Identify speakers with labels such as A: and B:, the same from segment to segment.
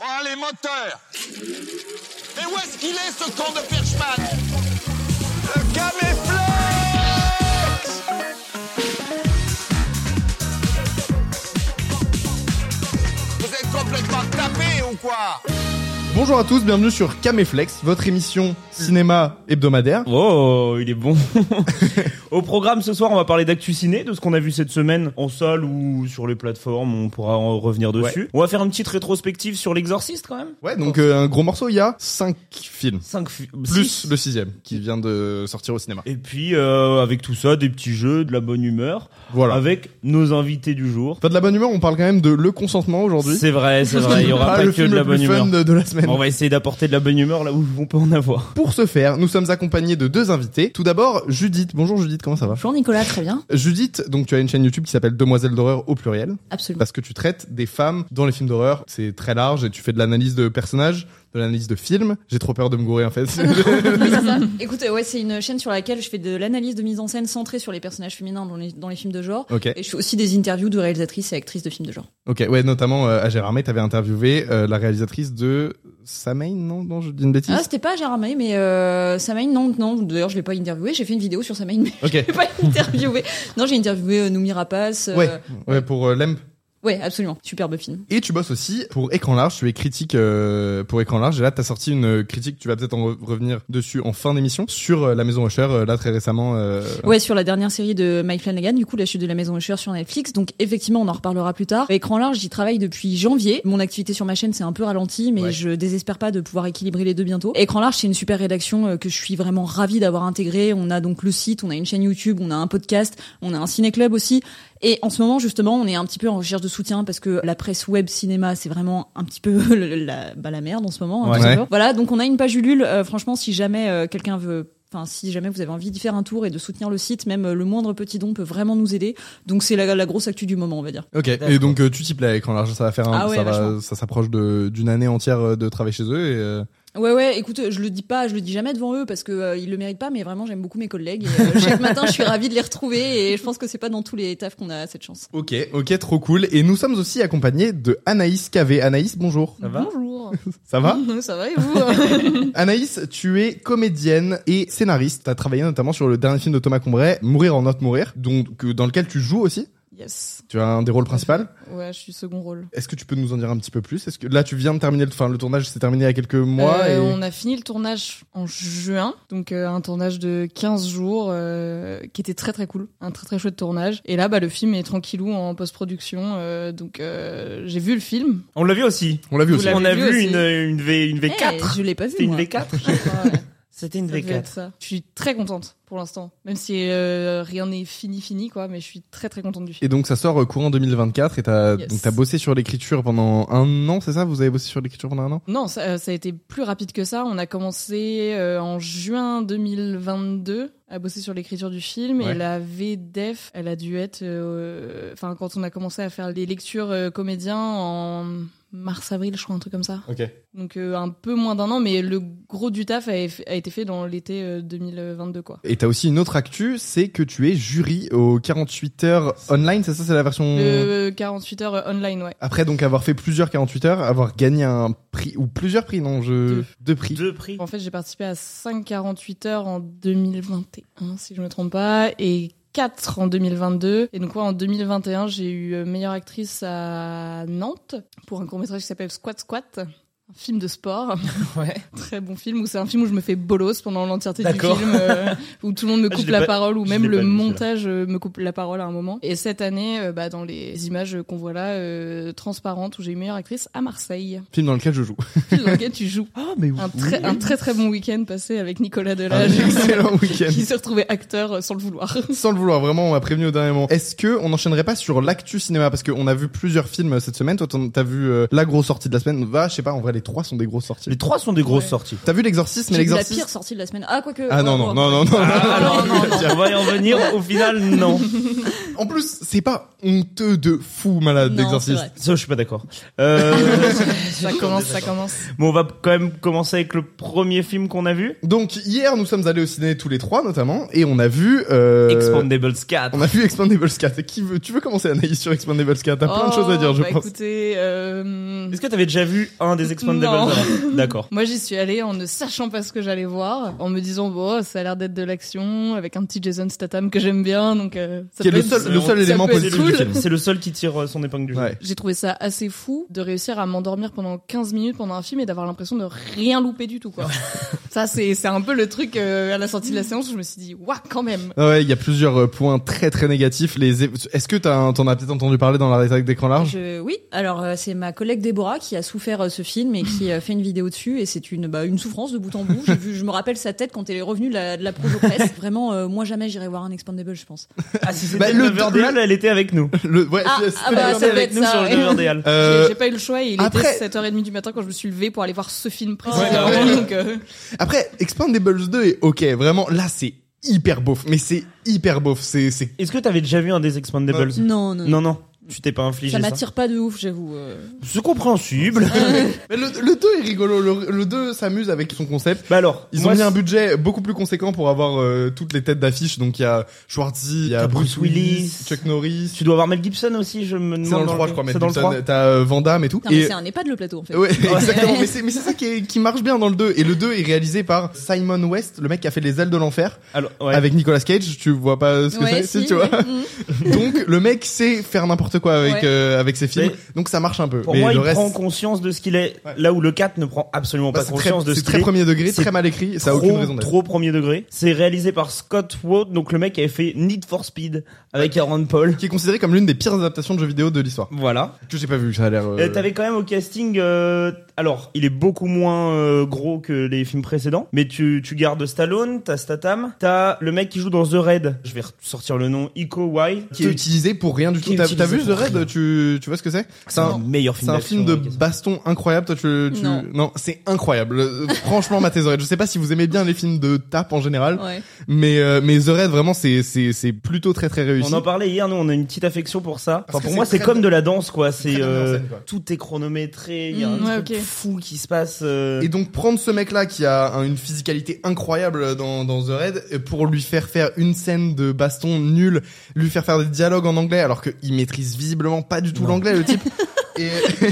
A: Oh, les moteurs. Mais où est-ce qu'il est ce camp de Perchman Le caméflex Vous êtes complètement tapés ou quoi
B: Bonjour à tous, bienvenue sur Caméflex, votre émission cinéma hebdomadaire.
C: Oh, il est bon. Au programme ce soir, on va parler d'actu ciné, de ce qu'on a vu cette semaine en salle ou sur les plateformes, on pourra en revenir dessus. On va faire une petite rétrospective sur l'exorciste quand même.
B: Ouais, donc euh, un gros morceau, il y a 5 films.
C: 5
B: Plus le sixième qui vient de sortir au cinéma.
C: Et puis euh, avec tout ça, des petits jeux, de la bonne humeur
B: Voilà.
C: avec nos invités du jour.
B: Pas de la bonne humeur, on parle quand même de le consentement aujourd'hui.
C: C'est vrai, c'est
B: Parce
C: vrai,
B: que
C: il y aura
B: pas
C: pas,
B: le
C: que
B: film
C: de la
B: le
C: bonne
B: plus
C: humeur.
B: fun de, de la semaine.
C: On va essayer d'apporter de la bonne humeur là où on peut en avoir.
B: Pour ce faire, nous sommes accompagnés de deux invités. Tout d'abord, Judith. Bonjour Judith, comment ça va
D: Bonjour Nicolas, très bien,
B: Judith, donc tu as une chaîne YouTube qui s'appelle Demoiselles d'horreur au pluriel,
D: absolument.
B: parce que tu traites des femmes dans les films d'horreur. C'est très large et tu fais de l'analyse de personnages, de l'analyse de films. J'ai trop peur de me gourer en fait.
D: Oui, c'est ça. Écoute, euh, ouais, c'est une chaîne sur laquelle je fais de l'analyse de mise en scène centrée sur les personnages féminins dans les, dans les films de genre.
B: ok.
D: Et je fais aussi des interviews de réalisatrices et actrices de films de genre.
B: Ok, ouais, notamment euh, à Gérard May, t'avais interviewé euh, la réalisatrice de Samain, non, non, je dis une bêtise.
D: Ah, c'était pas Gérard May, mais euh, Samaïn, non, non. D'ailleurs, je l'ai pas interviewé. J'ai fait une vidéo sur Samaïn, mais
B: ok,
D: je l'ai pas interviewé. Non, j'ai interviewé euh, Noumi Rapace. euh,
B: ouais, ouais, pour euh, Lemp.
D: ouais, absolument. Superbe film.
B: Et tu bosses aussi pour Écran Large, tu es critique euh, pour Écran Large, et là t'as sorti une euh, critique, tu vas peut-être en re- revenir dessus en fin d'émission, sur euh, La Maison Usher, euh, là très récemment. euh,
D: Ouais, sur la dernière série de Mike Flanagan, du coup, la chute de la maison Usher sur Netflix. Donc, effectivement, on en reparlera plus tard. Écran large, j'y travaille depuis janvier. Mon activité sur ma chaîne, c'est un peu ralenti, mais
B: Ouais.
D: je désespère pas de pouvoir équilibrer les deux bientôt. Écran large, c'est une super rédaction euh, que je suis vraiment ravie d'avoir intégrée. On a donc le site, on a une chaîne YouTube, on a un podcast, on a un ciné-club aussi. Et en ce moment, justement, on est un petit peu en recherche de soutien parce que la presse web cinéma, c'est vraiment un petit peu le- la, bah, la merde en ce moment. hein,
B: Ouais.
D: tout simplement.
B: Ouais.
D: Voilà, donc on a une page Ulule. Euh, franchement, si jamais euh, quelqu'un veut... Enfin, si jamais vous avez envie d'y faire un tour et de soutenir le site, même euh, le moindre petit don peut vraiment nous aider. Donc c'est la, la grosse actu du moment, on va dire.
B: Ok, et donc euh, tu t'y plais à Écran Large, ça va faire un,
D: Ah ouais,
B: ça, va,
D: vachement.
B: ça s'approche de- d'une année entière euh, de travail chez eux, et euh,
D: Ouais, ouais. Écoute, euh, je le dis pas, je le dis jamais devant eux parce que euh, ils le méritent pas, mais vraiment j'aime beaucoup mes collègues. Et, euh, chaque matin, je suis ravie de les retrouver et je pense que c'est pas dans tous les tafs qu'on a cette chance.
B: ok, ok, trop cool. Et nous sommes aussi accompagnés de Anaïs Cavé. Anaïs, bonjour.
C: Ça va
D: Bonjour.
B: Ça va
D: Ça va et vous
B: Anaïs, tu es comédienne et scénariste. T'as travaillé notamment sur le dernier film de Thomas Combray, Mourir en hâte mourir, donc euh, dans lequel tu joues aussi.
D: Yes.
B: Tu as un des rôles principaux.
D: Ouais, je suis second rôle.
B: Est-ce que tu peux nous en dire un petit peu plus Est-ce que là tu viens de terminer le, enfin le tournage s'est terminé il y a quelques mois
E: Euh,
B: et
E: On a fini le tournage en juin, donc euh, un tournage de 15 jours euh, qui était très très cool, un très très chouette tournage. Et là, bah, le film est tranquillou en post-production, euh, donc euh, j'ai vu le film.
C: On l'a vu aussi.
B: on l'a vu
E: Vous
B: aussi.
E: l'avez
C: on a
E: vu
C: vu
E: aussi. Eh,
C: une, une V une V4.
D: Eh, je l'ai pas vu.
C: C'était une
D: moi.
C: V4.
E: Ouais, ça
C: C'était une
E: devait être
C: V4.
E: ça. Je suis très contente pour l'instant, même si euh, rien n'est fini fini quoi, mais je suis très très contente du film.
B: Et donc ça sort euh, courant 2024 et t'as
E: Yes.
B: donc t'as bossé sur l'écriture pendant un an, c'est ça Vous avez bossé sur l'écriture pendant un an
E: Non, ça, euh, ça a été plus rapide que ça. On a commencé euh, en juin 2022 à bosser sur l'écriture du film
B: Ouais.
E: et la VDEF, elle a dû être... euh, Enfin, quand on a commencé à faire les lectures euh, comédiens en mars-avril, je crois, un truc comme ça.
B: Ok.
E: Donc euh, un peu moins d'un an, mais le gros du taf a, a été fait dans l'été euh, 2022, quoi.
B: Et t'as aussi une autre actu, c'est que tu es jury aux 48 heures online, c'est ça C'est la version.
E: Le 48 heures euh, online, ouais.
B: Après donc avoir fait plusieurs 48 heures, avoir gagné un prix ou plusieurs prix, non, je
E: Deux.
B: prix.
C: Deux prix.
E: En fait, j'ai participé à 5 48 heures en 2021, si je me trompe pas, et 4 en 2022. Et donc, ouais, en 2021, j'ai eu euh, meilleure actrice à Nantes pour un court-métrage qui s'appelle Squat Squat. Un film de sport,
C: Ouais.
E: très bon film, où c'est un film où je me fais bolos pendant l'entièreté du
C: D'accord.
E: film, euh, où tout le monde me
C: Ah, je
E: coupe
C: l'ai
E: la
C: pas-
E: parole, ou
C: je
E: même
C: l'ai pas
E: le
C: vu, celui-là.
E: montage euh, me coupe la parole à un moment. Et cette année, euh, bah, dans les images qu'on voit là, euh, transparente, où j'ai eu meilleure actrice à Marseille.
B: Film dans lequel je joue.
E: Film dans lequel tu joues
C: Ah mais
E: un très, un très très bon week-end passé avec Nicolas
B: Un
D: Ah,
E: Delage,
B: excellent Ah, week-end.
E: qui s'est retrouvé acteur euh, sans le vouloir.
B: Sans le vouloir, vraiment, on m'a prévenu au dernier moment. Est-ce que on enchaînerait pas sur l'actu cinéma parce qu'on a vu plusieurs films euh, cette semaine. Toi, t'en- t'as vu euh, la grosse sortie de la semaine. Va, je sais pas. En vrai, les trois sont des grosses sorties.
C: Les trois sont des grosses
E: Ouais.
C: sorties.
B: T'as vu l'exorciste, mais
D: J'ai vu la
B: l'exorciste.
D: pire sortie de la semaine. Ah quoique.
B: Ah non non
D: ouais, ouais.
B: non Ah, non non.
C: Alors,
D: non, non.
C: on va y en venir. Au final, non.
B: En plus, c'est pas honteux de fou malade
D: Non, c'est
B: l'exorciste.
D: vrai.
C: Ça, je suis pas d'accord. Euh,
E: ça commence, ça commence.
C: Bon, on va quand même commencer avec le premier film qu'on a vu.
B: Donc hier, nous sommes allés au ciné tous les trois notamment, et on a vu. Euh,
C: Expandables 4.
B: On a vu Expandables 4. Et qui veut, tu veux commencer Anaïs sur Expandables 4 T'as plein de choses à dire, je
E: bah,
B: pense.
E: Écoutez, euh,
C: Est-ce que t'avais déjà vu un des Expandables
E: Non.
C: avant D'accord.
E: Moi, j'y suis allée en ne sachant pas ce que j'allais voir, en me disant, bon, oh, ça a l'air d'être de l'action, avec un petit Jason Statham que j'aime bien, donc euh, ça
B: Qui est
E: peut
B: le
E: être-
B: seul, le
E: ça
B: seul
E: peut
B: élément
E: être
B: positif
E: cool.
B: du film.
C: C'est le seul qui tire euh, son épingle du jeu.
B: Ouais.
E: J'ai trouvé ça assez fou de réussir à m'endormir pendant 15 minutes pendant un film et d'avoir l'impression de rien louper du tout, quoi. ça, c'est c'est un peu le truc euh, à la sortie de la séance où je me suis dit, waouh, quand même.
B: Ah Ouais, il y a plusieurs euh, points très très négatifs. Les, é- est-ce que t'as, t'en as peut-être entendu parler dans la rédac d'écran large
D: Je- oui, alors euh, c'est ma collègue Déborah qui a souffert euh, ce film et qui euh, fait une vidéo dessus et c'est une bah, une souffrance de bout en bout. J'ai vu, je me rappelle sa tête quand elle est revenue de la, de la promo presse. Vraiment, euh, moi jamais j'irai voir un Expandable, je pense.
C: Ah, si c'était
B: Bah,
C: le
B: le-
C: Riverdale, elle était avec nous.
B: Le, ouais,
D: Ah,
B: c'est- c'est-
D: ah bah,
C: Elle
D: ça
C: était
D: doit
C: avec
D: être
C: nous
D: ça,
C: sur le
D: ouais.
C: Riverdale.
B: Euh,
E: J'ai- J'ai pas eu le choix et il
B: après-
E: était 7h30 du matin quand je me suis levée pour aller voir ce film précis.
C: Ouais, bah
B: ouais.
E: donc, euh,
B: Après, Expandables 2 est ok, vraiment, là c'est hyper beauf, mais c'est hyper beauf, c'est, c'est...
C: Est-ce que t'avais déjà vu un des Expandables
D: Non, non.
C: Non, non. Tu t'es pas infligé
D: Ça
C: ça.
D: m'attire pas de ouf, j'avoue. euh.
C: C'est compréhensible.
B: Mais le, le 2 est rigolo, le, le 2 s'amuse avec son concept.
C: bah alors,
B: Ils
C: moi,
B: ont mis un
C: c'est-
B: budget beaucoup plus conséquent pour avoir euh, toutes les têtes d'affiche, donc il y a Schwarzy, il y a
C: T'as
B: Bruce
C: Bruce Willis,
B: Willis, Chuck Norris,
C: Tu dois avoir Mel Gibson aussi, je me demande.
B: c'est dans le 3 je crois, mais
C: C'est dans le 3.
B: t'as euh, Van Damme et tout.
D: Putain, mais
B: Et-
D: c'est un EHPAD le plateau en fait.
B: Ouais, exactement. Mais c'est, mais c'est ça qui, est- qui marche bien dans le 2. Et le 2 est réalisé par Simon West, le mec qui a fait Les ailes de l'enfer,
C: Alors, ouais.
B: avec Nicolas Cage. Tu vois pas ce que
D: Ouais,
B: c'est
D: si,
B: tu vois.
D: ouais. Mm.
B: Donc le mec sait faire n'importe quoi avec
D: Ouais.
B: euh, avec ses films.
C: Mais-
B: Donc ça marche un peu.
C: Pour
B: mais
C: moi,
B: le
C: il
B: reste,
C: prend conscience de ce qu'il est,
B: Ouais.
C: là où le 4 ne prend absolument
B: bah,
C: pas
B: c'est très,
C: conscience de
B: c'est
C: ce
B: très
C: qu'il est.
B: premier degré,
C: C'est
B: très mal écrit. Ça a
C: trop,
B: aucune raison d'être.
C: trop premier degré. C'est réalisé par Scott Wood, donc le mec qui avait fait Need for Speed avec Aaron Paul.
B: Qui est considéré comme l'une des pires adaptations de jeux vidéo de l'histoire.
C: Voilà.
B: Que j'ai pas vu, ça a l'air. euh,
C: Euh, T'avais quand même au casting, euh, alors il est beaucoup moins euh, gros que les films précédents, mais tu, tu gardes Stallone, t'as Statham, t'as le mec qui joue dans The Raid, je vais ressortir le nom, Iko Wai,
B: qui est utilisé pour rien du
C: qui
B: tout.
C: est
B: T'as,
C: utilisé
B: t'as vu The
C: pour rien.
B: Raid Tu tu vois ce que c'est C'est un
C: meilleur
B: C'est un film de
C: d'action, ok, ça.
B: baston incroyable. Toi, tu, tu...
D: Non.
B: c'est incroyable. Euh, Franchement, ma oreilles. Je sais pas si vous aimez bien les films de tape en général,
D: Ouais.
B: mais euh, mais The Raid vraiment, c'est c'est c'est plutôt très très réussi.
C: On en parlait hier, nous on a une petite affection pour ça.
B: Parce
C: Enfin,
B: que
C: pour
B: c'est
C: moi c'est
B: très
C: comme
B: bien-
C: de la danse quoi, c'est
B: bien
C: euh,
B: en scène, quoi.
C: tout est chronométré, il y a un
E: Mm, ouais,
C: truc
E: ok.
C: fou qui se passe. euh,
B: Et donc prendre ce mec-là qui a un- une physicalité incroyable dans, dans The Raid euh, pour lui faire faire une scène de baston nulle, lui faire faire des dialogues en anglais alors qu'il maîtrise visiblement pas du tout
C: Non.
B: l'anglais le type. et,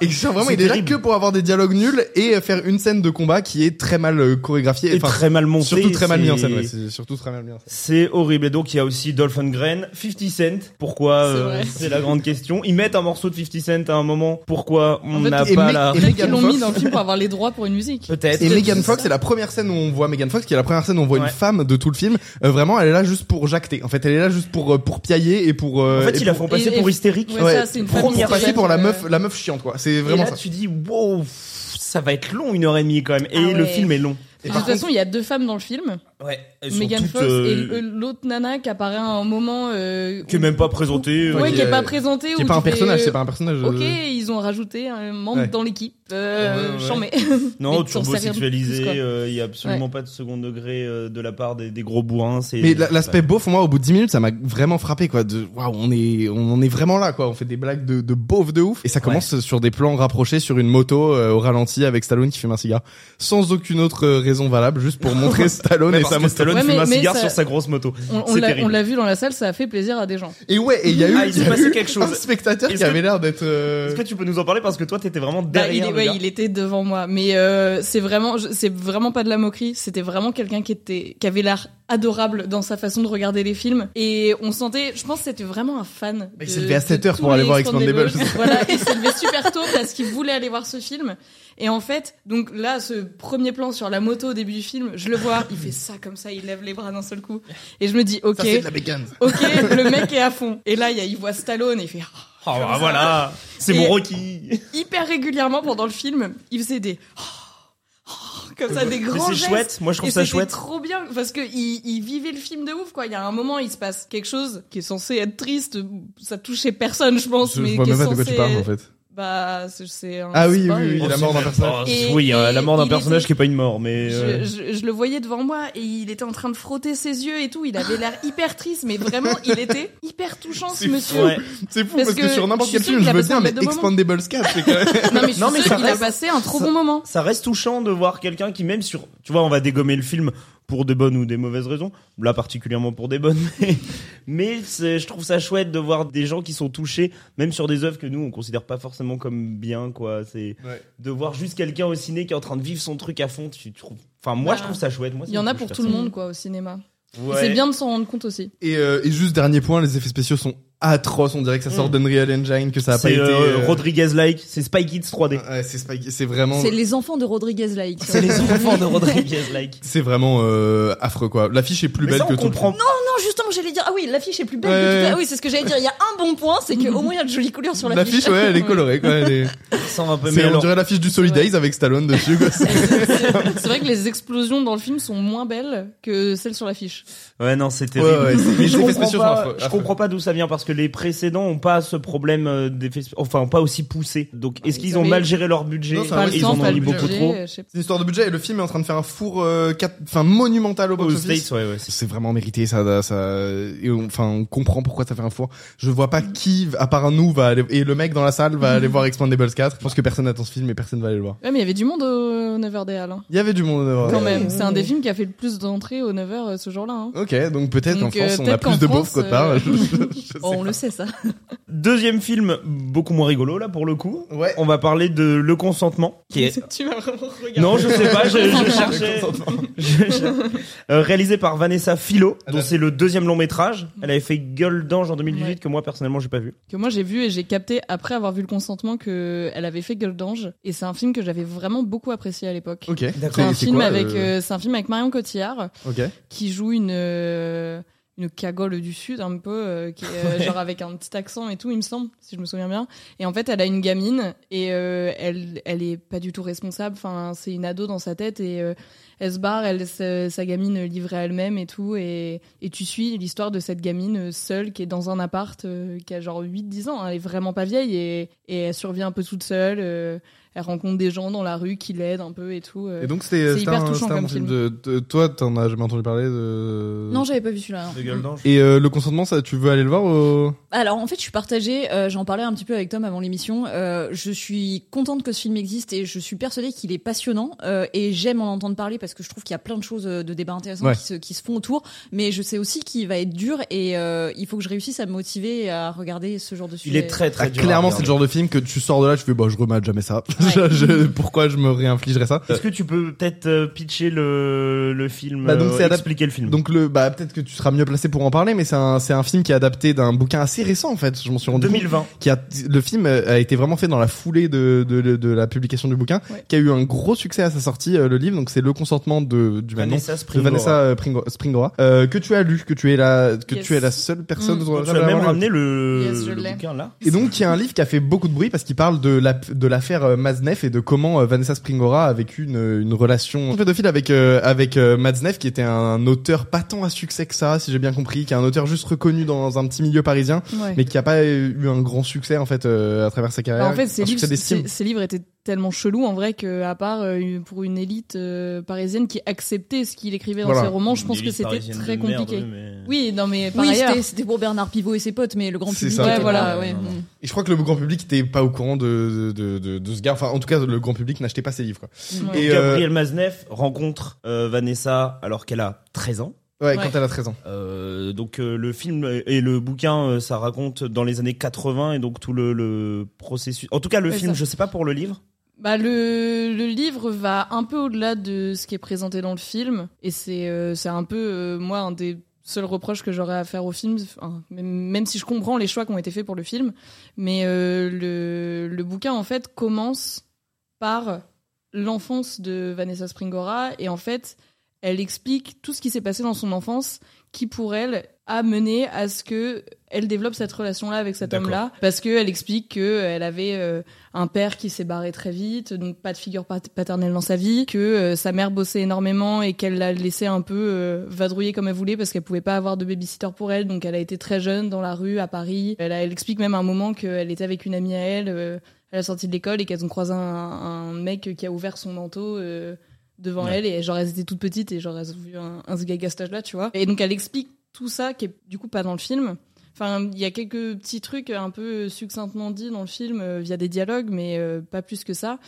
B: et genre vraiment
C: C'est
B: il est là
C: terrible.
B: que pour avoir des dialogues nuls et faire une scène de combat qui est très mal euh, chorégraphiée.
C: est
B: Enfin,
C: très mal monté.
B: Surtout très mal mis en
C: c'est-
B: scène, ouais, c'est surtout très mal mis en scène.
C: C'est horrible. Et donc il y a aussi Dolph Lundgren, 50 Cent. Pourquoi
E: C'est
C: euh,
E: vrai.
C: C'est la grande question. Ils mettent un morceau de 50 Cent à un moment. Pourquoi on
E: En fait,
C: n'a
B: et
C: pas
B: mec-
C: la
B: et
E: peut-être
B: Megan
E: qu'ils l'ont
B: Fox.
E: mis dans le film pour avoir les droits pour une musique.
C: peut-être
B: Et
E: C'est-
B: Megan
E: c'est
B: Fox,
E: ça.
B: c'est la première scène où on voit Megan Fox, qui est la première scène où on voit
C: Ouais.
B: une femme de tout le film. Euh, vraiment, elle est là juste pour jacter. En fait, elle est là juste pour euh, pour piailler et pour.
C: En
B: euh,
C: fait,
B: et
C: ils la
B: pour-
C: font passer
E: et-
C: pour
E: et-
C: hystérique.
E: Ouais, ça, c'est une
B: pour
C: première
B: passer
E: scène,
B: pour la
E: euh,
B: meuf, la meuf chiante quoi. C'est vraiment
C: et là,
B: ça.
C: tu dis wow, pff, ça va être long, une heure et demie quand même. Et
D: Ah
C: le
D: ouais.
C: film est long.
B: Et
E: De
B: par
E: toute façon, il y a deux femmes dans le film,
C: Ouais. Elles sont
E: Megan
C: toutes,
E: Fox et
C: euh,
E: le- l'autre nana qui apparaît à un moment euh,
C: qui est même pas présentée.
E: Ouais,
B: Ouais,
E: qui
B: qui
E: est pas
B: est-
E: présentée
B: euh, Qui
E: où
B: est pas
E: tu
B: un
E: fais,
B: personnage,
E: euh,
B: c'est pas un personnage. euh,
E: Ok, ils ont rajouté un membre
B: Ouais.
E: dans l'équipe. Euh,
B: Ouais, ouais, ouais.
E: j'en mets.
C: Non,
E: Mais t'en sais rien
C: turbo-sexualisé,
E: plus,
C: euh,
E: quoi.
C: il y a absolument pas de second degré euh, de la part des, des gros bourrins. c'est-
B: Mais la- l'aspect beauf, moi, au bout de 10 minutes, ça m'a vraiment frappé, quoi. De waouh, on est, on en est vraiment là, quoi. On fait des blagues de, de beauf de ouf. Et ça commence sur des plans rapprochés sur une moto euh, au ralenti avec Stallone qui fume un cigare, sans aucune autre euh, raison valable, juste pour montrer Stallone
C: Mais
B: et
C: parce
B: sa
C: que
B: moto.
C: Stallone
E: Ouais,
C: fume
E: mais-
C: un
E: mais
C: cigare
E: ça-
C: sur sa grosse moto.
E: On, on
C: C'est
E: l'a-
C: terrible.
E: on l'a vu dans la salle, ça a fait plaisir à des gens.
B: Et ouais, et il y a eu,
C: Ah, il s'est
B: il y a
C: passé
B: eu
C: quelque chose.
B: un spectateur
C: Est-ce
B: qui
C: que-
B: avait l'air d'être. euh,
C: Est-ce que tu peux nous en parler parce que toi t'étais vraiment
E: Bah, il,
C: derrière
E: est-
C: le
E: ouais,
C: gars.
E: il était devant moi, mais euh, c'est vraiment, je- c'est vraiment pas de la moquerie. C'était vraiment quelqu'un qui était, qui avait l'air adorable dans sa façon de regarder les films, et on sentait, je pense, que c'était vraiment un fan.
B: Bah, Il
E: de-
B: s'est levé à
E: de
B: 7 heures
E: tous
B: pour aller
E: les
B: voir Expendables.
E: voilà, il s'est levé super tôt parce qu'il voulait aller voir ce film. Et en fait, donc là, ce premier plan sur la moto au début du film, je le vois, il fait ça comme ça, il lève les bras d'un seul coup, et je me dis, ok,
B: Ça, c'est de la bécane.
E: ok, le mec est à fond. Et là, il y a- il voit Stallone et il fait. Ah
C: Oh, bah, voilà, c'est
E: Et-
C: mon Rocky.
E: hyper régulièrement pendant le film, il faisait des oh, comme ça des
C: Mais
E: grands
C: C'est
E: gestes.
C: chouette. Moi je trouve
E: Et
C: ça
E: c'était
C: chouette.
E: trop bien parce que il, il vivait le film de ouf quoi. Il y a un moment il se passe quelque chose qui est censé être triste, ça touchait personne je pense,
B: Je
E: mais
B: vois
E: qui
B: même
E: est
B: pas de
E: censé
B: quoi tu parles, en fait.
E: Bah, c'est- c'est un.
B: Ah oui,
E: spoil.
B: oui, oui, la mort d'un personnage.
E: Et-
C: oui, euh, la mort d'un
E: il
C: personnage
E: était-
C: qui est pas une mort, mais. euh,
E: Je, je- je le voyais devant moi et il était en train de frotter ses yeux et tout. Il avait l'air hyper triste, mais vraiment, il était hyper touchant, ce
B: C'est
E: monsieur.
C: Ouais.
B: C'est fou parce,
E: Parce
B: que,
E: que
B: sur n'importe
E: je
B: quel
E: suis sûre
B: film,
E: qu'il
B: je
E: a
B: veux
E: besoin
B: bien,
E: de
B: mais
E: deux moments.
B: Expandables 4, c'est quand même.
E: Non, mais je suis
C: Non, mais
E: sûre
C: ça
E: qu'il
C: reste-
E: a passé un trop
C: ça-
E: bon moment.
C: Ça reste touchant de voir quelqu'un qui, même sur. Tu vois, on va dégommer le film pour des bonnes ou des mauvaises raisons. Là, particulièrement pour des bonnes. Mais, mais c'est- je trouve ça chouette de voir des gens qui sont touchés, même sur des œuvres que nous, on considère pas forcément comme bien, quoi. C'est
B: Ouais.
C: de voir juste quelqu'un au ciné qui est en train de vivre son truc à fond. Tu trouves. Enfin, moi,
E: Bah,
C: je trouve ça chouette. Moi, ça
E: Il y en
C: me
E: a
C: touche
E: pour tout le
C: personnellement.
E: monde, quoi, au cinéma. Et
C: Ouais.
E: C'est bien de s'en rendre compte aussi.
B: Et, euh, et juste dernier point, les effets spéciaux sont atroces. On dirait que ça sort
C: Mm.
B: d'Unreal Engine, que ça a pas
C: C'est
B: été.
C: euh,
B: euh,
C: Rodriguez-like, c'est Spy Kids 3D.
B: ouais, c'est Spike- c'est vraiment.
D: C'est les enfants de Rodriguez Laïc.
C: C'est les enfants de Rodriguez-like.
B: C'est vraiment euh, affreux quoi. L'affiche est plus
C: Mais
B: belle
C: ça,
B: que
C: on
B: tout le
C: comprend
B: film.
D: Non, justement, j'allais dire. Ah oui, l'affiche est plus belle.
B: Ouais,
D: que tout-
B: ouais.
D: Ah oui, c'est ce que j'allais dire. Il y a un bon point, c'est qu'au moins il y a de jolies couleurs sur l'affiche.
B: L'affiche, ouais, elle est colorée quoi. Elle est...
C: sans un peu
B: C'est
C: mais
B: on
C: alors-
B: dirait l'affiche du Solidays avec Stallone dessus quoi.
E: C'est vrai que les explosions dans le film sont moins belles que celles sur l'affiche.
C: Ouais, non, c'est
B: Ouais, ouais,
C: terrible.
B: c'est-
C: mais je
B: les effets
C: comprends
B: spéciaux sont
C: pas,
B: affreux,
C: je
B: affreux.
C: comprends pas d'où ça vient parce que les précédents ont pas ce problème euh, d'effets, spé- enfin, pas aussi poussé.
B: Ah,
C: Donc, est-ce qu'ils ont
E: Mais-
C: mal géré leur budget
B: Non, ça
E: Pas
B: Ah,
E: le
B: oui,
C: Ils
E: temps,
C: en
E: pas
C: ont
E: le
C: mis
E: budget.
C: beaucoup trop.
E: euh, je sais pas.
B: C'est une histoire de budget et le film est en train de faire un four euh, quatre- enfin monumental au
C: Aux
B: box office.
C: States, ouais, ouais. c'est-
B: C'est vraiment mérité, ça, ça, et on- enfin, on comprend pourquoi ça fait un four. Je vois pas qui, à part nous, va aller, et le mec dans la salle va aller voir Expandables 4. Je pense que personne n'attend ce film et personne va aller le voir.
E: Ouais, mais il y avait du monde au 9h des Halles. hein.
B: Il y avait du monde devant.
E: Quand même, c'est un des films qui a fait le plus d'entrées au 9h ce jour-là. hein.
B: Ok, donc peut-être en
E: Donc, euh,
B: France, on a
E: peut-être
B: plus
E: qu'en
B: de
E: France,
B: beaufs qu'au part.
E: euh,
B: Je- je- je sais
D: Oh, on
B: pas.
D: le sait ça.
C: Deuxième film, beaucoup moins rigolo, là, pour le coup.
E: euh,
B: Ouais.
C: On va parler de Le Consentement, qui est
E: Tu m'as vraiment regardé.
C: Non, je sais pas, je, je cherchais. Je cher- Euh, réalisé par Vanessa Philo, dont c'est le deuxième long métrage.
B: Mm.
C: Elle avait fait Gueule d'ange en 2018
E: Ouais.
C: que moi personnellement j'ai pas vu.
E: Que moi j'ai vu et j'ai capté après avoir vu le consentement que elle avait fait Gueule d'ange. Et c'est un film que j'avais vraiment beaucoup apprécié à l'époque.
B: Ok.
C: D'accord.
E: C'est un
B: C'est- c'est
E: film
B: quoi,
E: avec,
B: euh,
E: euh, c'est un film avec Marion Cotillard
B: Ok.
E: qui joue une euh, une cagole du sud un peu euh, qui est, euh,
C: Ouais.
E: genre avec un petit accent et tout il me semble si je me souviens bien et en fait elle a une gamine et euh, elle elle est pas du tout responsable enfin c'est une ado dans sa tête et euh, elle se barre elle laisse euh, sa gamine livrée à elle-même et tout et et tu suis l'histoire de cette gamine euh, seule qui est dans un appart euh, qui a genre 8 10 ans elle est vraiment pas vieille et et elle survit un peu toute seule euh, elle rencontre des gens dans la rue qui l'aident un peu et tout euh.
B: Et donc, c'était
E: c'est
B: c'était
E: hyper
B: un,
E: touchant
B: c'était un
E: comme
B: film
E: film.
B: de, de- Toi, t'en as jamais entendu parler de.
D: Non, j'avais pas vu celui-là. non.
C: Gueule d'ange.
B: Et euh, le consentement, ça, tu veux aller le voir au...
D: Alors en fait, je suis partagée. euh, J'en parlais un petit peu avec Tom avant l'émission. Euh, je suis contente que ce film existe et je suis persuadée qu'il est passionnant euh, et j'aime en entendre parler parce que je trouve qu'il y a plein de choses euh, de débats intéressants
B: Ouais.
D: qui, se, qui se font autour. Mais je sais aussi qu'il va être dur et euh, il faut que je réussisse à me motiver à regarder ce genre de
C: Il
D: sujet.
C: est très très
B: Ah,
C: dur.
B: clairement,
C: à
B: c'est le
C: regarder.
B: genre de film que tu sors de là, tu fais, bah, je remate jamais ça. Je- je- pourquoi je me réinfligerais ça?
C: Est-ce que tu peux peut-être euh, pitcher le, le film
B: Bah, donc,
C: euh,
B: c'est adap-
C: Expliquer le film.
B: Donc le bah peut-être que tu seras mieux placé pour en parler mais c'est un c'est un film qui est adapté d'un bouquin assez récent en fait je m'en suis rendu compte
C: 2020.
B: qui a le film euh, a été vraiment fait dans la foulée de de, de- de la publication du bouquin
E: Ouais.
B: qui a eu un gros succès à sa sortie euh, le livre donc c'est le consentement de du même nom
C: Vanessa
B: de
C: Springora.
B: Bah, Vanessa euh, Pringo- Springora euh, que tu as lu que tu es la que
E: Yes.
B: tu es la seule personne
E: Mm.
B: autour de
C: Donc,
B: la
C: Tu
B: table
C: as
B: à
C: même
B: avoir lu.
C: ramené le,
E: Yes, je
C: le
E: l'ai.
C: bouquin là.
B: Et donc, il y a un livre qui a fait beaucoup de bruit parce qu'il parle de la de l'affaire euh, Matzneff et de comment euh, Vanessa Springora a vécu une, une relation pédophile avec euh, avec euh, Matzneff, qui était un auteur pas tant à succès que ça, si j'ai bien compris, qui est un auteur juste reconnu dans un petit milieu parisien,
E: Ouais.
B: mais qui a pas eu un grand succès en fait euh, à travers sa carrière.
E: Bah, en fait,
B: Un
E: ces livres,
B: succès d'estime.
E: ces- ces livres étaient tellement chelous en vrai que, à part euh, une- pour une élite euh, parisienne qui acceptait ce qu'il écrivait dans
B: Voilà.
E: ses romans, je pense
C: Une
E: que
C: élite
E: c'était
C: parisienne
E: très
C: de merde,
E: compliqué.
C: mais-
E: Oui, non mais par
D: Oui,
E: ailleurs,
D: c'était- c'était pour Bernard Pivot et ses potes, mais le grand
B: C'est
D: public.
B: ça.
D: était
E: Ouais,
D: pas-
E: voilà.
D: ouais.
C: Non, non.
B: Et je crois que le grand public était pas au courant de de, de, de ce gars. Enfin, en tout cas, le grand public n'achetait pas ses livres. Quoi.
E: ouais.
B: Et, euh,
C: Gabriel Mazneff rencontre euh, Vanessa alors qu'elle a 13 ans.
B: ouais,
E: Ouais.
B: quand elle a 13 ans.
C: Euh, donc euh, le film et le bouquin, euh, ça raconte dans les années 80 et donc tout le, le processus. En tout cas, le
E: C'est
C: film,
E: ça.
C: je sais pas pour le livre.
E: bah, le, le livre va un peu au-delà de ce qui est présenté dans le film, et c'est euh, c'est un peu euh, moi un des seuls reproches que j'aurais à faire au film, enfin, même- même si je comprends les choix qui ont été faits pour le film, mais euh, le, le bouquin en fait commence par l'enfance de Vanessa Springora et en fait elle explique tout ce qui s'est passé dans son enfance qui pour elle a mené à ce que elle développe cette relation là avec cet
C: D'accord.
E: homme là parce que elle explique que elle avait euh, un père qui s'est barré très vite donc pas de figure pat- paternelle dans sa vie que euh, sa mère bossait énormément et qu'elle la laissait un peu euh, vadrouiller comme elle voulait parce qu'elle pouvait pas avoir de babysitter pour elle donc elle a été très jeune dans la rue à Paris elle, a- elle explique même à un moment qu'elle était avec une amie à elle euh, à la sortie de l'école et qu'elles ont croisé un, un mec qui a ouvert son manteau euh, devant
C: Ouais.
E: elle et genre elles étaient toutes petites et genre elles ont vu un, un gag à cet âge-là, tu vois. Et donc elle explique tout ça qui est du coup pas dans le film. Enfin, il y a quelques petits trucs un peu succinctement dits dans le film euh, via des dialogues, mais euh, pas plus que ça.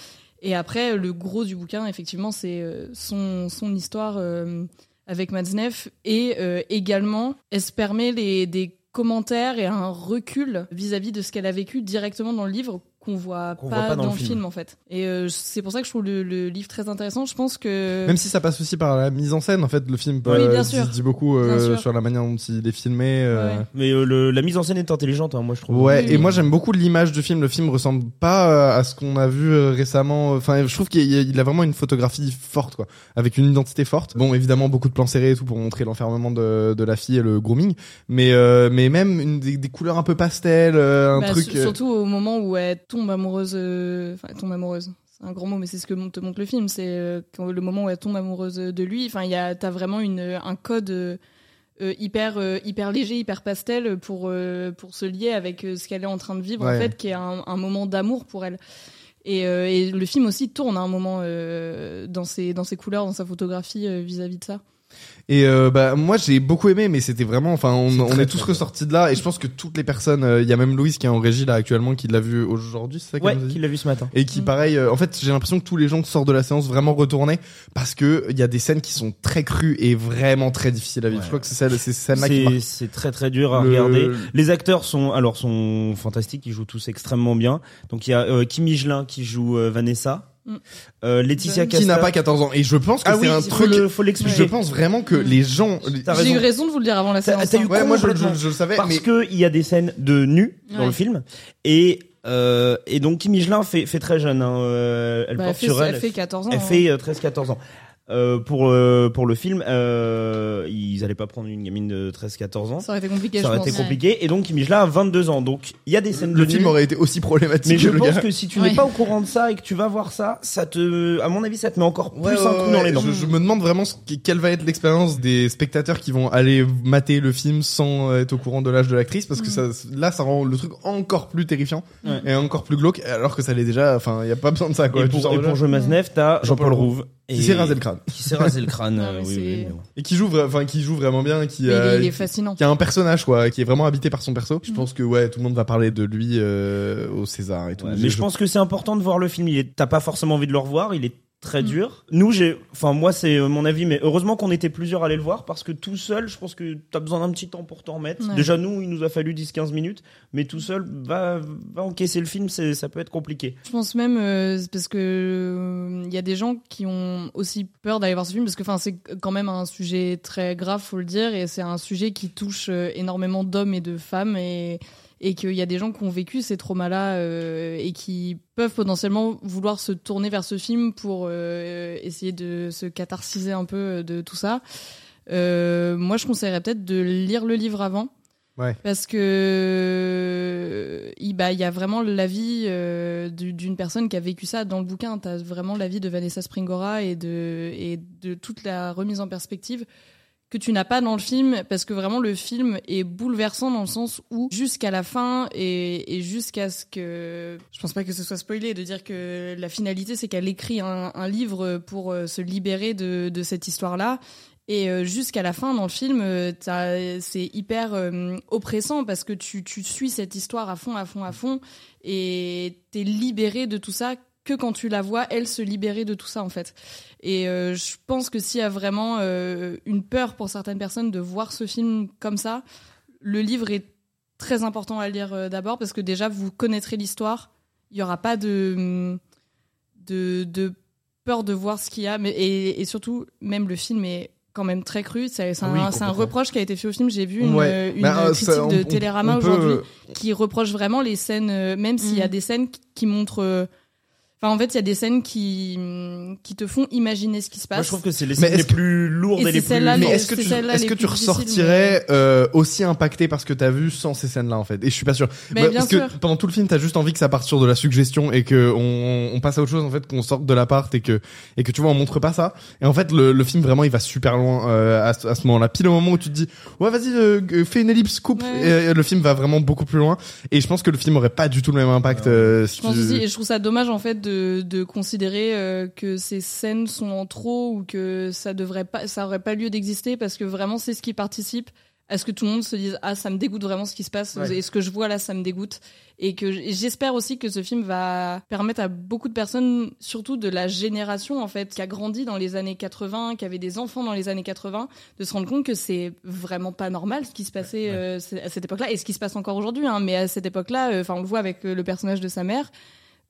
E: Et après, le gros du bouquin, effectivement, c'est euh, son, son histoire euh, avec Matzneff. Et euh, également, elle se permet les, des commentaires et un recul vis-à-vis de ce qu'elle a vécu directement dans le livre qu'on voit,
C: Qu'on
E: pas, dans, le film. en fait. Et euh, c'est pour ça que je trouve le, le livre très intéressant. Je pense que...
B: Même si ça passe aussi par la mise en scène, en fait, le film
E: Euh. Oui,
B: euh,
E: bien
B: dit-
E: sûr.
B: dit beaucoup euh,
E: Bien sûr.
B: sur la manière dont il est filmé. euh,
E: Ouais.
C: Mais euh, le- la mise en scène est intelligente, hein, moi je trouve.
B: Ouais,
E: Oui,
B: et
E: oui.
B: moi j'aime beaucoup l'image du film. Le film ressemble pas euh, à ce qu'on a vu euh, récemment. Enfin, je trouve qu'il y a- il a vraiment une photographie forte, quoi, avec une identité forte. Bon, évidemment beaucoup de plans serrés et tout pour montrer l'enfermement de, de la fille et le grooming, mais euh, mais même une, des, des couleurs un peu pastel, euh, un
E: Bah,
B: truc.
E: su-
B: euh,
E: Surtout au moment où elle tombe amoureuse. euh, Enfin, elle tombe amoureuse. C'est un grand mot, mais c'est ce que mon- te montre le film. C'est euh, quand- le moment où elle tombe amoureuse de lui. Enfin, il y a, t'as vraiment une, un code euh, euh, hyper, euh, hyper léger, hyper pastel pour, euh, pour se lier avec euh, ce qu'elle est en train de vivre,
B: Ouais.
E: en fait, qui est un, un moment d'amour pour elle. Et, euh, et le film aussi tourne à un moment euh, dans, ses, dans ses couleurs, dans sa photographie euh, vis-à-vis de ça.
B: Et euh, bah moi j'ai beaucoup aimé, mais c'était vraiment, enfin on,
C: C'est
B: on
C: très,
B: est tous
C: très
B: ressortis de là, et je pense que toutes les personnes, euh, il y a même Louise qui est en régie là actuellement, qui l'a vu aujourd'hui, c'est ça qu'elle
C: Ouais,
B: nous a dit
C: qui l'a vu ce matin.
B: et qui
E: Mm.
B: pareil euh, en fait j'ai l'impression que tous les gens sortent de la séance vraiment retournés parce que il y a des scènes qui sont très crues et vraiment très difficiles à vivre
C: Ouais.
B: je crois que c'est celle ces scènes là qui
C: C'est
B: marquent
C: c'est très très dur à
B: le-
C: regarder. Les acteurs sont alors sont fantastiques, ils jouent tous extrêmement bien. Donc il y a euh, Kim Higelin qui joue euh, Vanessa,
E: Mm.
C: Euh, Laetitia
B: qui n'a
C: Casta-
B: pas 14 ans et je pense que
C: Ah
B: c'est
C: oui,
B: un
C: faut
B: truc
C: le- faut
B: je
C: l'expliquer.
B: pense vraiment que les gens
C: T'as
E: J'ai eu
C: raison.
E: raison de vous le dire avant la
C: T'as-
E: séance.
C: t'as eu
E: hein.
B: ouais moi je,
C: complètement.
B: je- je le savais
C: parce
B: mais
C: que il y a des scènes de nu dans
E: Ouais.
C: le film et euh, et donc Kim Higelin fait fait très jeune hein, euh, elle
E: Bah, elle,
C: porte
E: fait,
C: sur elle
E: elle fait 14 ans.
C: elle
E: hein.
C: fait euh, 13 14 ans. Euh, pour euh, pour le film euh, ils allaient pas prendre une gamine de 13 14 ans.
E: Ça aurait été compliqué,
C: Ça
E: je
C: aurait
E: pense.
C: été compliqué et donc Kim Higelin a 22 ans. Donc il y a des scènes de
B: le film
C: nu.
B: aurait été aussi problématique
C: Mais je
B: que le
C: pense
B: gars.
C: que si tu
E: Ouais.
C: n'es pas au courant de ça et que tu vas voir ça, ça te, à mon avis, ça te met encore plus
B: Ouais,
C: un
B: ouais,
C: coup dans
B: ouais,
C: les dents.
B: Je, je me demande vraiment ce qui- quelle va être l'expérience des spectateurs qui vont aller mater le film sans euh, être au courant de l'âge de l'actrice, parce que
E: Mm.
B: ça, là, ça rend le truc encore plus terrifiant
C: Ouais.
B: et encore plus glauque, alors que ça l'est déjà. Enfin, il y a pas besoin de ça. Quoi.
C: Et
B: Tu sors
C: pour, et
B: de là,
C: pour jouer Maznef, t'as Jean-Paul Rouve.
B: qui s'est rasé le crâne
C: Qui s'est rasé le crâne,
E: Non,
C: euh,
E: mais
C: oui,
E: c'est-
C: oui, mais bon.
B: et qui joue, vra- enfin, qui joue vraiment bien, qui,
E: Mais il
B: euh,
E: est- il est
B: qui,
E: fascinant. Mm.
B: qui a un personnage quoi, qui est vraiment habité par son perso. Je pense que ouais, tout le monde va parler de lui euh, au César et tout.
C: Ouais, mais je pense que c'est important de voir le film. Il est- T'as pas forcément envie de le revoir. Il est très
E: Mm.
C: dur. Nous, j'ai, enfin, moi, c'est euh, mon avis, mais heureusement qu'on était plusieurs à aller le voir parce que tout seul, je pense que t'as besoin d'un petit temps pour t'en remettre.
E: Ouais.
C: Déjà, nous, il nous a fallu 10-15 minutes, mais tout seul, va, va encaisser le film, c'est, ça peut être compliqué.
E: Je pense même euh, c'est parce que euh, il y a des gens qui ont aussi peur d'aller voir ce film parce que enfin c'est quand même un sujet très grave faut le dire et c'est un sujet qui touche euh, énormément d'hommes et de femmes et et qu'il y a des gens qui ont vécu ces traumas là et qui peuvent potentiellement vouloir se tourner vers ce film pour euh, essayer de se catharsiser un peu euh, de tout ça. Euh, moi je conseillerais peut-être de lire le livre avant.
B: Ouais.
E: Parce que il bah, il y a vraiment l'avis euh, du- d'une personne qui a vécu ça dans le bouquin. T'as vraiment l'avis de Vanessa Springora et de, et de toute la remise en perspective que tu n'as pas dans le film, parce que vraiment le film est bouleversant dans le sens où jusqu'à la fin et, et jusqu'à ce que... Je pense pas que ce soit spoilé de dire que la finalité c'est qu'elle écrit un, un livre pour euh, se libérer de, de cette histoire-là. Et euh, jusqu'à la fin dans le film, euh, t'as- c'est hyper euh, oppressant parce que tu, tu suis cette histoire à fond, à fond, à fond, et t'es libéré de tout ça que quand tu la vois, elle se libérer de tout ça en fait. Et euh, je pense que s'il y a vraiment euh, une peur pour certaines personnes de voir ce film comme ça, le livre est très important à lire euh, d'abord parce que déjà vous connaîtrez l'histoire. Il n'y aura pas de, de, de peur de voir ce qu'il y a. Mais, et, et surtout, même le film est quand même très cru. C'est c'est un,
C: Oui,
E: c'est un
C: complètement.
E: reproche qui a été fait au film. J'ai vu une,
B: Ah Ouais.
E: une
B: Bah, euh,
E: critique
B: ça, on-
E: de
B: on-
E: Télérama
B: on peut,
E: aujourd'hui
B: euh,
E: qui reproche vraiment les scènes, euh, même s'il y a
D: Mm.
E: des scènes qui- qui montrent euh, Enfin, en fait, il y a des scènes qui, mm, qui te font imaginer ce qui se passe.
C: Moi, je trouve que c'est les
B: Mais
C: scènes les
B: est-ce que-
C: plus lourdes
E: Et
C: et, les
E: c'est
C: plus.
E: celle-là,
B: mais
E: les-
B: est-ce que
E: Ah c'est
B: tu,
E: celle-là
B: est-ce
E: les
B: que tu
E: plus difficiles,
B: ressortirais euh, aussi impacté par ce que t'as vu sans ces scènes-là en fait Et je suis pas sûr.
E: Mais
B: Bah,
E: bien
B: parce
E: sûr.
B: que pendant tout le film, t'as juste envie que ça parte sur de la suggestion et que on, on passe à autre chose en fait, qu'on sorte de l'appart et que et que tu vois on montre pas ça. Et en fait, le, le film vraiment il va super loin euh, à, ce- à ce moment-là, pile au moment où tu te dis ouais vas-y euh, euh, fais une ellipse coupe.
E: Ouais.
B: Et, euh, le film va vraiment beaucoup plus loin. Et je pense que le film aurait pas du tout le même impact. euh, si
E: Je pense
B: tu-
E: aussi, et je trouve ça dommage en fait de, de considérer euh, que ces scènes sont en trop ou que ça devrait pas, ça aurait pas lieu d'exister parce que vraiment c'est ce qui participe à ce que tout le monde se dise ah ça me dégoûte vraiment ce qui se passe
B: Ouais.
E: et ce que je vois là ça me dégoûte et que j- et j'espère aussi que ce film va permettre à beaucoup de personnes, surtout de la génération en fait qui a grandi dans les années 80, qui avait des enfants dans les années 80, de se rendre compte que c'est vraiment pas normal ce qui se passait euh, c'est- à cette époque-là et ce qui se passe encore aujourd'hui. Hein, mais à cette époque-là, enfin on le voit avec euh, le personnage de sa mère,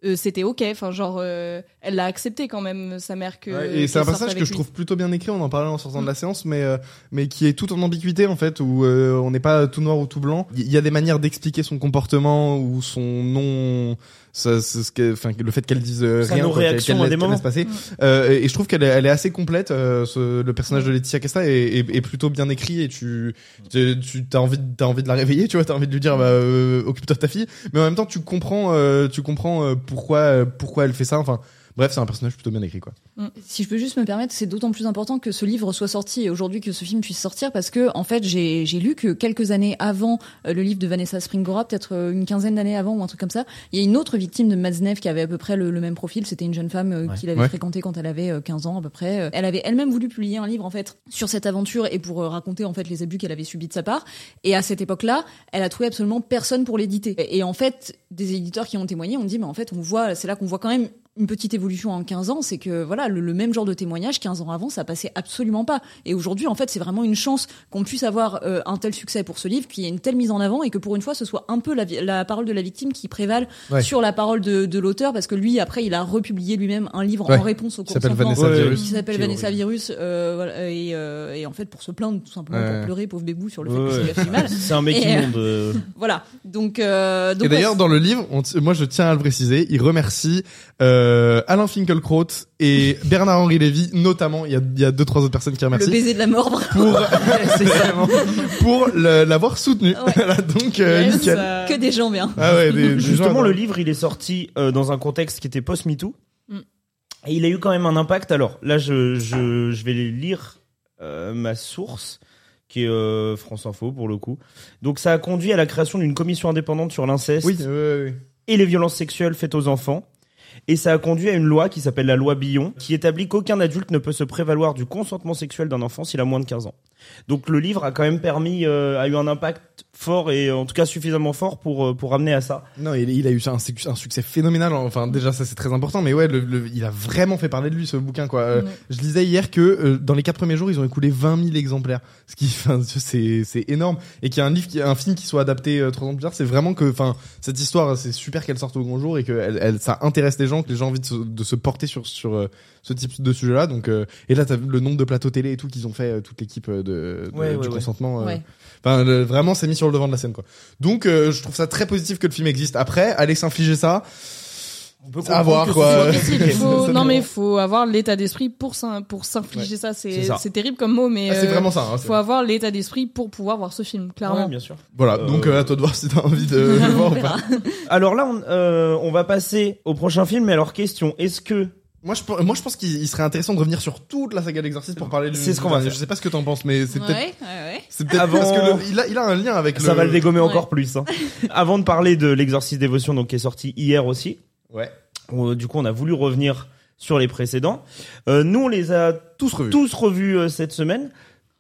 E: euh, c'était ok. Enfin genre, euh, elle l'a accepté quand même sa mère que.
B: Ouais, et c'est
E: qu'elle
B: un
E: sorte
B: passage
E: avec
B: que je
E: lui. Mm.
B: trouve plutôt bien écrit, on en parlait en sortant de la séance, mais, euh, mais qui est tout en ambiguïté en fait, où euh, on n'est pas tout noir ou tout blanc. Il y a des manières d'expliquer son comportement ou son non. Ça, c'est ce que, enfin, le fait qu'elle dise euh,
C: Sa
B: rien, quoi, qu'elle-
C: non-réaction
B: qu'elle
C: à
B: laisse-
C: des
B: qu'elle
C: moments.
B: laisse passer.
E: Mm.
B: Euh, et et je trouve qu'elle est, elle est assez complète. euh, ce- le personnage de Laetitia Casta est, est- est plutôt bien écrit et tu, tu, tu- t'as envie, de- t'as envie de la réveiller, tu vois, t'as envie de lui dire, bah, euh, occupe-toi de ta fille. Mais en même temps, tu comprends, euh, tu comprends euh, pourquoi, euh, pourquoi elle fait ça. Enfin, bref, c'est un personnage plutôt bien écrit, quoi.
D: Si je peux juste me permettre, c'est d'autant plus important que ce livre soit sorti et aujourd'hui que ce film puisse sortir parce que, en fait, j'ai j'ai lu que quelques années avant euh, le livre de Vanessa Springora, peut-être euh, une quinzaine d'années avant ou un truc comme ça, il y a une autre victime de Matzneff qui avait à peu près le, le même profil. C'était une jeune femme euh, qu'il avait
B: Ouais.
D: fréquentée quand elle avait euh, 15 ans à peu près. Euh, Elle avait elle-même voulu publier un livre, en fait, sur cette aventure et pour euh, raconter, en fait, les abus qu'elle avait subis de sa part. Et à cette époque-là, elle a trouvé absolument personne pour l'éditer. Et- Et en fait, des éditeurs qui ont témoigné ont dit, mais en fait, on voit, c'est là qu'on voit quand même une petite évolution en 15 ans, c'est que voilà, le, le même genre de témoignage 15 ans avant, ça passait absolument pas. Et aujourd'hui, en fait, c'est vraiment une chance qu'on puisse avoir euh, un tel succès pour ce livre, qu'il y ait une telle mise en avant et que pour une fois, ce soit un peu la, vi- la parole de la victime qui prévale
B: Ouais.
D: sur la parole de, de l'auteur, parce que lui, après, il a republié lui-même un livre
B: Ouais.
D: en réponse au
B: Qui s'appelle
D: consentement.
B: Vanessa
C: Ouais.
B: Virus.
D: Qui s'appelle
B: Qui est
D: Vanessa
B: horrible.
D: Virus, euh, voilà, et, euh, et en fait pour se plaindre tout simplement
B: Ouais.
D: pour pleurer pauvre bébou sur le fait
C: Ouais,
D: que ça lui a fait du mal.
C: C'est un mec
D: Et, euh,
C: immonde. euh,
D: Voilà. Donc, euh, donc
B: et d'ailleurs,
D: ouais,
B: dans le livre, on t- moi je tiens à le préciser, il remercie euh, Alain Finkielkraut et Bernard-Henri Lévy, notamment, il y a, il y a deux trois autres personnes qui
D: le
B: remercient,
D: baiser de la mort. bravo.
B: pour, Vraiment, pour le- l'avoir soutenu.
D: Ouais.
B: Voilà, donc, euh,
E: Yes,
B: nickel.
E: euh,
D: que des gens bien.
B: Ah ouais, des- des gens-
C: Justement, le livre, il est sorti euh, dans un contexte qui était post-MeToo.
E: Mm.
C: Et il a eu quand même un impact. Alors là, je, je, je vais lire euh, ma source, qui est euh, France Info pour le coup. Donc ça a conduit à la création d'une commission indépendante sur l'inceste
B: Oui, ouais, ouais, ouais.
C: et les violences sexuelles faites aux enfants. Et ça a conduit à une loi qui s'appelle la loi Billon, qui établit qu'aucun adulte ne peut se prévaloir du consentement sexuel d'un enfant s'il a moins de 15 ans. Donc le livre a quand même permis, euh, a eu un impact fort et en tout cas suffisamment fort pour, euh, pour amener à ça.
B: Non, il, il a eu un, suc- un succès phénoménal. Enfin, déjà, ça c'est très important, mais ouais, le, le- il a vraiment fait parler de lui ce bouquin, quoi. Euh,
E: Ouais.
B: Je lisais hier que euh, dans les quatre premiers jours, ils ont écoulé 20 000 exemplaires, ce qui, enfin, c'est c'est énorme. Et qu'il y a un livre, qui, un film qui soit adapté euh, trois ans plus tard, c'est vraiment que, enfin, cette histoire, c'est super qu'elle sorte au grand jour et que elle, elle- ça intéresse les gens, que les gens ont envie de se, de se porter sur sur euh, ce type de sujet-là. Donc, euh, et là, t'as vu le nombre de plateaux télé et tout qu'ils ont fait euh, toute l'équipe euh, de, de-
C: Ouais,
B: du
C: ouais, ouais.
B: consentement. euh,
D: Ouais.
B: Enfin, le- vraiment, c'est mis sur le devant de la scène, quoi. Donc, euh, je trouve ça très positif que le film existe. Après, aller s'infliger ça,
C: On peut
B: à voir,
C: comprendre que ce
B: quoi.
C: soit
E: Il faut,
B: Ça
E: non
B: dépend.
E: mais faut avoir l'état d'esprit pour s'in- pour s'infliger ça
C: C'est
E: c'est
C: ça.
E: c'est terrible comme mot mais
B: Ah, c'est
E: euh,
B: vraiment ça. hein, c'est-
E: faut avoir l'état d'esprit pour pouvoir voir ce film clairement.
C: Ouais, bien sûr.
B: Voilà.
C: Euh,
B: Donc, euh, à toi de voir si t'as envie de le voir
D: On
B: ou pas.
D: verra.
C: Alors là, on, euh, on va passer au prochain film. Mais alors, question est-ce que
B: Moi, je, pe- moi, je pense qu'il il serait intéressant de revenir sur toute la saga d'exercice pour parler. du-
C: C'est ce qu'on va
B: Je
C: faire.
B: sais pas ce que t'en penses, mais c'est
D: Ouais,
B: peut-être.
D: ouais, ouais.
B: C'est peut-être
C: Avant-
B: parce que le- il, a, il a un lien avec
C: ça
B: le.
C: va le dégommer
D: Ouais.
C: encore plus hein. Avant de parler de l'exorciste dévotion, donc qui est sorti hier aussi.
B: Ouais.
C: on- du coup, on a voulu revenir sur les précédents. Euh, nous, on les a
B: Tous revus.
C: tous revus euh, cette semaine.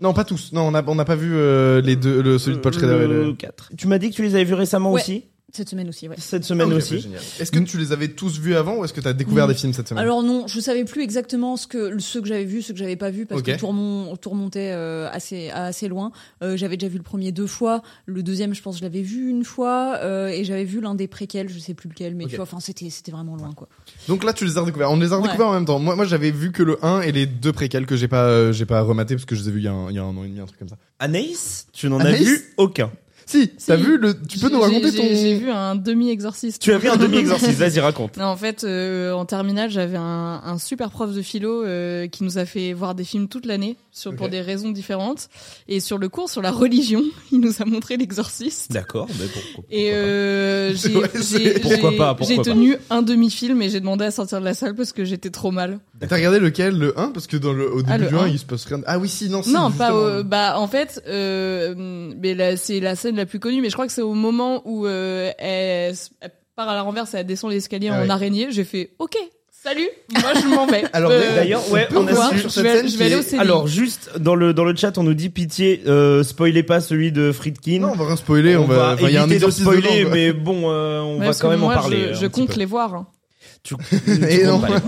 B: Non, pas tous. Non, on n'a on a pas vu euh, les deux, le, celui de Paul Schrader et
C: Le
B: le.
C: 4. Euh, Tu m'as dit que tu les avais vus récemment
D: Ouais.
C: aussi,
D: Cette semaine aussi, ouais.
C: cette semaine
B: Ok, bah,
C: aussi.
B: génial. Est-ce que tu les avais tous vus avant ou est-ce que t'as découvert
D: Mm.
B: des films cette semaine
D: Alors non, je savais plus exactement ce que ceux que j'avais vus, ceux que j'avais pas vus parce
B: Ok.
D: que tout, remon- tout remontait euh, assez à assez loin. Euh, j'avais déjà vu le premier deux fois, le deuxième je pense je l'avais vu une fois euh, et j'avais vu l'un des préquels, je sais plus lequel, mais
B: Ok.
D: tu vois, enfin c'était c'était vraiment loin quoi.
B: Donc là, tu les as redécouverts. On les a redécouverts en même temps. Moi, moi, j'avais vu que le 1 et les deux préquels que j'ai pas, euh, j'ai pas rematé parce que je les ai vus il y a un, il y a un an et demi, un truc comme ça.
C: Anaïs, tu n'en as
B: Anaïs
C: vu aucun.
B: Si, t'as vu le, tu peux
E: J'ai-
B: nous raconter
E: j'ai- J'ai
B: ton.
E: vu un demi-exorciste.
C: Tu as vu un demi-exorciste, vas-y raconte.
E: Non, en fait, euh, en terminale, j'avais un, un super prof de philo euh, qui nous a fait voir des films toute l'année sur pour
B: Ok.
E: des raisons différentes. Et sur le cours sur la religion, il nous a montré l'exorciste.
C: D'accord, mais pourquoi,
E: Et euh, j'ai
B: Ouais,
E: j'ai-
B: c'est-
C: Pourquoi
E: j'ai-
C: pas, pourquoi
E: j'ai
C: pas.
E: tenu un demi-film et j'ai demandé à sortir de la salle parce que j'étais trop mal.
B: T'as regardé lequel Le 1 Parce que dans le, au début
E: Ah, le
B: du 1,
E: un.
B: il se passe rien. Ah oui, si, non, si,
E: Non,
B: justement.
E: pas au- bah en fait, euh, mais là, c'est la scène la plus connue. Mais je crois que c'est au moment où euh, elle, s- elle part à la renverse, et elle descend l'escalier
B: Ah
E: en
B: ouais.
E: araignée. J'ai fait OK, salut, moi je m'en vais.
B: Alors,
E: Euh,
C: d'ailleurs, ouais,
B: peut
C: on a
B: voir
C: su-
B: sur
E: je
B: cette
E: vais-
B: scène
E: je vais
B: qui
E: aller
B: est-
E: au Céline.
C: Alors juste dans le dans le chat, on nous dit pitié, euh, spoilez pas celui de Friedkin.
B: Non, on va rien spoiler, on,
C: on
B: va,
C: va
B: enfin, il y a un
C: éviter de
B: exorciste
C: spoiler,
B: dedans, quoi.
C: mais bon, euh, on
E: Ouais,
C: va
E: parce
C: quand
E: que
C: même
E: moi,
C: en parler.
E: Je,
C: euh,
E: je
C: un petit
E: compte
C: peu.
E: les voir. hein.
C: Tu- tu
B: non.
C: comptes pas les voir.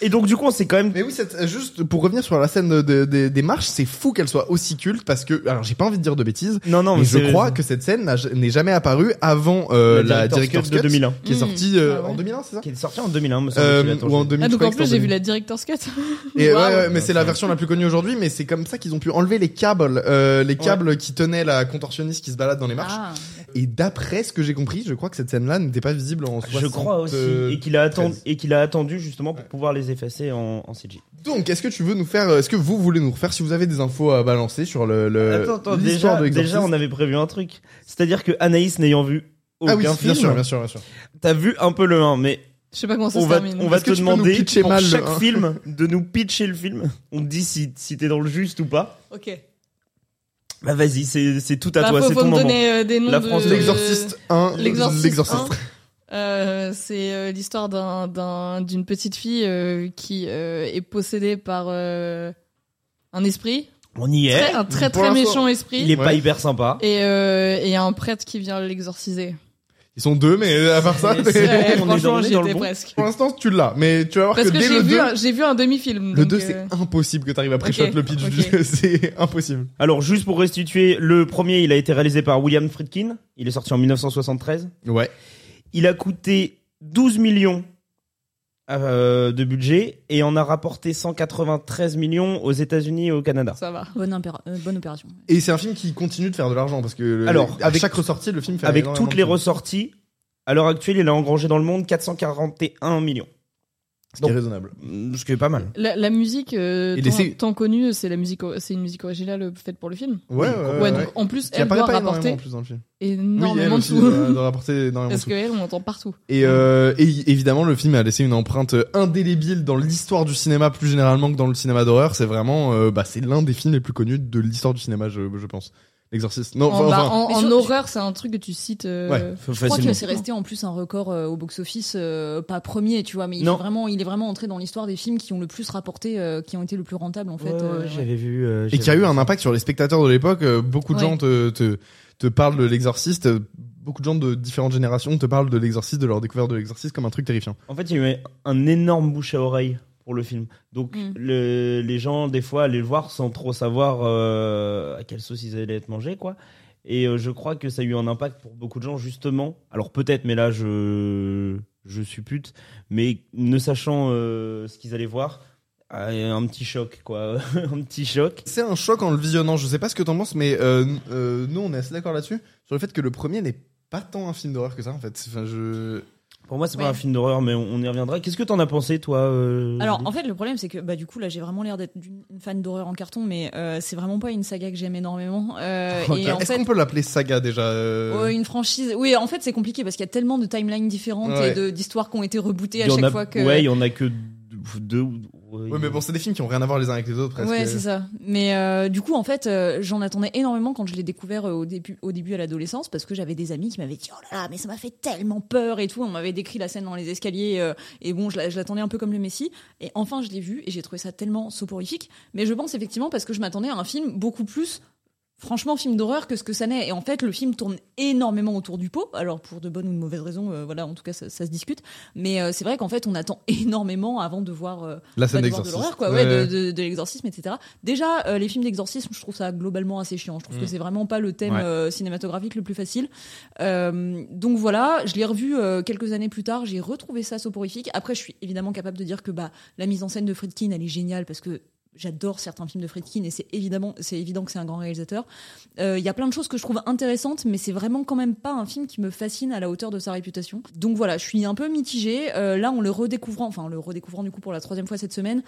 C: Et donc du coup, on s'est quand même
B: Mais oui, cette- euh, juste pour revenir sur la scène de- de- des- des marches, c'est fou qu'elle soit aussi culte parce que, alors j'ai pas envie de dire de bêtises,
C: Non, non,
B: mais je
C: c'est-
B: crois que cette scène n'a- n'est jamais apparue avant euh, la Director's
C: Cut de
B: Cut
C: 2001.
B: qui est
E: Mm.
B: sortie euh,
E: Ah ouais.
B: en 2001, c'est ça
C: Qui est sorti en 2001, me semble-t-il.
B: euh,
C: Attends,
B: ou en
C: je-
B: 2000,
E: Ah, donc
B: je
E: en
B: crois que
E: plus,
B: c'est en
E: j'ai vu
B: 2000.
E: la director's cut.
B: Et ouais,
E: Waouh.
B: ouais, mais c'est la version la plus connue aujourd'hui, mais c'est comme ça qu'ils ont pu enlever les câbles, euh, les câbles qui tenaient la contorsionniste qui se balade dans les
E: Ah.
B: marches.
D: Ah,
B: Et d'après ce que j'ai compris, je crois que cette scène-là n'était pas visible en euh,
C: Je crois aussi.
B: 60,
C: Et qu'il a, atten-
B: 13.
C: et qu'il a attendu justement pour pouvoir les effacer en, en CG.
B: Donc, est-ce que tu veux nous faire, euh, est-ce que vous voulez nous refaire si vous avez des infos à balancer sur le, le
C: attends, attends,
B: Euh, l'histoire
C: déjà,
B: de
C: déjà,
B: Exorcist
C: on avait prévu un truc. C'est-à-dire que Anaïs n'ayant vu aucun
B: Ah oui,
C: film,
B: bien sûr, bien sûr, bien sûr.
C: t'as vu un peu le 1, mais
E: Je sais pas comment ça
C: on
E: se
C: va,
E: termine.
C: on va
B: Est-ce que
C: te
B: tu peux nous
C: demander
B: pitcher
C: pour
B: mal le
C: chaque
B: 1?
C: film de nous pitcher le film. On te dit si, si t'es dans le juste ou pas.
E: Ok.
C: Bah vas-y, c'est c'est tout à
E: Bah,
C: toi,
E: faut,
C: c'est
E: faut
C: ton
E: me
C: moment.
E: donner euh, des noms
C: La France,
E: de...
B: L'exorciste 1,
E: L'exorciste.
B: l'exorciste.
E: 1. Euh, c'est euh, l'histoire d'un- d'un- d'une petite fille euh, qui euh, est possédée par euh, un esprit,
C: On y est.
E: Très- un très
B: pour
E: très
B: l'instant,
E: méchant esprit.
C: Eh, Il est pas
B: Ouais.
C: hyper sympa.
E: Et euh, et il y a un prêtre qui vient l'exorciser.
B: Ils sont deux, mais à part ça,
C: Et
B: t'es-
C: c'est- on
E: Ouais,
C: est dans- on
E: franchement,
C: est
E: j'y
C: dans le
E: étais
C: bon.
E: presque.
B: pour l'instant, tu l'as. Mais tu vas voir
E: Parce que
B: dès
E: j'ai
B: le
E: vu,
B: 2,
E: un- j'ai vu un demi-film.
B: le
E: donc,
B: 2,
E: euh,
B: c'est impossible que t'arrives à pré-shot
E: ok,
B: le pitch
E: ok.
B: du jeu. C'est impossible.
C: Alors juste pour restituer, le premier, il a été réalisé par William Friedkin. Il est sorti en 1973.
B: Ouais.
C: Il a coûté 12 millions euh, de budget et en a rapporté 193 millions aux États-Unis et au Canada.
E: Ça va.
D: Bonne, impéra- euh, bonne opération.
B: Et c'est un film qui continue de faire de l'argent parce que le-
C: Alors,
B: à
C: avec-
B: chaque ressortie, le film fait
C: Avec
B: énormément
C: toutes
B: de
C: les
B: thunes.
C: ressorties, à l'heure actuelle, il a engrangé dans le monde 441 millions.
B: Ce qui est raisonnable.
C: Mm, Ce qui est pas mal.
E: La, la musique euh,
B: Et
E: tant,
B: laissez-
E: tant connue, c'est la musique, o- c'est une musique originale euh, faite pour le film.
B: Ouais, ouais,
E: Ouais,
B: Euh, ouais.
E: donc en plus,
B: Qui
E: elle
B: apparaît
E: doit
B: pas
E: rapporter
B: énormément en plus dans le film. oui, elle
E: énormément
B: aussi
E: de
B: doit,
E: sous.
B: doit rapporter énormément de
E: Parce
B: sous.
E: qu'elle, on l'entend partout.
B: Et, euh, et évidemment, le film a laissé une empreinte indélébile dans l'histoire du cinéma plus généralement que dans le cinéma d'horreur. C'est vraiment, euh, bah, c'est l'un des films les plus connus de l'histoire du cinéma, je, je pense. L'exorciste. Non, enfin,
E: en bah,
B: enfin,
E: en-
D: Mais
E: en
D: sur-
E: horreur, c'est un truc que tu cites. euh,
B: Ouais.
D: Je crois
C: Facilement.
D: que c'est resté en plus un record euh, au box-office, euh, pas premier, tu vois, mais il
C: Non.
D: est vraiment, il est vraiment entré dans l'histoire des films qui ont le plus rapporté, euh, qui ont été le plus rentables en fait.
C: Ouais, ouais,
D: euh, ouais.
C: j'avais vu. euh,
B: et qui a
C: j'avais
B: eu
C: vu
B: un
C: ça.
B: impact sur les spectateurs de l'époque. Euh, Beaucoup de
D: Ouais.
B: gens te, te, te parlent de l'exorciste. Euh, Beaucoup de gens de différentes générations te parlent de l'exorciste, de leur découverte de l'exorciste comme un truc terrifiant.
C: En fait, il y a eu un énorme bouche à oreille pour le film. Donc,
D: Mm.
C: le- les gens, des fois, allaient le voir sans trop savoir euh, à quelle sauce ils allaient être mangés, quoi. Et euh, je crois que ça a eu un impact pour beaucoup de gens, justement. Alors, peut-être, mais là, je, je suppute. Mais ne sachant euh, ce qu'ils allaient voir, euh, un petit choc, quoi. un petit choc.
B: C'est un choc en le visionnant. Je sais pas ce que t'en penses, mais euh, euh, nous, on est assez d'accord là-dessus sur le fait que le premier n'est pas tant un film d'horreur que ça, en fait. Enfin, je...
C: Pour moi, c'est
D: Ouais.
C: pas un film d'horreur, mais on, on y reviendra. Qu'est-ce que t'en as pensé, toi euh,
D: Alors en
C: Julie
D: fait le problème c'est que bah du coup là j'ai vraiment l'air d'être d'une- une fan d'horreur en carton mais euh, c'est vraiment pas une saga que j'aime énormément euh, et en
B: Est-ce
D: fait
B: qu'on peut l'appeler saga déjà euh,
D: ouais, une franchise oui en fait c'est compliqué parce qu'il y a tellement de timelines différentes
B: Ouais.
D: et de- d'histoires qui ont été
C: Il y
D: rebootées à
C: en
D: chaque
C: a-
D: fois que
C: Ouais, il y en a que deux. ou- ouais,
B: Ouais, mais bon, c'est des films qui ont rien à voir les uns avec les autres presque.
D: Ouais, c'est ça. Mais euh, du coup, en fait, euh, j'en attendais énormément quand je l'ai découvert euh, au début, au début à l'adolescence, parce que j'avais des amis qui m'avaient dit oh là là, mais ça m'a fait tellement peur et tout. On m'avait décrit la scène dans les escaliers, euh, et bon, je l'a- je l'attendais un peu comme le Messie. Et enfin, je l'ai vu et j'ai trouvé ça tellement soporifique. Mais je pense effectivement parce que je m'attendais à un film beaucoup plus. Franchement, film d'horreur que ce que ça n'est. Et en fait, le film tourne énormément autour du pot. Alors, pour de bonnes ou de mauvaises raisons, euh, voilà, en tout cas, ça, ça se discute. Mais euh, c'est vrai qu'en fait, on attend énormément avant de voir euh,
B: La
D: bah,
B: scène
D: de voir de
B: d'exorcisme.
D: l'horreur, quoi, ouais, de, de- de l'exorcisme, etc. Déjà, euh, les films d'exorcisme, je trouve ça globalement assez chiant. Je trouve
B: Mm.
D: que c'est vraiment pas le thème
B: Ouais.
D: euh, cinématographique le plus facile. Euh, donc voilà, je l'ai revu euh, quelques années plus tard, j'ai retrouvé ça soporifique. Après, je suis évidemment capable de dire que bah, la mise en scène de Friedkin, elle est géniale parce que j'adore certains films de Friedkin et c'est évidemment c'est évident que c'est un grand réalisateur. Euh, Il y a plein de choses que je trouve intéressantes, mais c'est vraiment quand même pas un film qui me fascine à la hauteur de sa réputation. Donc voilà, je suis un peu mitigée. Euh, là, en le redécouvrant, enfin en le redécouvrant du coup pour la troisième fois cette semaine,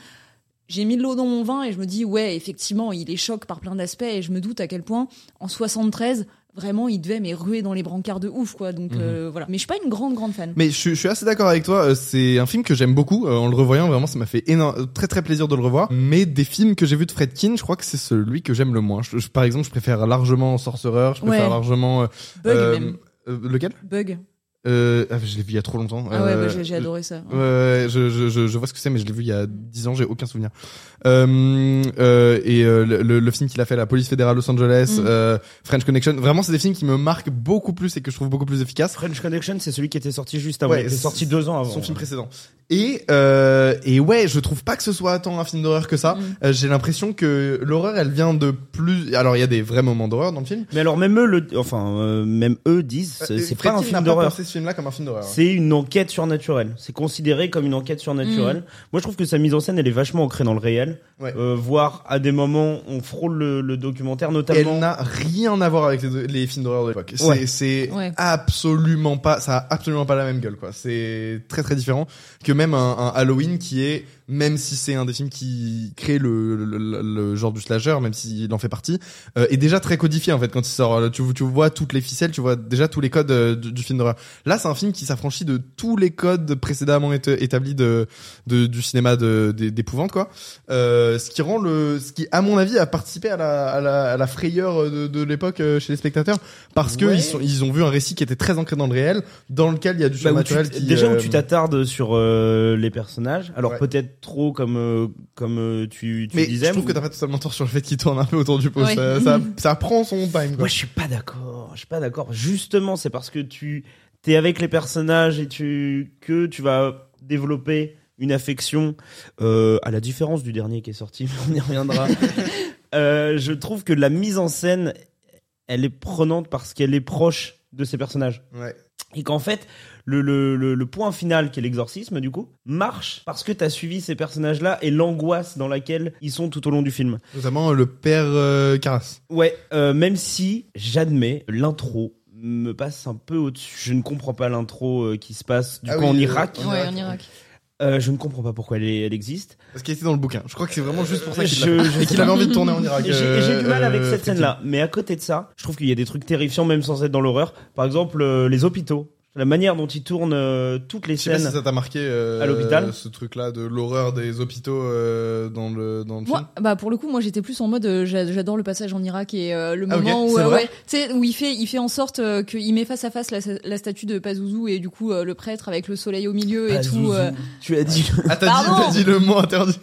D: j'ai mis de l'eau dans mon vin et je me dis ouais effectivement il est choc par plein d'aspects et je me doute à quel point en 73 vraiment il devait mais ruer dans les brancards de ouf quoi
B: Mhm.
D: donc euh, voilà mais je suis pas une grande grande fan
B: Mais je, je suis assez d'accord avec toi. euh, C'est un film que j'aime beaucoup. Euh, En le revoyant, vraiment, ça m'a fait énorme, très très plaisir de le revoir. Mais des films que j'ai vus de Fredkin, je crois que c'est celui que j'aime le moins. Je, je- par exemple, je préfère largement Sorcerer. Je préfère
D: Ouais.
B: largement. euh,
D: bug
B: euh,
D: même
B: euh, lequel
D: bug
B: euh, ah, Je l'ai vu il y a trop longtemps.
D: ah ouais
B: Euh,
D: bah, j'ai- j'ai adoré ça
B: Ouais, ouais, je, je, je, je vois ce que c'est, mais je l'ai vu il y a 10 ans, j'ai aucun souvenir. Euh, euh, et euh, le, le- le film qu'il a fait, La Police Fédérale Los Angeles,
D: Mm.
B: euh, French Connection, vraiment, c'est des films qui me marquent beaucoup plus et que je trouve beaucoup plus efficaces.
C: French Connection, c'est celui qui était sorti juste avant.
B: Ouais,
C: il était
B: c'est-
C: sorti deux ans avant.
B: Son film précédent. Et, euh, et ouais, je trouve pas que ce soit tant un film d'horreur que ça.
D: Mm.
B: Euh, j'ai l'impression que l'horreur, elle vient de plus... Alors, il y a des vrais moments d'horreur dans le film.
C: Mais alors même eux, le, enfin euh, même eux disent, c'est-
B: Euh,
C: c'est
B: Fredkin
C: pas un
B: n'a
C: film d'horreur.
B: pensé ce film-là comme un film d'horreur. hein.
C: C'est une enquête surnaturelle. C'est considéré comme une enquête surnaturelle. Moi, je trouve que sa mise en scène, elle est vachement ancrée dans le réel.
B: Mm. Ouais.
C: Euh, voire à des moments, on frôle le, le documentaire,
B: Et
C: notamment. bah,
B: Elle n'a rien à voir avec les, les films d'horreur de l'époque. C'est-
C: Ouais.
B: C'est
D: Ouais.
B: absolument pas, ça a absolument pas la même gueule, quoi. C'est très très différent que même un, un Halloween qui est, même si c'est un des films qui crée le, le- le- le genre du slasher, même s'il en fait partie, euh, est déjà très codifié en fait quand il sort. Tu, tu vois toutes les ficelles, tu vois déjà tous les codes euh, du, du film d'horreur. Là, c'est un film qui s'affranchit de tous les codes précédemment éta- établis de, de- du cinéma de- des- d'épouvante, quoi. Euh, ce qui rend le, ce qui à mon avis a participé à la, à la, à la frayeur de, de l'époque euh, chez les spectateurs parce que
C: Ouais.
B: ils, sont, ils ont vu un récit qui était très ancré dans le réel, dans lequel il y a du
C: Bah, où tu-
B: surnaturel. qui,
C: déjà
B: euh,
C: où tu t'attardes sur euh, les personnages. Alors
B: Ouais.
C: peut-être trop comme euh, comme euh, tu, tu
B: mais
C: disais.
B: je trouve
C: ou-
B: que t'as pas totalement tort sur le fait qu'il tourne un peu autour du pot.
D: Ouais.
B: Ça, ça, ça prend son time. Quoi.
C: Moi, je suis pas d'accord. Je suis pas d'accord. Justement, c'est parce que tu t'es avec les personnages et tu que tu vas développer une affection euh, à la différence du dernier qui est sorti. mais On y reviendra. Euh, je trouve que la mise en scène, elle est prenante parce qu'elle est proche de ces personnages
B: Ouais.
C: et qu'en fait le, le, le, le point final qui est l'exorcisme du coup marche parce que t'as suivi ces personnages là et l'angoisse dans laquelle ils sont tout au long du film.
B: Notamment euh, le père euh, Carras.
C: Ouais, euh, même si j'admets l'intro me passe un peu au-dessus. Je ne comprends pas l'intro euh, qui se passe du
B: Ah
C: coup
B: oui,
C: en
B: euh,
C: Irak.
B: en
D: ouais
B: Irak.
D: en Irak
C: Euh, je ne comprends pas pourquoi elle, est- elle existe.
B: Parce qu'il était dans le bouquin. Je crois que c'est vraiment juste pour ça qu'il
C: Je-
B: l'a euh,
C: je
B: fait. et qu'il avait envie de tourner en Irak.
C: Et J'ai et j'ai du mal avec cette scène-là. Mais à côté de ça, je trouve qu'il y a des trucs terrifiants même sans être dans l'horreur. Par exemple, euh, les hôpitaux. La manière dont ils tournent euh, toutes les
B: Je sais pas
C: scènes.
B: si ça t'a marqué euh,
C: À l'hôpital.
B: ce truc-là de l'horreur des hôpitaux euh, dans le dans le film.
D: Moi, bah pour le coup, moi j'étais plus en mode euh, j'a- j'adore le passage en Irak et euh, le
B: Ah, ok,
D: moment où
B: c'est
D: euh,
B: vrai
D: ouais, tu sais où il fait il fait en sorte euh, qu'il met face à face la, la statue de Pazuzu et du coup euh, le prêtre avec le soleil au milieu et tout. euh,
C: Tu as dit.
B: Ah t'as dit,
D: Pardon Ah.
B: t'as dit le mot interdit.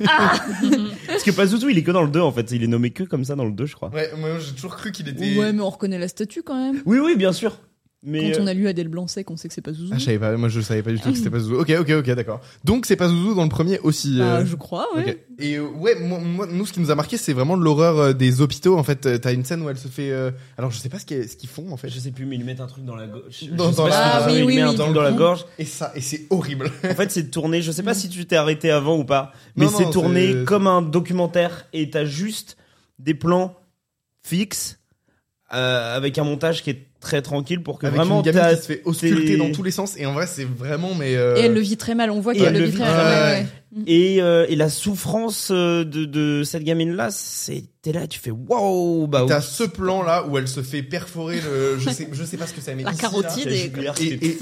C: Parce que Pazuzu, il est que dans le 2 en fait. Il est nommé que comme ça dans le 2, je crois.
B: Ouais, moi j'ai toujours cru qu'il était.
D: Ouais, mais on reconnaît la statue quand même.
C: Oui, oui, bien sûr. Mais
D: Quand on
C: euh,
D: a lu Adèle Blanc-Sec, on sait que c'est Pazuzu.
B: Ah je savais pas, moi je savais pas du tout que c'était pas Zouzou. Ok ok ok d'accord. Donc c'est pas Zouzou dans le premier aussi.
D: Bah,
B: euh,
D: je crois, ouais.
B: ok. Et euh, ouais, moi, moi, nous ce qui nous a marqué c'est vraiment l'horreur euh, des hôpitaux. En fait, Euh, t'as une scène où elle se fait. euh, Alors je sais pas ce qu'est- ce qu'ils font en fait.
C: je sais plus, mais il met un truc dans la gorge.
B: Dans- dans
C: Je sais pas
B: la-
C: si
B: Ah,
C: c'est
D: oui,
C: ça, il
D: oui,
C: met un
D: oui.
C: truc
B: Dans
C: dans
B: le
C: la
B: cou.
C: gorge.
B: Et ça et c'est horrible.
C: En fait, c'est tourné. Je sais pas si tu t'es arrêté avant ou pas, mais
B: Non,
C: c'est
B: non,
C: tourné
B: c'est-
C: comme un documentaire et t'as juste des plans fixes euh, avec un montage qui est très tranquille pour que
B: Avec
C: vraiment
B: une gamine
C: t'as-
B: qui se fait ausculter
C: t'es-
B: dans tous les sens et en vrai c'est vraiment mais. euh,
D: Et elle le vit très mal, on voit
C: Et
D: qu'elle
C: elle
D: le
C: le
D: vit
C: vit
D: très
B: très
D: mal.
B: mal.
D: ouais, ouais.
C: Et, euh, et la souffrance euh, de, de cette gamine là, c'est t'es là, tu fais waouh, bah
B: T'as ce plan là où elle se fait perforer le. Je sais, je sais pas ce que c'est, mais.
D: La
B: ici, là,
D: carotide
C: et-
B: Et, et-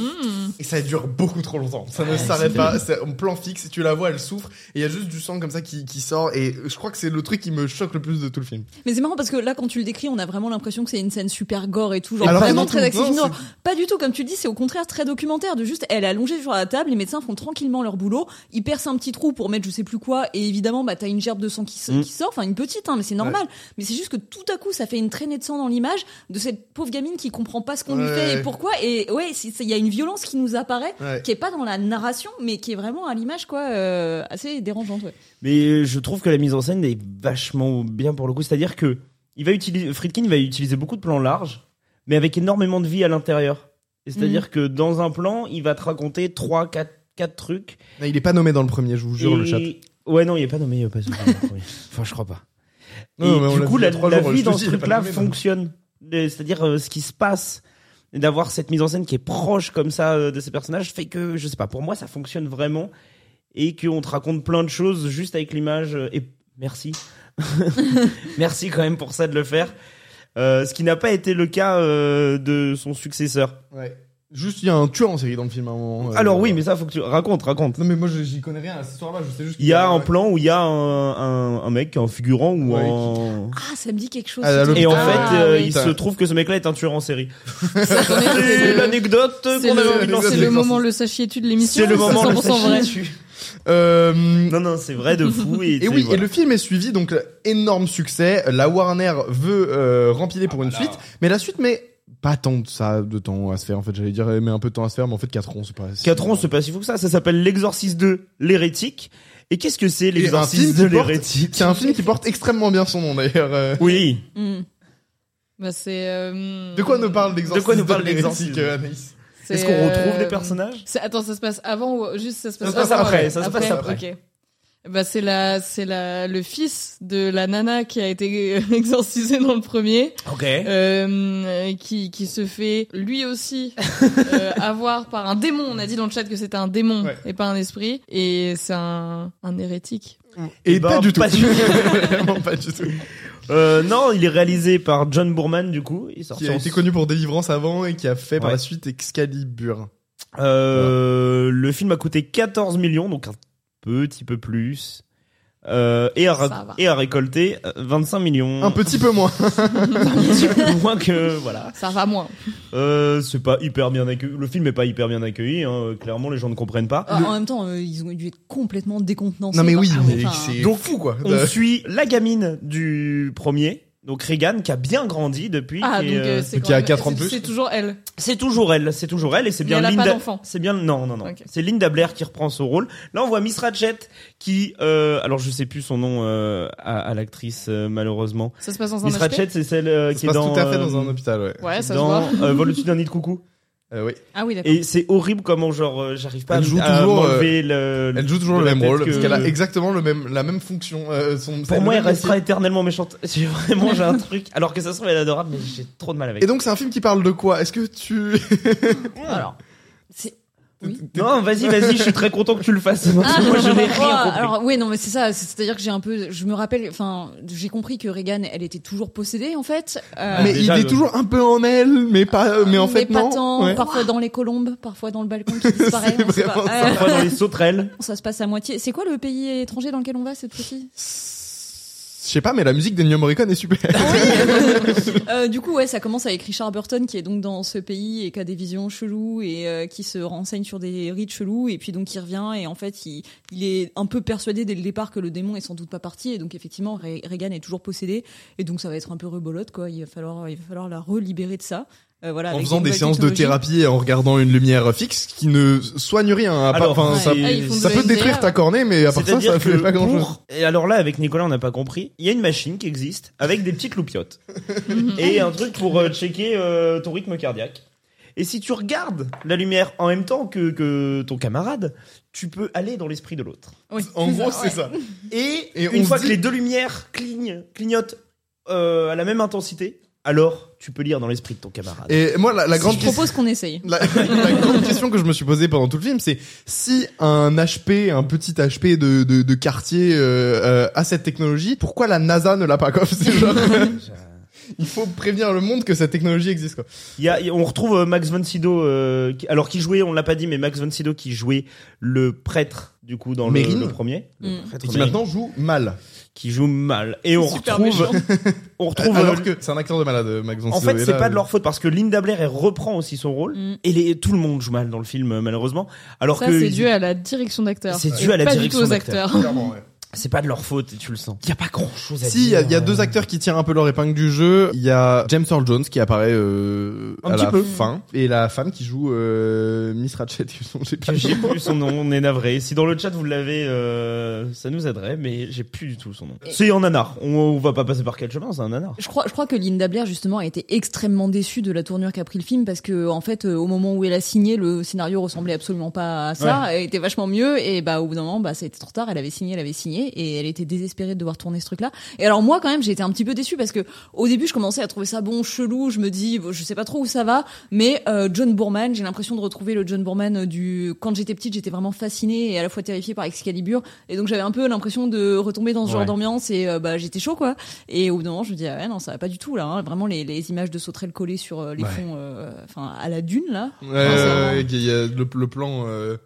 B: et ça dure beaucoup trop longtemps. Ça ne
C: Mmh. Ouais,
B: s'arrête
C: c'est
B: pas. C'est un plan fixe. Tu la vois, elle souffre. Et il y a juste du sang comme ça qui, qui sort. Et je crois que c'est le truc qui me choque le plus de tout le film.
D: Mais c'est marrant parce que là, quand tu le décris, on a vraiment l'impression que c'est une scène super gore et tout, genre
B: Alors que
D: vraiment
B: non,
D: très
B: non,
D: accessible.
B: c'est-
D: Non, Pas du tout, comme tu le dis, c'est au contraire très documentaire. De juste, elle est allongée sur la table, les médecins font tranquillement leur boulot, ils percent un petit trou pour mettre je sais plus quoi, et évidemment, bah t'as une gerbe de sang qui, se-
C: Mm.
D: qui sort, enfin une petite, hein, mais c'est normal. Mais c'est juste que tout à coup, ça fait une traînée de sang dans l'image de cette pauvre gamine qui comprend pas ce qu'on lui
B: Ouais,
D: fait et
B: ouais.
D: pourquoi. Et ouais, c'est- c'est- il y a une violence qui nous apparaît,
B: Ouais.
D: qui est pas dans la narration, mais qui est vraiment à l'image, quoi, euh, assez dérangeante. Ouais.
C: Mais euh, je trouve que la mise en scène est vachement bien pour le coup. C'est-à-dire que il va utiliser, Friedkin va utiliser beaucoup de plans larges, mais avec énormément de vie à l'intérieur. Et
B: Mhm.
C: C'est-à-dire que dans un plan, il va te raconter trois, quatre, quatre trucs.
B: Il est pas nommé dans le premier, je vous jure,
C: et,
B: le chat.
C: Ouais, non, il est pas nommé, il est pas nommé. oui. Enfin, je crois pas. Et
B: Non, mais on
C: du
B: l'a
C: coup,
B: vu il y
C: la,
B: a trois
C: la
B: jours,
C: vie
B: je te
C: dans
B: dis,
C: ce
B: il est pas
C: truc-là
B: nommé, non.
C: fonctionne. Euh, C'est-à-dire euh, ce qui se passe, et d'avoir cette mise en scène qui est proche comme ça euh, de ces personnages, fait que, je sais pas, pour moi, ça fonctionne vraiment. Et qu'on te raconte plein de choses juste avec l'image. euh, Et merci. merci quand même pour ça de le faire. Euh, ce qui n'a pas été le cas euh, de son successeur.
B: Ouais. Juste, il y a un tueur en série dans le film à un moment. euh,
C: Alors oui, mais ça, faut que tu racontes, raconte.
B: Non, mais moi, je- j'y connais rien à cette histoire-là, je sais juste.
C: Il y a un
B: Ouais.
C: plan où il y a un, un, un mec, un figurant ou
B: Ouais,
C: un...
D: Ah, ça me dit quelque chose.
B: Ah, la
D: ce truc.
C: Et en
E: Ah,
C: fait, euh,
E: oui.
C: il se trouve que ce mec-là est un tueur en série.
E: C'est
C: C'est l'anecdote
E: C'est
C: qu'on avait envie de
E: le, c'est
C: lancer.
E: le moment le sachet-tu de l'émission.
C: C'est le moment le
E: 100% vrai.
C: sachet dessus.
B: Euh,
C: Non, non, c'est vrai de fou. Et,
B: Et
C: c'est-
B: oui,
C: voilà.
B: et le film est suivi, donc énorme succès. La Warner veut euh, rempiler pour une suite, mais la suite met pas tant de ça de temps à se faire. En fait, j'allais dire, elle met un peu de temps à se faire, mais en fait, 4 ans, c'est pas. si-
C: 4 ans, c'est pas si fou que ça. Ça s'appelle L'Exorciste 2, L'Hérétique. Et qu'est-ce que c'est
B: Et un film
C: L'Exorciste
B: qui
C: de
B: porte-
C: l'Hérétique
B: C'est un film qui porte extrêmement bien son nom d'ailleurs. euh.
C: Oui.
D: Hmm.
E: Bah, c'est. euh,
B: De quoi nous parle l'exorciste
C: De quoi nous parle
B: l'exorciste,
C: l'exorciste
B: euh, Anaïs
E: c'est,
C: Est-ce qu'on retrouve
E: euh,
C: des personnages
E: c'est- Attends, ça se passe avant ou juste ça se
C: Ça
E: passe,
C: se passe
E: avant,
C: après,
E: ouais.
C: ça se passe après.
E: Ok. Bah, c'est la, c'est la, le fils de la nana qui a été exorcisée dans le premier.
C: Ok.
E: euh, qui, qui se fait lui aussi euh, avoir par un démon. On a dit dans le chat que c'était un démon
B: Ouais.
E: et pas un esprit. Et c'est un, un hérétique.
B: Et
C: Eh ben,
B: pas du tout.
C: pas du tout.
B: Vraiment pas du tout.
C: Euh, non, il est réalisé par John Boorman, du coup. Il sort
B: Qui a été connu pour Délivrance avant et qui a fait par
C: Ouais.
B: la suite Excalibur.
C: Euh, Le film a coûté 14 millions, donc un petit peu plus. Euh, et, a,
E: Ça
C: ra-
E: va.
C: et a récolté euh, 25 millions.
B: Un petit peu moins.
C: Un petit peu moins que. Voilà.
E: Ça va moins.
C: Euh, c'est pas hyper bien accueilli. Le film est pas hyper bien accueilli, hein. clairement, les gens ne comprennent pas.
D: Ah, En même temps, euh, ils ont dû être complètement décontenancés.
B: non mais
D: par
B: oui,
D: ça,
B: mais
D: Ah, enfin,
B: c'est
C: Donc,
B: fou quoi. Euh,
C: On suit la gamine du premier, donc Regan, qui a bien grandi depuis.
E: Ah,
C: qui
E: donc
C: est, euh,
E: euh, c'est
B: qui
E: quand
B: a
E: même-
B: quatre ans de
E: c'est-
B: plus.
E: C'est toujours elle.
C: C'est toujours elle, c'est toujours elle, et c'est
E: Mais
C: bien
E: elle a pas
C: Linda.
E: d'enfant.
C: C'est bien non non non.
E: Ok.
C: C'est Linda Blair qui reprend son rôle. Là on voit Miss Ratchet qui, euh, alors je sais plus son nom euh, à, à l'actrice euh, malheureusement.
E: Ça se passe dans un
C: Miss
E: HP.
C: Ratchet c'est celle euh,
B: Ça
C: qui
B: se
C: est
B: passe
C: dans
B: tout à fait
C: euh,
B: dans un hôpital, ouais.
E: Ouais, ça
C: dans
E: se voit.
C: euh, Vol au-dessus d'un nid de coucou.
B: Euh, oui.
E: Ah oui, d'accord.
C: Et c'est horrible comment genre euh, j'arrive pas
B: Elle
C: à-
B: joue
C: à
B: toujours,
C: m'enlever le.
B: Elle joue toujours
C: de
B: le
C: la
B: même
C: tête
B: rôle
C: que-
B: parce qu'elle a exactement le même la même fonction. euh, son- c'est
C: Pour
B: le
C: moi elle
B: même métier.
C: restera éternellement méchante. J'ai vraiment j'ai un truc. Alors que ça se trouve elle est adorable mais j'ai trop de mal avec.
B: Et donc c'est un film qui parle de quoi Est-ce que tu
D: Alors, c'est. Oui.
C: Non vas-y vas-y je suis très content que tu le fasses.
D: Ah,
C: moi je n'ai rien
D: oh,
C: compris.
D: Alors oui, non, mais c'est ça. c'est- C'est-à-dire que j'ai un peu, je me rappelle, enfin, j'ai compris que Reagan, elle était toujours possédée en fait. Euh,
B: Mais
C: déjà,
B: il est
C: le-
B: toujours un peu en elle, mais pas mais en fait
D: Ah, pas
B: non.
D: tant,
B: Ouais.
D: parfois dans les colombes, parfois dans le balcon qui disparaît.
B: C'est
D: on sait pas.
B: vraiment
D: Euh,
C: Parfois dans les sauterelles.
D: ça se passe à moitié. C'est quoi le pays étranger dans lequel on va cette fois-ci
B: Je sais pas, mais la musique d'Ennio Morricone est super.
D: Bah, Euh, du coup, ouais, ça commence avec Richard Burton qui est donc dans ce pays et qui a des visions cheloues et euh, qui se renseigne sur des rites chelous et puis donc il revient et en fait il, il est un peu persuadé dès le départ que le démon est sans doute pas parti et donc effectivement Re- Regan est toujours possédé et donc ça va être un peu rebolote quoi. Il va falloir il va falloir la relibérer de ça. Euh, voilà,
B: en
D: avec
B: faisant des
D: nouvelles
B: séances de
D: technologies.
B: thérapie et en regardant une lumière fixe qui ne soigne rien. hein, À part,
C: Alors,
B: enfin, ça,
C: c'est-
E: Ah, ils font
B: ça
E: de
B: peut
E: la
B: détruire
E: NDR.
B: ta cornée, mais à part ça, ça
C: C'est-à-dire
B: fait
C: que
B: pas grand chose.
C: pour- Et alors là, avec Nicolas, on n'a pas compris. Il y a une machine qui existe avec des petites loupiottes et un truc pour euh, checker euh, ton rythme cardiaque. Et si tu regardes la lumière en même temps que, que ton camarade, tu peux aller dans l'esprit de l'autre.
E: Oui,
B: En
E: c'est
B: gros,
E: ça,
B: c'est
E: ouais.
B: ça.
C: Et,
B: Et on
C: une
B: se
C: fois
B: dit-
C: que les deux lumières clignent, clignotent euh, à la même intensité, alors tu peux lire dans l'esprit de ton camarade.
B: Et moi, la, la grande
D: Je
B: question.
D: propose qu'on essaye.
B: La, la grande question que je me suis posée pendant tout le film, c'est si un HP, un petit HP de, de, de quartier euh, euh, a cette technologie, pourquoi la NASA ne l'a pas quoi C'est genre, Il faut prévenir le monde que cette technologie existe. Quoi.
C: Il y a- on retrouve euh, Max von Sydow, euh, qui- alors qui jouait, on l'a pas dit, mais Max von Sydow qui jouait le prêtre du coup dans le,
B: Mérine.
C: le premier, le
D: Mm.
C: prêtre
B: Et qui
C: Mérine,
B: maintenant joue mal.
C: qui joue mal. Et on
E: Super
C: retrouve,
E: méchant.
C: on retrouve. euh,
B: Alors que c'est un acteur de malade, Max von
C: en
B: Sydow,
C: fait,
B: et
C: c'est
B: là,
C: pas de
B: euh,
C: leur faute parce que Linda Blair elle reprend aussi son rôle
D: Mm.
C: et les, tout le monde joue mal dans le film euh, malheureusement. Alors
E: Ça,
C: que
E: c'est dû à la direction d'acteur.
C: C'est dû à la
E: pas
C: direction
E: du tout aux
C: d'acteur.
E: acteurs.
B: euh, clairement, ouais.
C: c'est pas de leur faute, tu le sens. Il y a pas grand chose à
B: Si, il y,
C: dire.
B: a- il y a deux acteurs qui tirent un peu leur épingle du jeu. Il y a James Earl Jones qui apparaît euh,
C: Un
B: à
C: petit
B: la
C: peu.
B: fin et la femme qui joue euh, Miss Ratchet. J'ai pas
C: Que
B: le
C: J'ai
B: nom.
C: plus son nom, on est navré. Si dans le chat vous l'avez, euh, ça nous aiderait, mais j'ai plus du tout son nom. C'est un nanar. On, on va pas passer par quel chemin, c'est un nanar.
D: Je crois, je crois que Linda Blair justement a été extrêmement déçue de la tournure qu'a pris le film parce que en fait, euh, au moment où elle a signé, le scénario ressemblait absolument pas à ça. Elle était vachement mieux et bah au bout d'un moment, bah ça a été trop tard. Elle avait signé, elle avait signé année et elle était désespérée de devoir tourner ce truc-là. Et alors moi quand même j'ai été un petit peu déçue parce que au début je commençais à trouver ça bon chelou, je me dis bon, je sais pas trop où ça va, mais euh, John Boorman, j'ai l'impression de retrouver le John Boorman euh, du quand j'étais petite, j'étais vraiment fascinée et à la fois terrifiée par Excalibur et donc j'avais un peu l'impression de retomber dans ce genre
C: Ouais.
D: d'ambiance et euh, bah j'étais chaud quoi. Et au bout d'un moment je me dis ah ouais non ça va pas du tout là, hein. vraiment les, les images de sauterelles collées sur euh, les
B: Ouais.
D: fonds, euh, enfin à la dune là.
B: Ouais,
D: Enfin, hein. c'est vraiment-
B: ouais, ouais, qu'il y a le, le plan euh,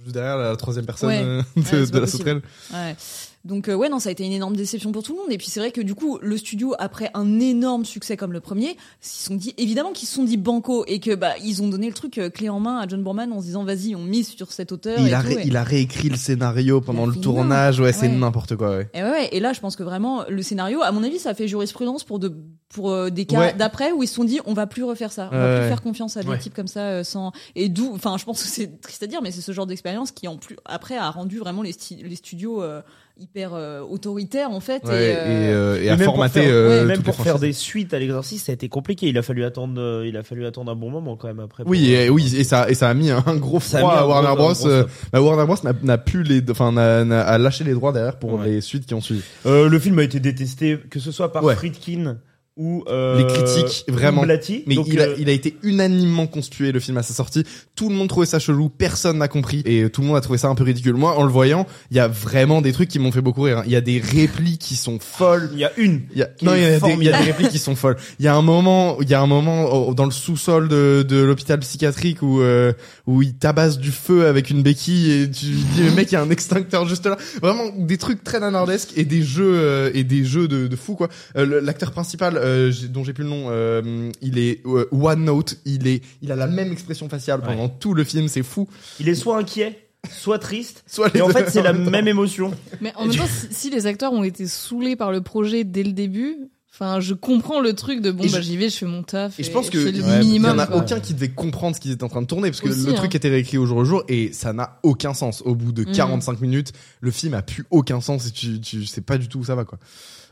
B: juste derrière la troisième personne
D: Ouais.
B: euh,
D: Ouais, c'est
B: de,
D: pas
B: de la
D: possible.
B: sauterelle.
D: Ouais. Donc euh, ouais non ça a été une énorme déception pour tout le monde et puis c'est vrai que du coup le studio après un énorme succès comme le premier s'ils sont dit évidemment qu'ils se sont dit banco et que bah ils ont donné le truc euh, clé en main à John Borman en se disant vas-y on mise sur cet auteur et,
B: Il a,
D: tout,
B: ré-
D: et-
B: il a réécrit le scénario pendant
D: Il a
B: le
D: fait
B: tournage. Ouais, c'est
D: Ouais.
B: n'importe quoi. Ouais.
D: Et ouais, ouais, et là je pense que vraiment le scénario à mon avis ça a fait jurisprudence pour de pour euh, des cas
B: Ouais.
D: d'après où ils se sont dit on va plus refaire ça on
B: Ouais,
D: va
B: ouais.
D: plus faire confiance à des
B: Ouais.
D: types comme ça euh, sans et d'où enfin je pense que c'est triste à dire mais c'est ce genre d'expérience qui en plus après a rendu vraiment les, sti- les studios euh, hyper euh, autoritaires en fait
B: Ouais,
D: et, euh,
B: euh, et
C: Mais
B: à
C: même pour
B: formater.
C: faire-
B: euh,
C: ouais, même
B: toutes les
C: pour faire
B: franchises.
C: des suites à l'exorciste, ça a été compliqué. Il a fallu attendre, euh, il a fallu attendre un bon moment quand même après. pour-
B: Oui, et, oui, et ça, et ça a mis un gros
C: Ça a
B: froid
C: mis un
B: à
C: gros-
B: Warner
C: un
B: Bros.
C: gros
B: euh,
C: stop.
B: bah, Warner Bros. n'a- n'a plus les, enfin, n'a- n'a- a lâché les droits derrière pour
C: Ouais.
B: les suites qui ont suivi.
C: Euh, le film a été détesté, que ce soit par
B: Ouais.
C: Friedkin ou euh,
B: Les critiques, vraiment.
C: ou Blatty.
B: Mais
C: Donc,
B: il, a,
C: euh,
B: il a été unanimement conspué le film à sa sortie. Tout le monde trouvait ça chelou, personne n'a compris et euh, tout le monde a trouvé ça un peu ridicule. Moi, en le voyant, il y a vraiment des trucs qui m'ont fait beaucoup rire. hein. Il y a des répliques qui sont folles.
C: il y a une.
B: Il y a-
C: qui
B: non,
C: est
B: il y, a des, il y a
C: formidable.
B: des répliques qui sont folles. Il y a un moment, il y a un moment au- dans le sous-sol de, de l'hôpital psychiatrique où euh, où il tabasse du feu avec une béquille et tu dis le mec il y a un extincteur juste là. Vraiment des trucs très nanardesques et des jeux euh, et des jeux de, de fou quoi. Euh, le- L'acteur principal euh, j'ai- dont j'ai plus le nom, euh, il est euh, One Note. Il est il a la même expression faciale
C: Ouais.
B: pendant tout le film, c'est fou.
C: Il est soit inquiet, soit triste.
B: Soit les
C: Et en
B: deux
C: fait, c'est la
B: temps.
C: même émotion.
E: Mais en même temps, si, si les acteurs ont été saoulés par le projet dès le début, enfin, je comprends le truc de bon,
B: Et je-
E: bah j'y vais, je fais mon taf.
B: Et je pense que
E: je fais le
B: il y
E: minimum.
B: en a
E: quoi.
B: aucun qui devait comprendre ce qu'ils étaient en train de tourner parce que
E: Aussi,
B: le
E: hein.
B: truc était réécrit au jour le jour et ça n'a aucun sens. Au bout de
D: Mhm.
B: 45 minutes, le film a plus aucun sens et tu tu sais pas du tout où ça va quoi.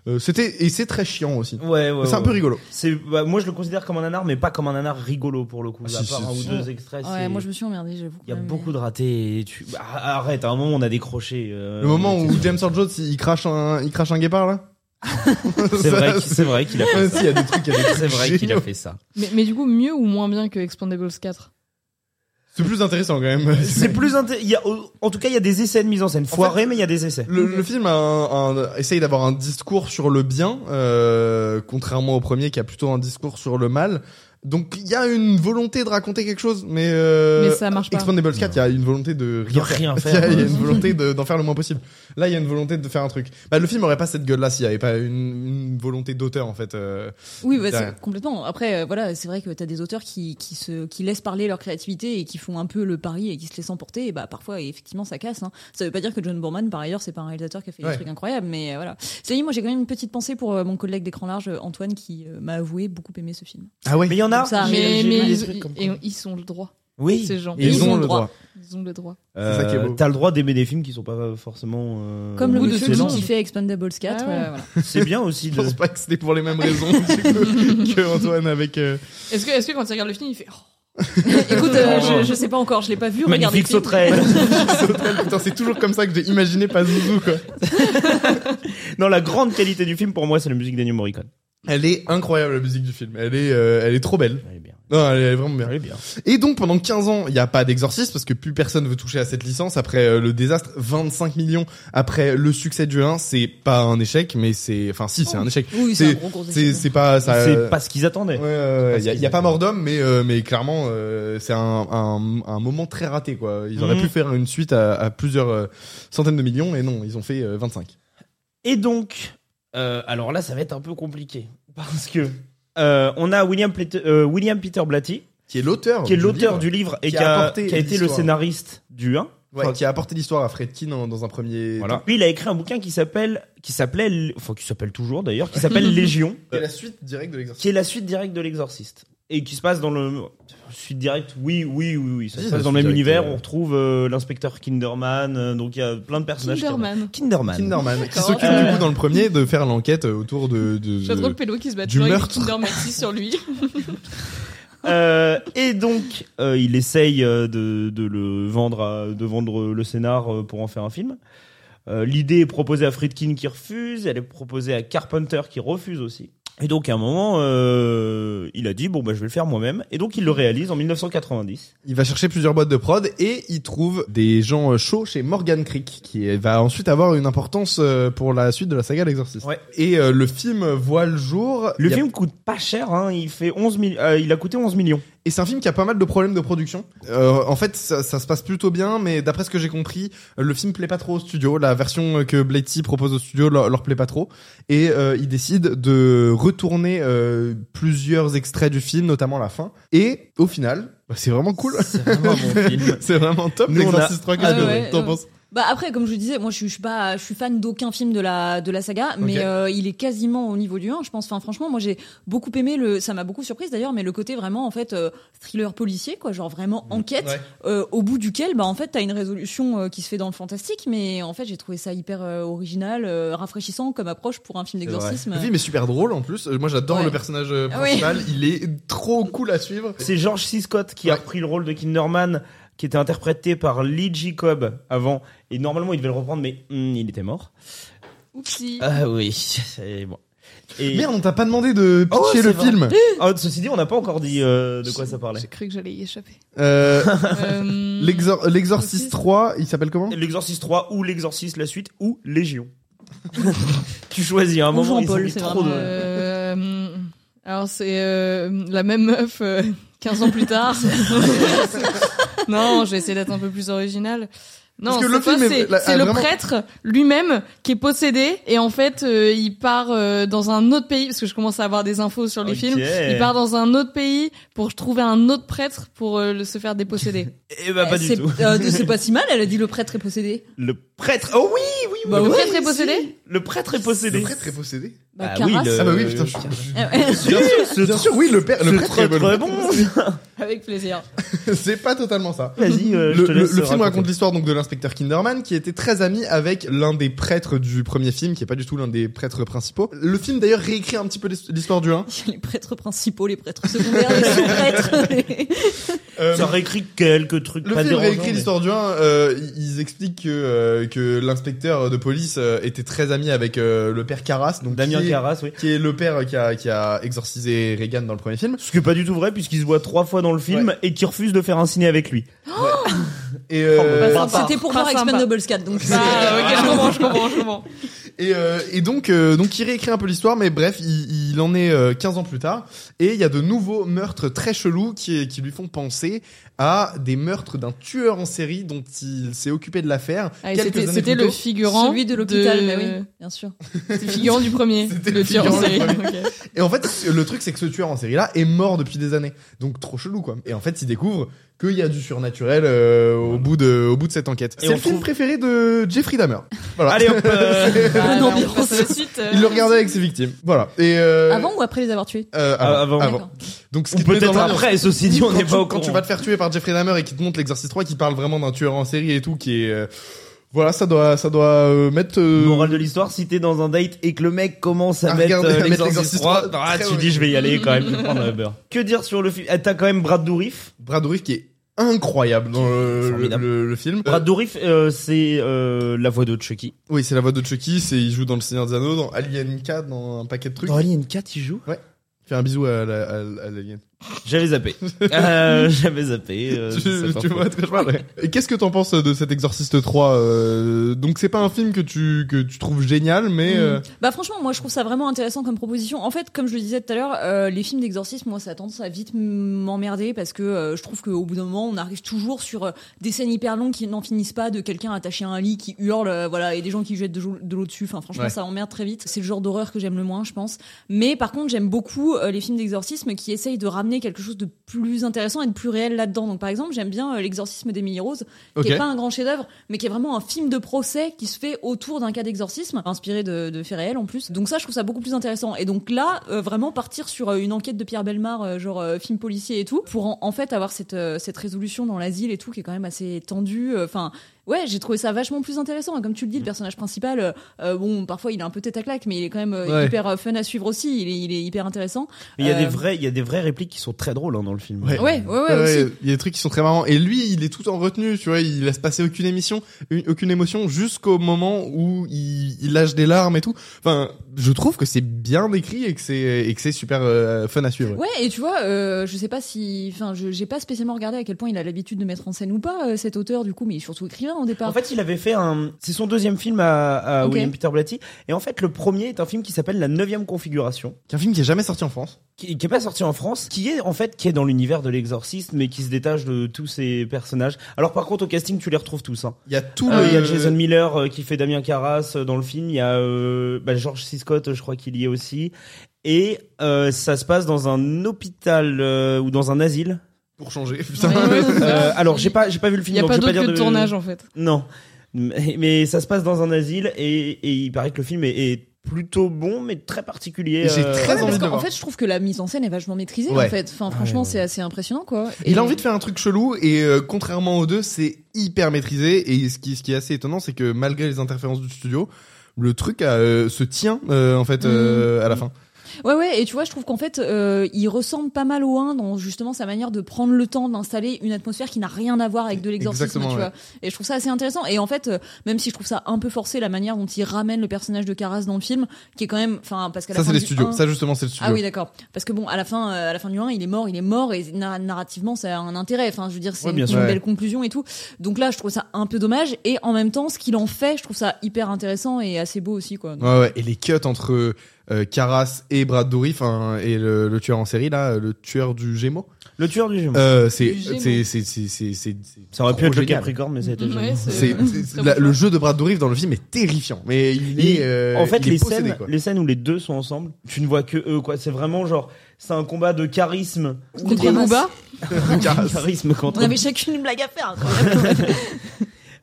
B: Euh, c'était et c'est très chiant aussi.
C: Ouais, ouais.
B: c'est un
C: ouais.
B: peu rigolo.
C: C'est, bah, moi, je le considère comme un nanar, mais pas comme un nanar rigolo pour le coup.
B: Ah,
C: à
B: si,
C: part
B: si,
C: un
B: si.
C: ou deux extraits.
D: Ouais,
C: Ah, c'est-
D: moi je me suis emmerdée, j'avoue.
C: Il y a beaucoup de ratés. et tu... Ah, Arrête, à un moment, on a décroché. euh,
B: le moment
C: on
B: où
C: était-
B: James Earl Jones il crache un il crache un guépard là.
C: C'est vrai, qu'il- c'est vrai qu'il a fait
B: Ouais,
C: ça.
B: si, il y a des trucs, il y a des
C: C'est
B: trucs
C: vrai qu'il a
B: géniaux.
C: fait ça.
E: Mais, mais du coup, mieux ou moins bien que Expandables 4
B: C'est plus intéressant quand même.
C: C'est plus inté- il y a, en tout cas, il y a des essais de mise en scène. Foiré, mais il y a des essais.
B: Le, le film a un, un- essaye d'avoir un discours sur le bien, euh, contrairement au premier qui a plutôt un discours sur le mal. Donc il y a une volonté de raconter quelque chose, mais, euh,
E: Mais ça marche pas.
B: Expendables 4, il y a une volonté de
C: De
B: rien faire.
C: rien
B: Il y a- il
C: faire. euh.
B: y a
C: ouais.
B: une volonté de- d'en faire le moins possible. Là, il y a une volonté de faire un truc. Bah, le film aurait pas cette gueule-là s'il y avait pas une, une volonté d'auteur en fait. euh.
D: Oui, bah, c'est-
B: Derrière.
D: complètement. Après, euh, voilà, c'est vrai que t'as des auteurs qui, qui se, qui laissent parler leur créativité et qui font un peu le pari et qui se laissent emporter. Et bah, parfois, effectivement, ça casse. Hein. Ça veut pas dire que John Boorman, par ailleurs, c'est pas un réalisateur qui a fait
B: Ouais.
D: des trucs incroyables, mais euh, voilà. C'est dit, moi, j'ai quand même une petite pensée pour euh, mon collègue d'écran large, euh, Antoine, qui euh, m'a avoué beaucoup aimer ce film.
B: Ah ouais.
C: Mais il y en a.
D: Comme ça,
C: j'ai-
E: Mais,
C: j'ai
E: mais
C: lu des
E: ils,
C: trucs comme
E: et-
C: quoi.
E: ils ont le droit.
C: Oui.
E: Ces gens.
B: Ils,
D: Ils
B: ont,
D: ont
B: le droit.
E: Ils ont le droit.
B: C'est ça qui est beau.
C: Euh, T'as le droit d'aimer des films qui sont pas forcément. euh,
D: Comme le
E: bout de
D: monsieur
E: saison.
C: excellents.
D: qui fait Expendables 4.
E: Ah ouais.
D: euh, voilà.
C: C'est bien aussi
B: Je
C: de.
B: pense pas que c'était pour les mêmes raisons du coup, que Antoine avec. euh,
E: Est-ce que, est-ce que quand tu regardes le film, il fait. oh,
D: Écoute, euh, je, je sais pas encore, je l'ai pas vu. regarde le
C: Magnifique
D: film.
C: sauterelle.
B: Putain, c'est toujours comme ça que j'ai imaginé pas Zouzou quoi.
C: non, la grande qualité du film pour moi, c'est la musique d'Ennio Morricone.
B: Elle est incroyable la musique du film. Elle est, euh, elle est trop belle.
C: Elle est bien.
B: Non, elle est vraiment bien.
C: Elle est bien.
B: Et donc pendant 15 ans, il n'y a pas d'exorciste parce que plus personne veut toucher à cette licence après euh, le désastre. 25 millions après le succès du 1, c'est pas un échec, mais c'est, enfin si, c'est un échec.
D: Oui, c'est un gros gros
B: C'est,
D: échec.
B: c'est pas ça. euh,
C: C'est pas ce qu'ils attendaient.
B: Ouais, ouais, ouais. Il y a- il y a,
C: Parce
B: pas
C: qu'ils-
B: mort d'homme, mais euh, mais clairement euh, c'est un, un un moment très raté quoi. Ils auraient
C: Mhm.
B: pu faire une suite à, à plusieurs euh, centaines de millions et non, ils ont fait euh, 25.
C: Et donc, euh, alors là, ça va être un peu compliqué parce que euh, on a William, Plate- euh, William Peter Blatty,
B: Qui est l'auteur
C: qui est
B: du
C: l'auteur
B: Oh, livre.
C: du livre et
B: Qui
C: qui
B: a
C: a,
B: apporté
C: qui a été le
B: l'histoire.
C: scénariste du 1.
B: Ouais, qui a apporté l'histoire à Fredkin en- dans un premier temps.
C: Lui, il a écrit un bouquin qui s'appelle, qui s'appelait, L- enfin qui s'appelle toujours d'ailleurs, qui s'appelle Légion,
B: Et la suite directe de l'exorciste.
C: qui est la suite directe de l'Exorciste et qui se passe dans le suite directe. Oui, oui, oui, oui. Ça
B: Oui,
C: se
B: la
C: passe dans
B: suite
C: le même
B: directe,
C: univers.
B: euh.
C: On retrouve euh, l'inspecteur Kinderman. euh, donc il y a plein de personnages. qui-
E: Kinderman.
B: Euh,
C: Kinderman.
B: Kinderman, qui
E: D'accord.
B: s'occupe
C: Euh,
B: du coup dans le premier de faire l'enquête autour de. de-
E: J'ai trop le pélo qui se bat
B: du
E: toujours avec
B: meurtre.
E: Kinderman 6 sur lui.
C: Euh, et donc, euh, il essaye euh, de, de le vendre, à- de vendre le scénar euh, pour en faire un film. Euh, L'idée est proposée à Friedkin qui refuse, elle est proposée à Carpenter qui refuse aussi. Et donc à un moment, euh, il a dit bon bah je vais le faire moi-même. Et donc il le réalise en 1990.
B: Il va chercher plusieurs boîtes de prod et il trouve des gens euh, chauds chez Morgan Creek, qui va ensuite avoir une importance euh, pour la suite de la saga L'Exorciste.
C: Ouais.
B: Et euh, le film voit le jour.
C: Le
B: Il y a-
C: film coûte pas cher, hein, il fait 11 mi- euh, il a coûté 11 millions.
B: Et c'est un film qui a pas mal de problèmes de production. Euh, en fait, ça, ça se passe plutôt bien, mais d'après ce que j'ai compris, euh, le film plaît pas trop au studio. La version euh, que Blatty propose au studio leur, leur plaît pas trop. Et euh, ils décident de retourner euh, plusieurs extraits du film, notamment la fin. Et au final, bah, c'est vraiment cool.
C: C'est vraiment un bon film.
B: C'est vraiment top.
C: Nous, on a-
B: L'Exorciste 3, qu'est-ce
D: Ah
B: que
D: ouais,
B: t'en
D: ouais.
B: penses
D: Bah après, comme je disais, moi je suis, je suis pas, je suis fan d'aucun film de la de la saga, mais euh, il est quasiment au niveau du 1, je pense. Enfin, franchement, moi j'ai beaucoup aimé le, ça m'a beaucoup surprise d'ailleurs, mais le côté vraiment en fait euh, thriller policier, quoi, genre vraiment
C: Mm.
D: enquête,
B: Ouais.
D: euh, au bout duquel, bah en fait, t'as une résolution euh, qui se fait dans le fantastique, mais en fait, j'ai trouvé ça hyper euh, original, euh, rafraîchissant comme approche pour un film d'exorcisme. Euh,
B: Le film est super drôle en plus. Euh, Moi j'adore
D: Ouais.
B: le personnage euh,
D: Ah oui.
B: principal. Il est trop cool à suivre.
C: C'est George C. Scott qui a
B: Ouais.
C: repris le rôle de Kinderman, qui était interprété par Lee J. Cobb avant. Et normalement, il devait le reprendre, mais hum, il était mort.
E: Oupsie.
C: Ah oui, c'est bon. Et
B: Merde, on t'a pas demandé de
C: Oh,
B: pitcher
C: c'est
B: le
C: vrai.
B: film.
C: Ah, ceci dit, on n'a pas encore dit euh, de quoi ça parlait.
E: J'ai cru que j'allais y échapper.
C: Mm.
B: Euh,
E: Euh,
B: L'exor- L'Exorciste
E: Exorciste.
B: 3, il s'appelle comment
C: L'exorciste 3 ou l'exorciste la suite ou Légion. tu choisis à un
D: Ou
C: moment ils ont
D: Jean-Paul,
C: mis
D: c'est
C: trop
D: vraiment,
C: de...
E: euh, alors c'est euh, la même meuf euh, 15 ans plus tard. non, j'ai essayé d'être un peu plus originale. Non,
B: Parce que
E: c'est
B: le
E: pas-
B: film est-
E: c'est
B: la-
E: c'est le
B: vraiment-
E: prêtre lui-même qui est possédé et en fait euh, il part euh, dans un autre pays parce que je commence à avoir des infos sur les
C: Ok.
E: films. Il part dans un autre pays pour trouver un autre prêtre pour euh, le- se faire déposséder.
C: Eh bah pas du
D: C'est-
C: tout.
D: euh, c'est pas si mal, elle a dit le prêtre est possédé.
C: Le prêtre. Oh oui, oui, oui.
D: Bah
E: le
D: ouais,
E: prêtre est
D: si.
E: possédé.
C: Le prêtre est
B: Le
C: possédé.
B: prêtre est possédé
D: Bah,
C: Ah oui,
D: Caras.
C: le-
B: Ah bah oui,
C: Euh,
B: putain, je... je-
D: Ah ouais.
C: Bien sûr, ce
B: Bien sûr, oui, le, père- le
C: ce
B: prêtre est
C: prêtre est
B: bon.
C: bon.
E: Avec plaisir.
B: C'est pas totalement ça.
C: Vas-y, euh, je
B: le,
C: te
B: le-
C: laisse
B: le film
C: raconter.
B: raconte l'histoire donc de l'inspecteur Kinderman qui était très ami avec l'un des prêtres du premier film qui est pas du tout l'un des prêtres principaux. Le film d'ailleurs réécrit un petit peu l'his- l'histoire du 1.
D: les prêtres principaux, les prêtres secondaires, les sous-prêtres. les-
B: Euh,
C: Ça réécrit quelques trucs
B: Le
C: pas
B: film
C: dérangeants.
B: réécrit
C: mais-
B: l'histoire du 1. euh, ils expliquent que euh, que l'inspecteur de police euh, était très ami avec euh, le père Carras, donc
C: Damien
B: qui est-
C: Carras, oui.
B: qui est le père qui a qui a exorcisé Reagan dans le premier film.
C: Ce qui est pas du tout vrai puisqu'il se voit trois fois dans le film et qui refuse de faire un ciné avec lui. Oh,
B: Et euh,
C: Pas sympa.
D: C'était pour
E: Pas
D: voir
E: sympa.
D: Expendables 4, donc c'est-
E: Ah, ok, je comprends, je comprends, je comprends.
B: Et, euh, et donc, euh, donc il réécrit un peu l'histoire, mais bref, il, il en est euh, 15 ans plus tard, et il y a de nouveaux meurtres très chelous qui, qui lui font penser à des meurtres d'un tueur en série dont il s'est occupé de l'affaire
E: Ah, et
B: quelques
E: C'était
B: années
E: c'était
B: plus
E: le
B: tôt.
E: figurant.
D: celui de l'hôpital,
E: de-
D: mais oui, bien sûr.
E: C'est le figurant du premier.
B: C'était
E: Le
B: le
E: tueur en
B: figurant
E: série.
B: du
E: Ok.
B: Et en fait, le truc, c'est que ce tueur en série-là est mort depuis des années, donc trop chelou quoi. Et en fait, il découvre qu'il y a du surnaturel euh, au bout de au bout de cette enquête.
C: Et
B: C'est
C: on
B: le film
C: trouve-
B: préféré de Jeffrey Dahmer. Voilà.
C: Allez hop. euh,
E: Ah, bah,
D: non,
E: on
D: mais
E: passe à la suite. euh.
B: il le regardait avec ses victimes. Voilà. Et euh,
D: Avant ou après les avoir tués
B: euh,
C: Ah, avant.
B: avant.
D: D'accord.
B: Donc ce
C: Ou
B: qui te met dans
C: peut-être
B: l'ambiance.
C: après, ceci dit, on
B: quand,
C: n'est
B: tu,
C: pas au
B: quand
C: courant.
B: tu vas te faire tuer par Jeffrey Dahmer et qui te montre l'exercice 3 qui parle vraiment d'un tueur en série et tout qui est euh, voilà ça doit ça doit euh, mettre euh,
C: Morale de l'histoire, si t'es dans un date et que le mec commence à
B: À
C: mettre
B: regarder,
C: euh,
B: à mettre l'Exorciste
C: l'exorciste 3,
B: trois,
C: ah,
B: très
C: tu
B: ouais.
C: dis je vais y aller quand même, je vais prendre un Uber. Que dire sur le film Ah, T'as quand même Brad Dourif.
B: Brad Dourif qui est incroyable dans euh, le,
C: Formidable.
B: le- le film.
C: Brad
B: Euh,
C: Dourif, euh, c'est euh, la voix de Chucky.
B: oui, c'est la voix de Chucky, c'est il joue dans le Seigneur des Anneaux, dans Alien 4, dans un paquet de trucs.
C: Dans Alien 4, il joue
B: Fais un bisou à, la- à- à l'Alien.
C: J'avais zappé. Euh, J'avais zappé. euh,
B: tu
C: c'est pas
B: tu
C: faux.
B: vois de quoi je parle ouais. Et qu'est-ce que t'en penses de cet Exorciste 3 euh, Donc c'est pas un film que tu que tu trouves génial mais
D: Mm.
B: euh,
D: Bah franchement, moi je trouve ça vraiment intéressant comme proposition. En fait, comme je le disais tout à l'heure, euh, les films d'exorcisme, moi ça a tendance à vite m'emmerder parce que euh, je trouve qu'au bout d'un moment, on arrive toujours sur euh, des scènes hyper longues qui n'en finissent pas, de quelqu'un attaché à un lit qui hurle, euh, voilà, et des gens qui jettent de, jou- de l'eau dessus. Enfin, franchement,
B: Ouais.
D: ça emmerde très vite. C'est le genre d'horreur que j'aime le moins, je pense. Mais par contre, j'aime beaucoup euh, les films d'exorcisme qui essayent de ramener quelque chose de plus intéressant et de plus réel là-dedans. Donc par exemple, j'aime bien euh, l'exorcisme d'Emily Rose
B: OK.
D: qui est pas un grand chef-d'œuvre, mais qui est vraiment un film de procès qui se fait autour d'un cas d'exorcisme, inspiré de, de faits réels en plus. Donc ça, je trouve ça beaucoup plus intéressant. Et donc là, euh, vraiment partir sur euh, une enquête de Pierre Bellemare, euh, genre euh, film policier et tout, pour en, en fait avoir cette, euh, cette résolution dans l'asile et tout, qui est quand même assez tendue. Enfin, Ouais, j'ai trouvé ça vachement plus intéressant. Comme tu le dis,
C: Mm.
D: le personnage principal, euh, euh, bon, parfois il est un peu tête à claque, mais il est quand même euh,
B: Ouais.
D: hyper euh, fun à suivre aussi. Il est, il est hyper intéressant.
C: Mais il y a
D: Euh,
C: des vrais, il y a des vraies répliques qui sont très drôles hein, dans le film.
B: Ouais.
D: Ouais, ouais, ouais,
B: Ouais,
D: aussi.
B: ouais, il y a des trucs qui sont très marrants. Et lui, il est tout en retenue, tu vois, il laisse passer aucune émission, une- aucune émotion jusqu'au moment où il, il lâche des larmes et tout. Enfin, je trouve que c'est bien décrit et que c'est et que c'est super euh, fun à suivre.
D: Ouais, et tu vois, euh, je sais pas si, enfin, je j'ai pas spécialement regardé à quel point il a l'habitude de mettre en scène ou pas euh, cet auteur du coup, mais il est surtout écrivain au départ.
C: Bah, En fait, il avait fait un. C'est son deuxième film à, à
D: Ok.
C: William Peter Blatty. Et en fait, le premier est un film qui s'appelle La Neuvième Configuration,
B: C'est un film qui est jamais sorti en France.
C: qui, qui est pas sorti en France, qui est en fait qui est dans l'univers de l'exorciste, mais qui se détache de tous ses personnages. Alors par contre, au casting, tu les retrouves tous. hein.
B: Il y a tout
C: Euh,
B: le...
C: Il y a Jason Miller euh, qui fait Damien Carras euh, dans le film. Il y a euh, bah, George C. Scott, euh, je crois qu'il y est aussi. Et euh, ça se passe dans un hôpital euh, ou dans un asile.
B: Pour changer, putain.
E: Ouais, ouais, c'est ça.
C: Euh, alors j'ai pas j'ai pas vu le
E: Ah.
C: film.
E: Il n'y a
C: donc
E: pas
C: je vais
E: d'autre
C: dire
E: que de
C: de-
E: tournage hein. en fait.
C: Non. Mais, mais ça se passe dans un asile et, et il paraît que le film est, est plutôt bon, mais très particulier. euh,
B: Et j'ai très
D: Ouais,
B: envie de
D: parce
B: le
D: qu'en en
B: voir.
D: fait, je trouve que la mise en scène est vachement maîtrisée.
B: Ouais.
D: En fait, enfin, franchement, c'est assez impressionnant, quoi.
B: Il
D: Et-
B: a envie de faire un truc chelou et euh, contrairement aux deux, c'est hyper maîtrisé et ce qui, ce qui est assez étonnant, c'est que malgré les interférences du studio, le truc euh, se tient euh, en fait euh, à la fin.
D: Ouais, ouais, et tu vois, je trouve qu'en fait, euh, il ressemble pas mal au 1 dans justement sa manière de prendre le temps d'installer une atmosphère qui n'a rien à voir avec de l'exorcisme, tu
B: Exactement, ouais.
D: vois. Et je trouve ça assez intéressant. Et en fait, euh, même si je trouve ça un peu forcé la manière dont il ramène le personnage de Caras dans le film, qui est quand même, enfin, parce qu'à la
B: Ça
D: fin
B: c'est les
D: du
B: studios,
D: 1,
B: ça justement c'est le studio.
D: Ah oui, d'accord. Parce que bon, à la fin, euh, à la fin du 1, il est mort, il est mort, et na- narrativement, ça a un intérêt. Enfin, je veux dire, c'est
C: Ouais, bien
D: une
B: sûr. Ouais.
D: belle conclusion et tout. Donc là, je trouve ça un peu dommage. Et en même temps, ce qu'il en fait, je trouve ça hyper intéressant et assez beau aussi, quoi. Donc,
B: Ouais, ouais, et les cuts entre euh, Caras et Brad Dourif enfin, et le, le tueur en série là, le tueur du Gémeaux,
C: Le tueur du gémeau.
B: euh, c'est
E: Du Gémeaux.
B: c'est c'est c'est c'est c'est
C: ça aurait pu
B: trop
C: être le
B: génial.
C: Capricorne, mais ça a été le
E: Ouais,
C: Gémeaux.
E: c'est-
B: C'est
E: Très
B: la-
E: bon
B: le
E: choix.
B: jeu de Brad Dourif dans le film est terrifiant, mais il est euh,
C: en fait,
B: il est
C: les,
B: possédé,
C: scènes,
B: quoi.
C: les scènes où les deux sont ensemble, tu ne vois que eux, quoi. C'est vraiment genre, c'est un combat de charisme.
D: Contre Booba,
B: Caras.
C: charisme contre.
D: on avait chacune une blague à faire. quoi.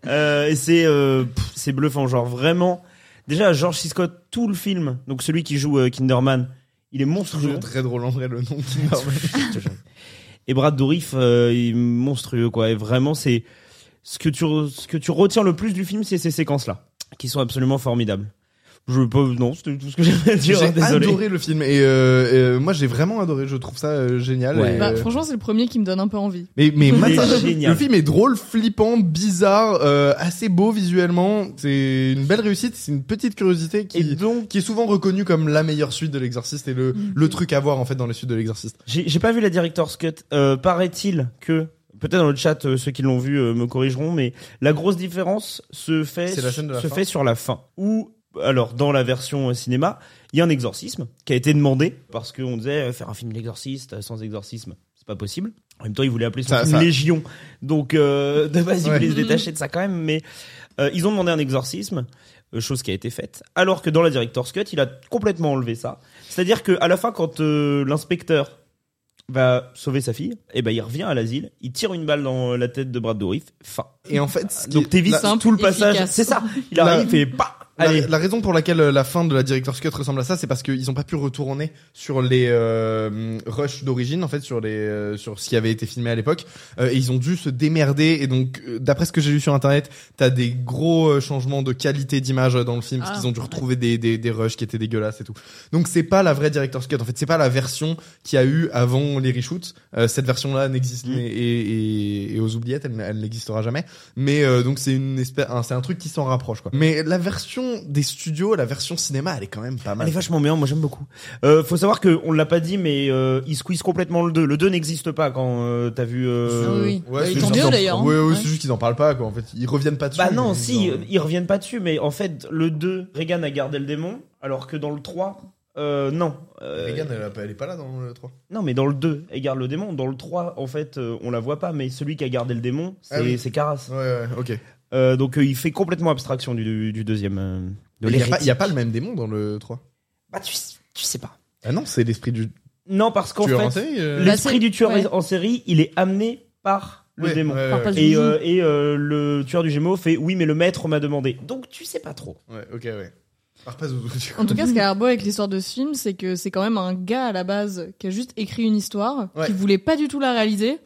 C: Euh, et c'est, euh, pff, c'est bluffant, genre vraiment. Déjà, George C. Scott, tout le film, donc celui qui joue euh, Kinderman, il est monstrueux.
B: Toujours très drôle en vrai le nom.
C: Et Brad Dourif, euh, il est monstrueux, quoi. Et vraiment, c'est ce que tu re- ce que tu retiens le plus du film, c'est ces séquences-là, qui sont absolument formidables. Je veux pas, non, c'était tout ce que j'avais à dire. hein,
B: J'ai
C: désolé.
B: adoré le film et euh, euh, moi j'ai vraiment adoré. Je trouve ça euh, génial.
C: Ouais.
B: et,
E: Bah,
B: euh,
E: franchement, c'est le premier qui me donne un peu envie.
B: mais mais
C: Il
B: Matt
C: est
B: Sarden,
C: génial.
B: le film est drôle, flippant, bizarre, euh, assez beau visuellement. C'est une belle réussite. C'est une petite curiosité
C: Et
B: qui
C: donc,
B: qui est souvent reconnue comme la meilleure suite de l'exorciste et le le truc à voir en fait dans les suites de l'exorciste.
C: j'ai j'ai pas vu la director's cut. Euh, Paraît-il que peut-être dans le chat, euh, ceux qui l'ont vu euh, me corrigeront, mais la grosse différence se fait
B: C'est la scène de la
C: se
B: fin.
C: fait sur la fin. Ou alors dans la version euh, cinéma, il y a un exorcisme qui a été demandé parce qu'on disait euh, faire un film d'exorciste euh, sans exorcisme, c'est pas possible. En même temps, ils voulaient appeler son
B: Ça-
C: film
B: ça-
C: Légion, donc euh, de base ils
B: Ouais.
C: voulaient se détacher de ça quand même. Mais euh, ils ont demandé un exorcisme, euh, chose qui a été faite. Alors que dans la director's cut, il a complètement enlevé ça. C'est-à-dire que à la fin, quand euh, l'inspecteur va sauver sa fille, et ben il revient à l'asile, il tire une balle dans la tête de Brad Dourif, fin.
B: Et en fait, ce qui
C: Donc
B: est-
C: t'évites
B: la-
E: Simple,
C: tout le passage.
E: efficace.
C: C'est ça. Il
B: La-
C: arrive et bah.
B: La,
C: Allez.
B: la raison pour laquelle euh, la fin de la Director's Cut ressemble à ça, c'est parce qu'ils ont pas pu retourner sur les euh, rushs d'origine, en fait, sur les euh, sur ce qui avait été filmé à l'époque, Euh, et ils ont dû se démerder. Et donc, euh, d'après ce que j'ai lu sur internet, t'as des gros euh, changements de qualité d'image euh, dans le film, parce
D: Ah,
B: qu'ils ont dû retrouver des, des des rushs qui étaient dégueulasses et tout. Donc c'est pas la vraie Director's Cut. En fait, c'est pas la version qui a eu avant les reshoots. Euh, cette version-là n'existe
C: Mm.
B: et, et, et aux oubliettes, elle, elle n'existera jamais. Mais euh, donc c'est une espèce, un- c'est un truc qui s'en rapproche quoi. Mais la version des studios, la version cinéma, elle est quand même pas
C: Elle
B: mal.
C: est vachement bien, moi j'aime beaucoup. Euh, faut savoir que on l'a pas dit, mais euh, il squeeze complètement le 2. Le 2 n'existe pas quand euh, t'as vu. euh,
D: Oui, oui.
B: Ouais,
D: Bah,
B: c'est
D: ils
B: juste
D: sont
B: qu'ils en-
D: deux d'ailleurs. hein.
B: Ouais, ouais,
D: Ouais.
B: c'est juste qu'ils en parlent pas quoi. En fait, ils reviennent pas dessus.
C: Bah non,
B: Ils
C: si,
B: en-
C: ils reviennent pas dessus, mais en fait, le 2, Regan a gardé le démon, alors que dans le 3, euh, non. Euh,
B: Regan, elle, a pas- elle est pas là dans le 3.
C: Non, mais dans le 2, elle garde le démon. Dans le 3, en fait, euh, on la voit pas, mais celui qui a gardé le démon, c'est
B: Ah oui.
C: c'est Karas.
B: Ouais, ouais, ok.
C: Euh, donc euh, il fait complètement abstraction du, du deuxième. euh,
B: Il y,
C: de
B: a
C: l'hérétique.
B: pas- il y a pas le même démon dans le 3.
C: Bah, tu, tu sais pas.
B: Ah non, c'est l'esprit du
C: Non, parce qu'en
B: tueur en
C: fait,
B: série. euh.
D: Bah,
C: l'esprit
D: c'est-
C: du tueur
D: ouais.
C: en série, il est amené par le
B: Ouais,
C: démon.
B: ouais,
D: Par
B: ouais,
D: pas-
C: Et,
D: Vas-y.
C: euh, et, euh, le tueur du Gémeaux fait oui, mais le maître m'a demandé. Donc tu sais pas trop.
B: ouais, ok, ouais. Par pas Zouzou, du coup.
E: En tout cas, ce qui est beau avec l'histoire de ce film, c'est que c'est quand même un gars à la base qui a juste écrit une histoire,
B: Ouais.
E: qui voulait pas du tout la réaliser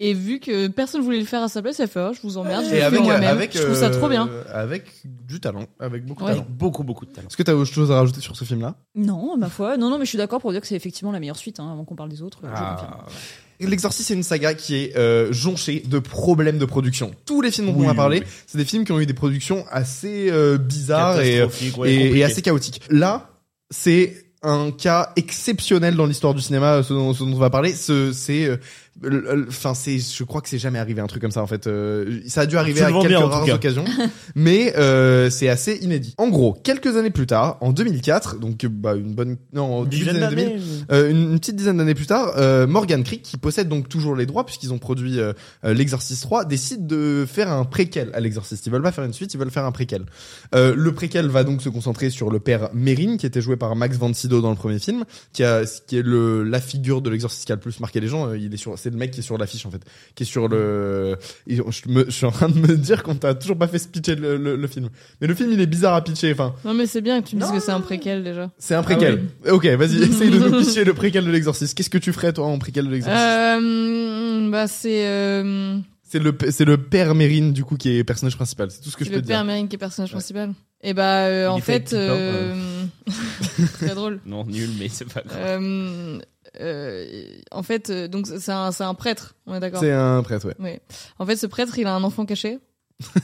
E: Et vu que personne voulait le faire à sa place, elle fait oh, je vous emmerde, je
B: Et
E: vais le fais
B: avec, euh,
E: moi-même.
B: avec,
E: je trouve ça trop bien.
B: euh, Avec du talent, avec beaucoup
E: Ouais.
B: de talent.
C: Beaucoup, beaucoup de talent.
B: Est-ce que t'as autre chose à rajouter sur ce film-là
D: Non, ma foi. Non, non, mais je suis d'accord pour dire que c'est effectivement la meilleure suite, hein, avant qu'on parle des autres.
B: Ah,
D: je confirme.
C: ah,
B: L'Exorciste, c'est une saga qui est euh, jonchée de problèmes de production. Tous les films dont
C: Oui,
B: on a parlé,
C: oui,
B: c'est des films qui ont eu des productions assez euh, bizarres et,
C: Catastrophique, ouais,
B: et- et,
C: compliqué.
B: assez chaotiques. Là, c'est un cas exceptionnel dans l'histoire du cinéma, euh, ce dont, ce dont on va parler. Ce- C'est, euh, le- le- enfin, c'est, je crois que c'est jamais arrivé un truc comme ça en fait. Euh, ça a dû arriver
C: le
B: à
C: vends
B: quelques
C: bien, en tout
B: rares
C: cas.
B: occasions, mais euh, c'est assez inédit. En gros, quelques années plus tard, en 2004, donc bah, une bonne, non, au début des
C: Dizaine
B: années 2000,
C: d'années.
B: euh, une, une petite dizaine d'années plus tard, euh, Morgan Creek, qui possède donc toujours les droits puisqu'ils ont produit euh, euh, l'Exorciste 3, décide de faire un préquel à l'Exorciste. Ils veulent pas faire une suite, ils veulent faire un préquel. Euh, le préquel va donc se concentrer sur le père Merrin, qui était joué par Max Van Sydow dans le premier film, qui, a, ce qui est le, la figure de l'Exorciste qui a le plus marqué les gens. Euh, Il est sur, c'est le mec qui est sur l'affiche en fait, qui est sur le. et Je, me- je suis en train de me dire qu'on t'a toujours pas fait se pitcher le, le- le film. Mais le film, il est bizarre à pitcher. Enfin,
E: Non, mais c'est bien que tu me dises
B: Non.
E: que c'est un préquel déjà.
B: c'est un préquel.
E: Ah
B: Ok, vas-y, essaye de nous pitcher le préquel de l'exorciste. Qu'est-ce que tu ferais toi en préquel de l'exorciste
E: Euh, bah, c'est euh,
B: C'est le p- c'est le père Mérine du coup qui est personnage principal. C'est tout ce que
E: c'est
B: je peux
E: le
B: te
E: père
B: dire.
E: Mérine qui est personnage
B: Ouais.
E: principal. Et bah, euh,
C: Il
E: en
C: est fait avec
E: fait,
C: Deep Purple,
E: euh, très drôle.
C: Non, nul, mais c'est pas grave.
E: Euh, euh, en fait, euh, donc c'est un, c'est un prêtre, on est d'accord.
B: C'est un prêtre, ouais.
E: En fait, ce prêtre, il a un enfant caché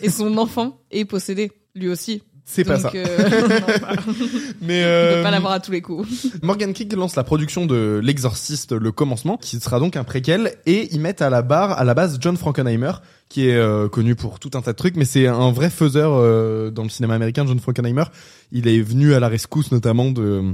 E: et son enfant est possédé, lui aussi.
B: C'est pas ça.
E: Donc, euh, non,
B: Mais
E: on
B: euh,
E: peut pas l'avoir à tous les coups.
B: Morgan Creek lance la production de L'Exorciste, le commencement, qui sera donc un préquel, et ils mettent à la barre, à la base, John Frankenheimer, qui est euh, connu pour tout un tas de trucs, mais c'est un vrai faiseur euh, dans le cinéma américain, John Frankenheimer. Il est venu à la rescousse notamment de euh,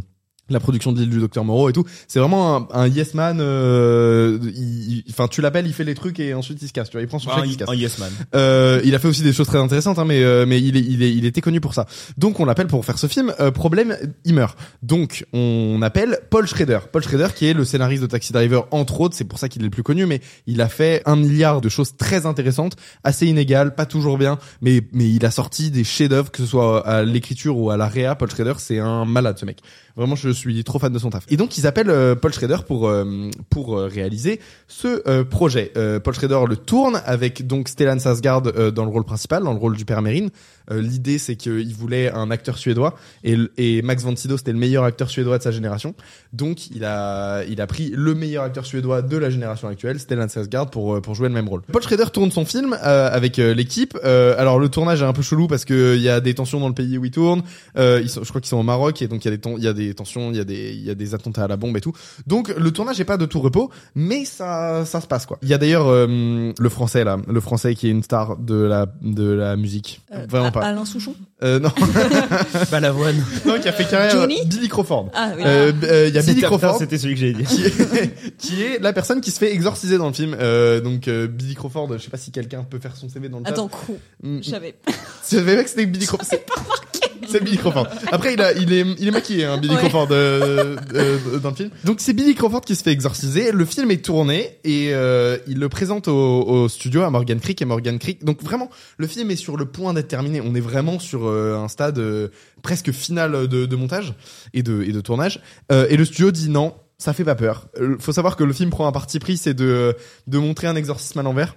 B: la production de l'île du docteur Moreau et tout. C'est vraiment un, un yes man. euh, il- il- Enfin, tu l'appelles, il fait les trucs et ensuite il se casse. Tu vois, il prend son chèque, il se casse.
C: Un yes man.
B: Euh, il a fait aussi des choses très intéressantes, hein, mais euh, mais il est, il est il était connu pour ça. Donc on l'appelle pour faire ce film. Euh, problème, il meurt. Donc on appelle Paul Schrader. Paul Schrader qui est le scénariste de Taxi Driver entre autres. C'est pour ça qu'il est le plus connu, mais il a fait un milliard de choses très intéressantes, assez inégales, pas toujours bien, mais mais il a sorti des chefs-d'œuvre que ce soit à l'écriture ou à la réa. Paul Schrader, c'est un malade ce mec. Vraiment, je suis trop fan de son taf. Et donc ils appellent euh, Paul Schrader pour euh, pour euh, réaliser ce euh, projet. Euh, Paul Schrader le tourne avec donc Stellan Sasgard euh, dans le rôle principal, dans le rôle du père Merrin. Euh, L'idée c'est qu'il voulait un acteur suédois et, l- et Max von Sydow c'était le meilleur acteur suédois de sa génération. Donc il a il a pris le meilleur acteur suédois de la génération actuelle, Stellan Sasgard pour euh, pour jouer le même rôle. Paul Schrader tourne son film euh, avec euh, l'équipe. Euh, alors le tournage est un peu chelou parce que il y a des tensions dans le pays où il tourne. Euh, ils sont- je crois qu'ils sont au Maroc et donc il y a des ten- il y a des tensions, il y a des il y a des attentats à la bombe et tout. Donc le tournage est pas de tout repos mais ça ça se passe quoi. Il y a d'ailleurs euh, le français là, le français qui est une star de la de la musique.
D: Euh,
B: Vraiment
D: A-
B: pas.
D: Alain Souchon.
B: Euh, non, Bah,
C: Balavoine.
B: non, qui a fait carrière
D: Johnny
B: Billy Crawford.
D: Ah oui.
B: Euh, b- euh, Il y a Billy
C: C'était-
B: Crawford
C: C'était celui que j'allais dire.
B: qui est, qui est la personne qui se fait exorciser dans le film. Euh, donc euh, Billy Crawford, je sais pas si quelqu'un peut faire son CV dans le chat.
D: Attends, quoi
B: Mm,
D: Je savais.
B: Je savais pas que c'était Billy Crawford. C'est Billy Crawford. Après, il, a, il, est, il est maquillé, hein, Billy
D: Ouais.
B: Crawford, euh, euh, dans le film. Donc, c'est Billy Crawford qui se fait exorciser. Le film est tourné et euh, il le présente au, au studio à Morgan Creek. Et Morgan Creek, donc vraiment, le film est sur le point d'être terminé. On est vraiment sur euh, un stade euh, presque final de, de montage et de, et de tournage. Euh, et le studio dit non, ça fait pas peur. Euh, faut savoir que le film prend un parti pris, c'est de, de montrer un exorcisme à l'envers.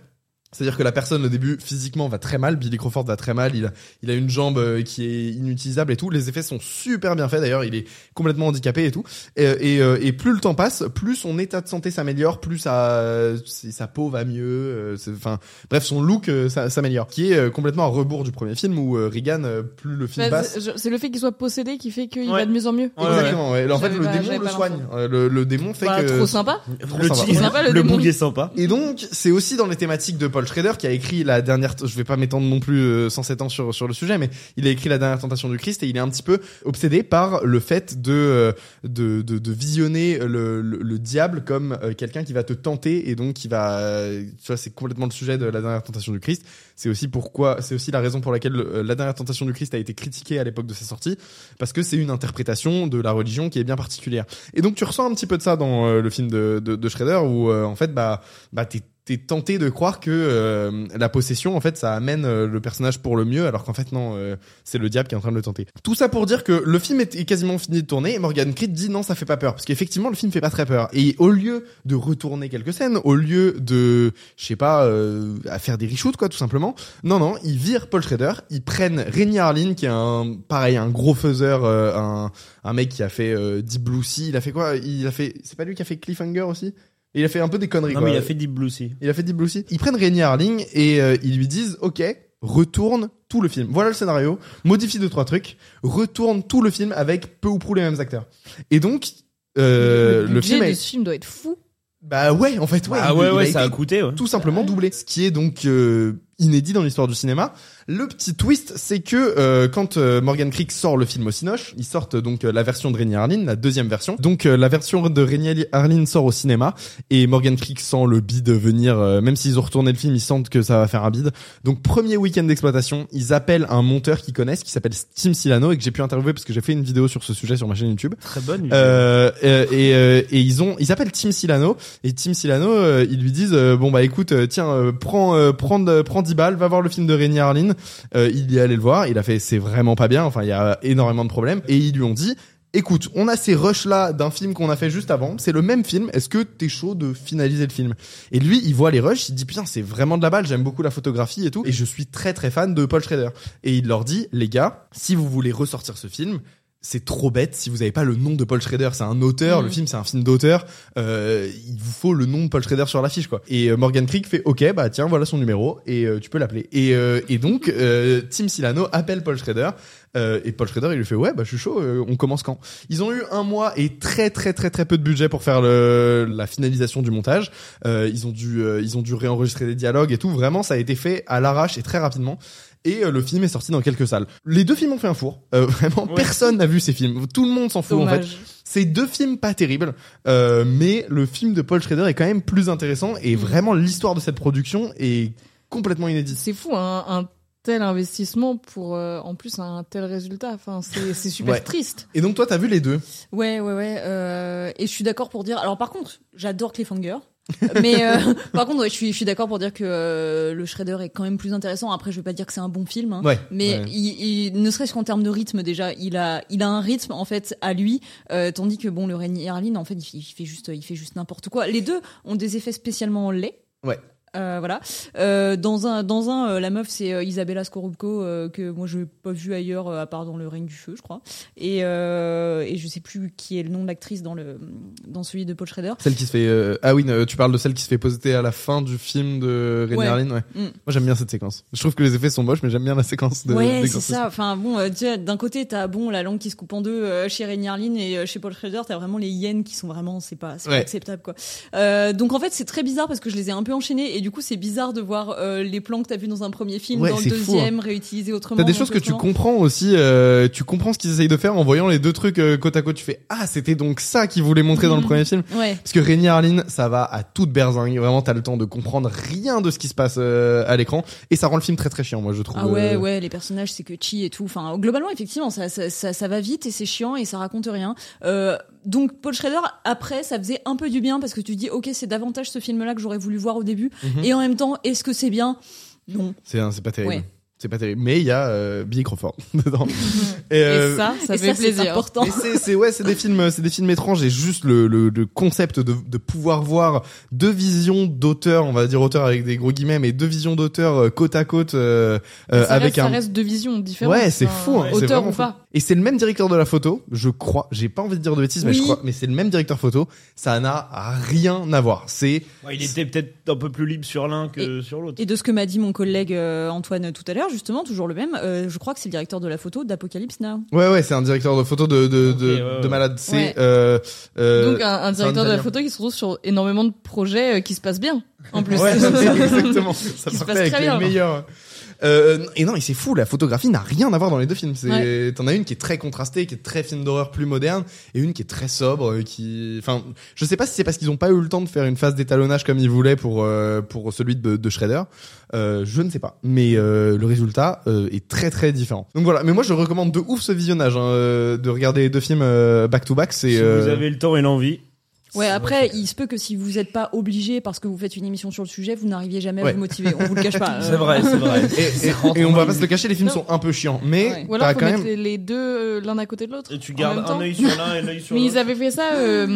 B: C'est-à-dire que la personne au début physiquement va très mal, Billy Crawford va très mal, il a, il a une jambe euh, qui est inutilisable et tout. Les effets sont super bien faits d'ailleurs, il est complètement handicapé et tout. Et, et, euh, et plus le temps passe, plus son état de santé s'améliore, plus sa, si sa peau va mieux. euh, c'est- Enfin, bref, son look euh, ça- s'améliore. Qui est euh, complètement à rebours du premier film où euh, Regan, euh, plus le film
E: Bah,
B: passe,
E: c'est je- c'est le fait qu'il soit possédé qui fait qu'il
C: Ouais.
E: va de mieux en mieux.
C: Ouais,
B: Exactement, ouais. En fait,
E: J'avais
B: le
E: pas-
B: démon
E: j'avais
B: le
E: pas
B: soigne. Euh, Le, le démon fait
E: Bah,
B: que.
E: Trop sympa.
B: Trop sympa.
C: tigre,
E: Sympa, le
C: le
E: démon.
C: bouc est sympa.
B: Et donc, c'est aussi dans les thématiques de Paul Schrader qui a écrit la dernière. Je vais pas m'étendre non plus euh, 107 ans sur sur le sujet, mais il a écrit la dernière tentation du Christ et il est un petit peu obsédé par le fait de euh, de, de, de visionner le, le, le diable comme euh, quelqu'un qui va te tenter et donc qui va. euh, tu vois, c'est complètement le sujet de la dernière tentation du Christ. C'est aussi pourquoi, c'est aussi la raison pour laquelle euh, la dernière tentation du Christ a été critiquée à l'époque de sa sortie parce que c'est une interprétation de la religion qui est bien particulière. Et donc tu ressens un petit peu de ça dans euh, le film de de, de Schrader où euh, en fait bah bah t'es t'es tenté de croire que euh, la possession, en fait, ça amène euh, le personnage pour le mieux, alors qu'en fait, non, euh, c'est le diable qui est en train de le tenter. Tout ça pour dire que le film est, est quasiment fini de tourner et Morgan Creed dit non, ça fait pas peur, parce qu'effectivement, le film fait pas très peur. Et au lieu de retourner quelques scènes, au lieu de, je sais pas, euh, à faire des reshoots, quoi, tout simplement, non, non, ils virent Paul Schrader, ils prennent Rémi Harlin, qui est un, pareil, un gros faiseur, euh, un, un mec qui a fait euh, Deep Blue Sea, il a fait quoi Il a fait, c'est pas lui qui a fait Cliffhanger aussi il a fait un peu des conneries.
C: Non,
B: quoi.
C: mais il a fait Deep Blue aussi.
B: Il a fait Deep Blue Sea. Ils prennent Rainy Harling et euh, ils lui disent OK, retourne tout le film. Voilà le scénario. Modifie deux trois trucs. Retourne tout le film avec peu ou prou les mêmes acteurs. Et donc euh, le,
E: budget
B: film
E: de
B: est...
E: ce film doit être fou.
B: bah ouais en fait ouais.
C: ah
B: il-
C: ouais,
B: il a
C: ouais,
B: été
C: ça a coûté, ouais.
B: tout simplement doublé. Ce qui est donc euh, inédit dans l'histoire du cinéma. Le petit twist, c'est que euh, quand euh, Morgan Creek sort le film au Cinoche, ils sortent donc euh, la version de Rainy Harlin, la deuxième version. Donc euh, la version de Rainy Harlin sort au cinéma et Morgan Creek sent le bid venir. euh, même s'ils ont retourné le film, ils sentent que ça va faire un bid. Donc premier week-end d'exploitation, ils appellent un monteur qu'ils connaissent, qui s'appelle Tim Silano et que j'ai pu interviewer parce que j'ai fait une vidéo sur ce sujet sur ma chaîne YouTube.
C: Très bonne.
B: Euh, euh, et, euh, et ils ont, ils appellent Tim Silano et Tim Silano, euh, ils lui disent euh, bon bah écoute, euh, tiens, euh, prends, euh, prends, euh, prends 10 balles, va voir le film de Rainy Harlin. Euh, il y est allé le voir, il a fait c'est vraiment pas bien, enfin il y a énormément de problèmes et ils lui ont dit écoute, on a ces rushs là d'un film qu'on a fait juste avant, c'est le même film, est-ce que t'es chaud de finaliser le film Et lui, il voit les rushs, il dit putain c'est vraiment de la balle, j'aime beaucoup la photographie et tout, et je suis très très fan de Paul Schrader. Et il leur dit les gars, si vous voulez ressortir ce film, c'est trop bête si vous n'avez pas le nom de Paul Schrader. C'est un auteur,
E: Mhm.
B: le film c'est un film d'auteur. Euh, il vous faut le nom de Paul Schrader sur l'affiche quoi. Et euh, Morgan Creek fait OK, bah tiens voilà son numéro et euh, tu peux l'appeler. Et, euh, et donc euh, Tim Silano appelle Paul Schrader. euh, et Paul Schrader il lui fait ouais bah je suis chaud, euh, on commence quand Ils ont eu un mois et très très très très peu de budget pour faire le, la finalisation du montage. Euh, ils ont dû euh, ils ont dû réenregistrer des dialogues et tout. Vraiment ça a été fait à l'arrache et très rapidement. Et euh, le film est sorti dans quelques salles. Les deux films ont fait un four. Euh, vraiment,
C: Ouais.
B: personne n'a vu ces films. Tout le monde s'en fout en fait.
E: Dommage.
B: C'est deux films pas terribles, euh, mais le film de Paul Schrader est quand même plus intéressant
D: Mm.
B: et vraiment l'histoire de cette production est complètement inédite.
E: C'est fou un, un tel investissement pour euh, en plus un tel résultat. Enfin, c'est c'est super
B: Ouais.
E: triste.
B: Et donc toi, t'as vu les deux
D: Ouais, ouais, ouais. euh, et je suis d'accord pour dire. Alors, par contre, j'adore Cliffhanger. mais euh, par contre, ouais, je suis, je suis d'accord pour dire que euh, le Shredder est quand même plus intéressant. Après, je vais pas dire que c'est un bon film, hein,
B: Ouais.
D: mais
B: Ouais.
D: il, il- ne serait-ce qu'en termes de rythme déjà, il a, il a un rythme en fait à lui, euh, tandis que bon, le Rainy Harlin, en fait, il, il fait juste, il fait juste n'importe quoi. Les deux ont des effets spécialement laids.
B: Ouais.
D: Euh, voilà. Euh, dans un, dans un, euh, la meuf c'est euh, Isabella Scorupco euh, que moi je n'ai pas vu ailleurs euh, à part dans le règne du feu, je crois. Et, euh, et je sais plus qui est le nom de l'actrice dans le, dans celui de Paul Schrader.
B: Celle qui se fait euh, ah oui, euh, tu parles de celle qui se fait poser à la fin du film de Rainy
D: Ouais.
B: Harlin, ouais.
D: Mm.
B: Moi, j'aime bien cette séquence. Je trouve que les effets sont moches, mais j'aime bien la séquence de.
D: ouais, c'est
B: d'exorcisme.
D: ça. Enfin bon, euh, tu vois, d'un côté t'as bon la langue qui se coupe en deux euh, chez Rainy Harlin et euh, chez Paul Schrader, t'as vraiment les hyènes qui sont vraiment c'est pas, c'est pas
B: Ouais.
D: acceptable quoi. Euh, donc en fait c'est très bizarre parce que je les ai un peu enchaînés et du coup c'est bizarre de voir euh, les plans que t'as vu dans un premier film
B: Ouais,
D: dans le
B: c'est fou, hein.
D: deuxième réutilisés autrement.
B: T'as des
D: dans
B: choses
D: le
B: que tu
D: précédent.
B: comprends aussi, euh, tu comprends ce qu'ils essayent de faire en voyant les deux trucs euh, côte à côte. Tu fais ah c'était donc ça qu'ils voulaient montrer dans le
D: Mhm.
B: premier film.
D: Ouais.
B: Parce que Rainy Harlin, ça va à toute berzingue. Vraiment, t'as le temps de comprendre rien de ce qui se passe euh, à l'écran. Et ça rend le film très très chiant, moi, je trouve.
D: Ah ouais,
B: Euh,
D: ouais, les personnages, c'est que chi et tout. Enfin, globalement, effectivement, ça, ça, ça, ça va vite et c'est chiant et ça raconte rien. Euh, donc, Paul Schrader, après, ça faisait un peu du bien parce que tu dis, ok, c'est davantage ce film-là que j'aurais voulu voir au début.
B: Mhm.
D: Et en même temps, est-ce que c'est bien Non.
B: C'est c'est pas terrible.
D: Ouais.
B: C'est pas terrible. Mais il y a euh, Billy Crawford dedans. Et,
E: et
B: euh,
E: ça, ça
D: et
E: fait
D: c'est
E: plaisir.
D: important.
B: mais c'est, c'est ouais, c'est des films, euh, c'est des films étranges et juste le, le, le concept de, de pouvoir voir deux visions d'auteurs, on va dire auteurs avec des gros guillemets, mais deux visions d'auteurs euh, côte à côte euh, euh,
E: ça,
B: avec
E: reste, ça
B: un
E: reste deux visions différentes.
B: Ouais, c'est
E: Enfin,
B: fou, hein, c'est
E: Auteur
B: vraiment
E: ou
B: fou.
E: pas.
B: Et c'est le même directeur de la photo, je crois. J'ai pas envie de dire de bêtises, mais je
D: Oui.
B: crois. Mais c'est le même directeur photo. Ça n'a rien à voir. C'est
C: Ouais, il était peut-être un peu plus libre sur l'un que sur l'autre.
D: Et de ce que m'a dit mon collègue euh, Antoine tout à l'heure, justement, toujours le même, euh, je crois que c'est le directeur de la photo d'Apocalypse Now.
B: ouais, ouais, c'est un directeur de photo de de
C: Ok,
B: de,
C: ouais, ouais.
B: de malade. C'est
D: Ouais.
B: euh, euh,
E: Donc un, un
B: c'est un
E: directeur de la
B: Italien.
E: photo qui se retrouve sur énormément de projets euh, qui se passent bien. En plus.
B: ouais, exactement. Ça
E: Qui
B: partait
E: se passe
B: avec
E: très
B: les
E: bien.
B: meilleurs. Euh, et non, et c'est fou. La photographie n'a rien à voir dans les deux films. C'est t'en as une qui est très contrastée, qui est très film d'horreur plus moderne, et une qui est très sobre, euh, qui. Enfin, je sais pas si c'est parce qu'ils ont pas eu le temps de faire une phase d'étalonnage comme ils voulaient pour euh, pour celui de, de Shredder. Euh, je ne sais pas, mais euh, le résultat euh, est très très différent. Donc voilà. Mais moi, je recommande de ouf ce visionnage, hein, euh, de regarder les deux films euh, back to back. C'est
C: si
B: euh,
C: vous avez le temps et l'envie.
D: Ouais, après, il se peut que si vous n'êtes pas obligé parce que vous faites une émission sur le sujet, vous n'arriviez jamais à
B: Ouais.
D: vous motiver. On vous le cache pas. euh.
C: C'est vrai, c'est vrai.
B: Et, et- et on va pas se le cacher, les films
E: Non.
B: sont un peu chiants, mais
D: Ouais.
E: Ou alors,
B: t'as
E: faut
B: quand
E: mettre
B: même.
E: les, les deux euh, l'un à côté de l'autre.
C: Et tu
E: en
C: gardes
E: même temps.
C: un œil sur l'un et l'œil sur
E: Mais ils
C: l'autre.
E: avaient fait ça euh,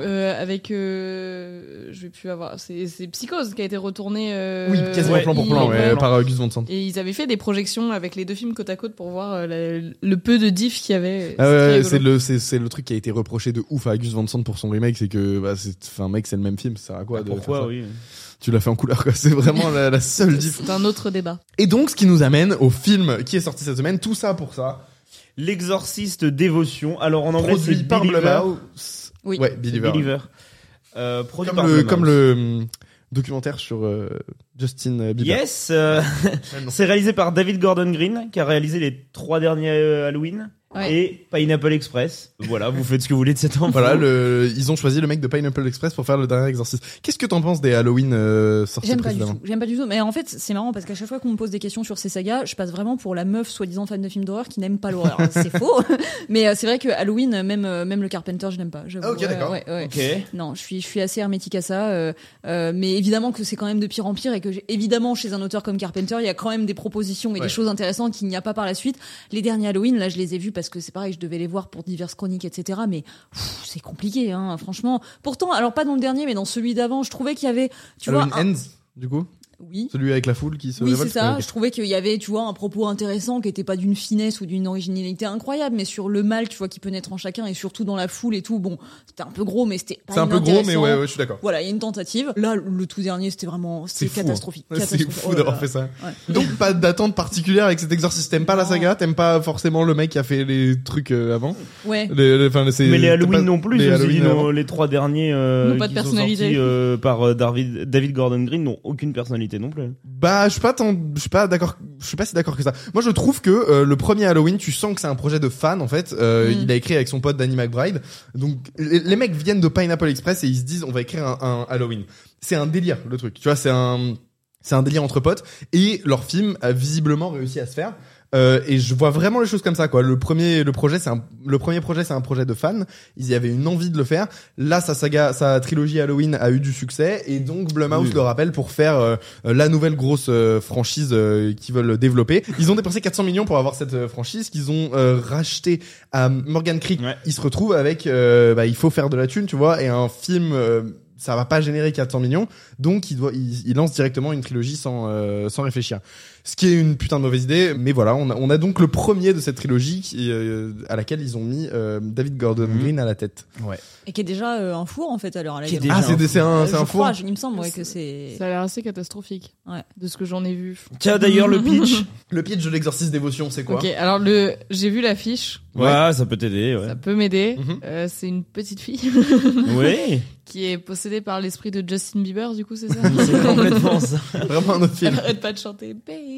E: euh, avec, euh, je vais plus avoir, c'est c'est Psychose qui a été retourné. euh,
B: Oui, quasiment
C: Ouais,
B: plan pour
E: il-
B: plan, ouais,
E: ouais.
B: par euh, Gus Van Sant.
E: Et ils avaient fait des projections avec les deux films côte à côte pour voir euh, la- le peu de diff qu'il y avait.
B: Ah ouais,
E: C'était rigolo.
B: c'est le c'est c'est le truc qui a été reproché de ouf à Gus Van Sant pour son remake, c'est que bah c'est enfin mec c'est le même film, ça sert à quoi de faire
C: Ah, Pourquoi,
B: ça
C: Bah, oui.
B: Tu l'as fait en couleur quoi, c'est vraiment la, la seule diff.
E: C'est un autre débat.
B: Et donc ce qui nous amène au film qui est sorti cette semaine, tout ça pour ça,
C: L'exorciste dévotion. Alors en anglais, c'est
B: produit par
C: Believer.
B: Blumhouse.
D: Oui.
B: Ouais,
C: C'est
B: Believer.
C: Believer. Euh, produit
B: Comme
C: par
B: le
C: Blumhouse.
B: comme le hum, documentaire sur euh, Justin Bieber.
C: Yes, euh, c'est réalisé par David Gordon Green qui a réalisé les trois derniers euh, Halloween
D: Ouais.
C: et Pineapple Express. Voilà, vous faites ce que vous voulez de cet enfant.
B: Voilà, le, ils ont choisi le mec de Pineapple Express pour faire le dernier exorciste. Qu'est-ce que t'en penses des Halloween euh, sortis
D: J'aime pas du
B: précédemment
D: tout. J'aime pas du tout. Mais en fait, c'est marrant parce qu'à chaque fois qu'on me pose des questions sur ces sagas, je passe vraiment pour la meuf soi-disant fan de films d'horreur qui n'aime pas l'horreur. c'est faux. Mais euh, c'est vrai que Halloween, même euh, même le Carpenter, je n'aime pas. j'avoue.
B: Ah, ok,
D: Ouais,
B: d'accord.
D: ouais, ouais.
C: Ok.
D: Non, je suis je suis assez hermétique à ça. euh, euh, mais évidemment que c'est quand même de pire en pire et que j'ai- évidemment chez un auteur comme Carpenter, il y a quand même des propositions et
B: Ouais.
D: des choses intéressantes qu'il n'y a pas par la suite. Les derniers Halloween, là, je les ai vus parce que c'est pareil, je devais les voir pour diverses chroniques, etc. Mais pff, c'est compliqué, hein, franchement. Pourtant, alors pas dans le dernier, mais dans celui d'avant, je trouvais qu'il y avait, tu
B: Halloween
D: vois, un-
B: Ends, du coup,
D: oui.
B: celui avec la foule qui se.
D: Oui, c'est
B: révolte
D: ça.
B: Ok.
D: Je trouvais qu'il y avait, tu vois, un propos intéressant qui était pas d'une finesse ou d'une originalité incroyable, mais sur le mal, tu vois, qui peut naître en chacun et surtout dans la foule et tout. Bon, c'était un peu gros, mais c'était pas
B: C'est un peu gros, mais
D: inintéressant.
B: ouais, ouais, je suis d'accord.
D: Voilà, il y a une tentative. Là, le tout dernier, c'était vraiment,
B: C'est
D: c'est
B: fou, hein.
D: catastrophique.
B: Ouais, C'est
D: Catastrophique.
B: fou
D: Oh là
B: d'avoir
D: là.
B: fait ça.
D: Ouais.
B: Donc pas d'attente particulière avec cet exorciste. T'aimes pas la
D: Non.
B: saga, t'aimes pas forcément le mec qui a fait les trucs euh, avant.
D: Ouais.
B: Les- les- enfin, c'est-
C: Mais les
B: t'as
C: Halloween
B: pas-
C: non plus,
B: les
C: je me suis dit,
B: Halloween
C: non,
B: avant.
C: les trois derniers euh,
E: N'ont pas de
C: qui sont
E: personnalité.
C: sortis, euh, par euh, David, David Gordon Green n'ont aucune personnalité non plus.
B: Bah, je suis pas tant, je suis pas d'accord, je suis pas si d'accord que ça. Moi, je trouve que euh, le premier Halloween, tu sens que c'est un projet de fan en fait. Euh,
D: Mm.
B: Il a écrit avec son pote Danny McBride. Donc, les, les mecs viennent de Pineapple Express et ils se disent, on va écrire un, un Halloween. C'est un délire, le truc. Tu vois, c'est un, c'est un délire entre potes. Et leur film a visiblement réussi à se faire. Euh, et je vois vraiment les choses comme ça quoi. Le premier le projet c'est un le premier projet c'est un projet de fans. Ils y avaient une envie de le faire. Là sa saga sa trilogie Halloween a eu du succès et donc Blumhouse
C: Oui.
B: le rappelle pour faire euh, la nouvelle grosse euh, franchise euh, qu'ils veulent développer. Ils ont dépensé 400 millions pour avoir cette euh, franchise qu'ils ont euh, racheté à Morgan Creek.
C: Ouais.
B: Ils se retrouvent avec euh, bah, il faut faire de la thune tu vois et un film euh, ça va pas générer 400 millions, donc il, doit, il, il lance directement une trilogie sans, euh, sans réfléchir. Ce qui est une putain de mauvaise idée, mais voilà, on a, on a donc le premier de cette trilogie qui, euh, à laquelle ils ont mis euh, David Gordon
C: Mhm.
B: Green à la tête.
D: Et qui est déjà euh, un four, en fait, à l'heure à laquelle-
C: Qui est déjà
B: ah, c'est des- c'est un,
D: Euh,
B: c'est un
D: je
B: four
D: crois, je- il me semble ouais, que c'est.
E: Ça a l'air assez catastrophique.
D: Ouais.
E: De ce que j'en ai vu.
C: Tiens, d'ailleurs, le pitch.
B: Le pitch de l'exorcisme dévotion, c'est quoi
E: Ok, alors le, j'ai vu l'affiche.
C: ouais. ça peut t'aider,
E: Ça
C: ouais.
E: peut m'aider.
B: Mhm.
E: Euh, c'est une petite fille
C: oui,
E: qui est possédée par l'esprit de Justin Bieber, du coup, c'est ça
C: c'est complètement ça.
B: Vraiment un autre
E: Elle
B: film.
E: n'arrête pas de chanter Baby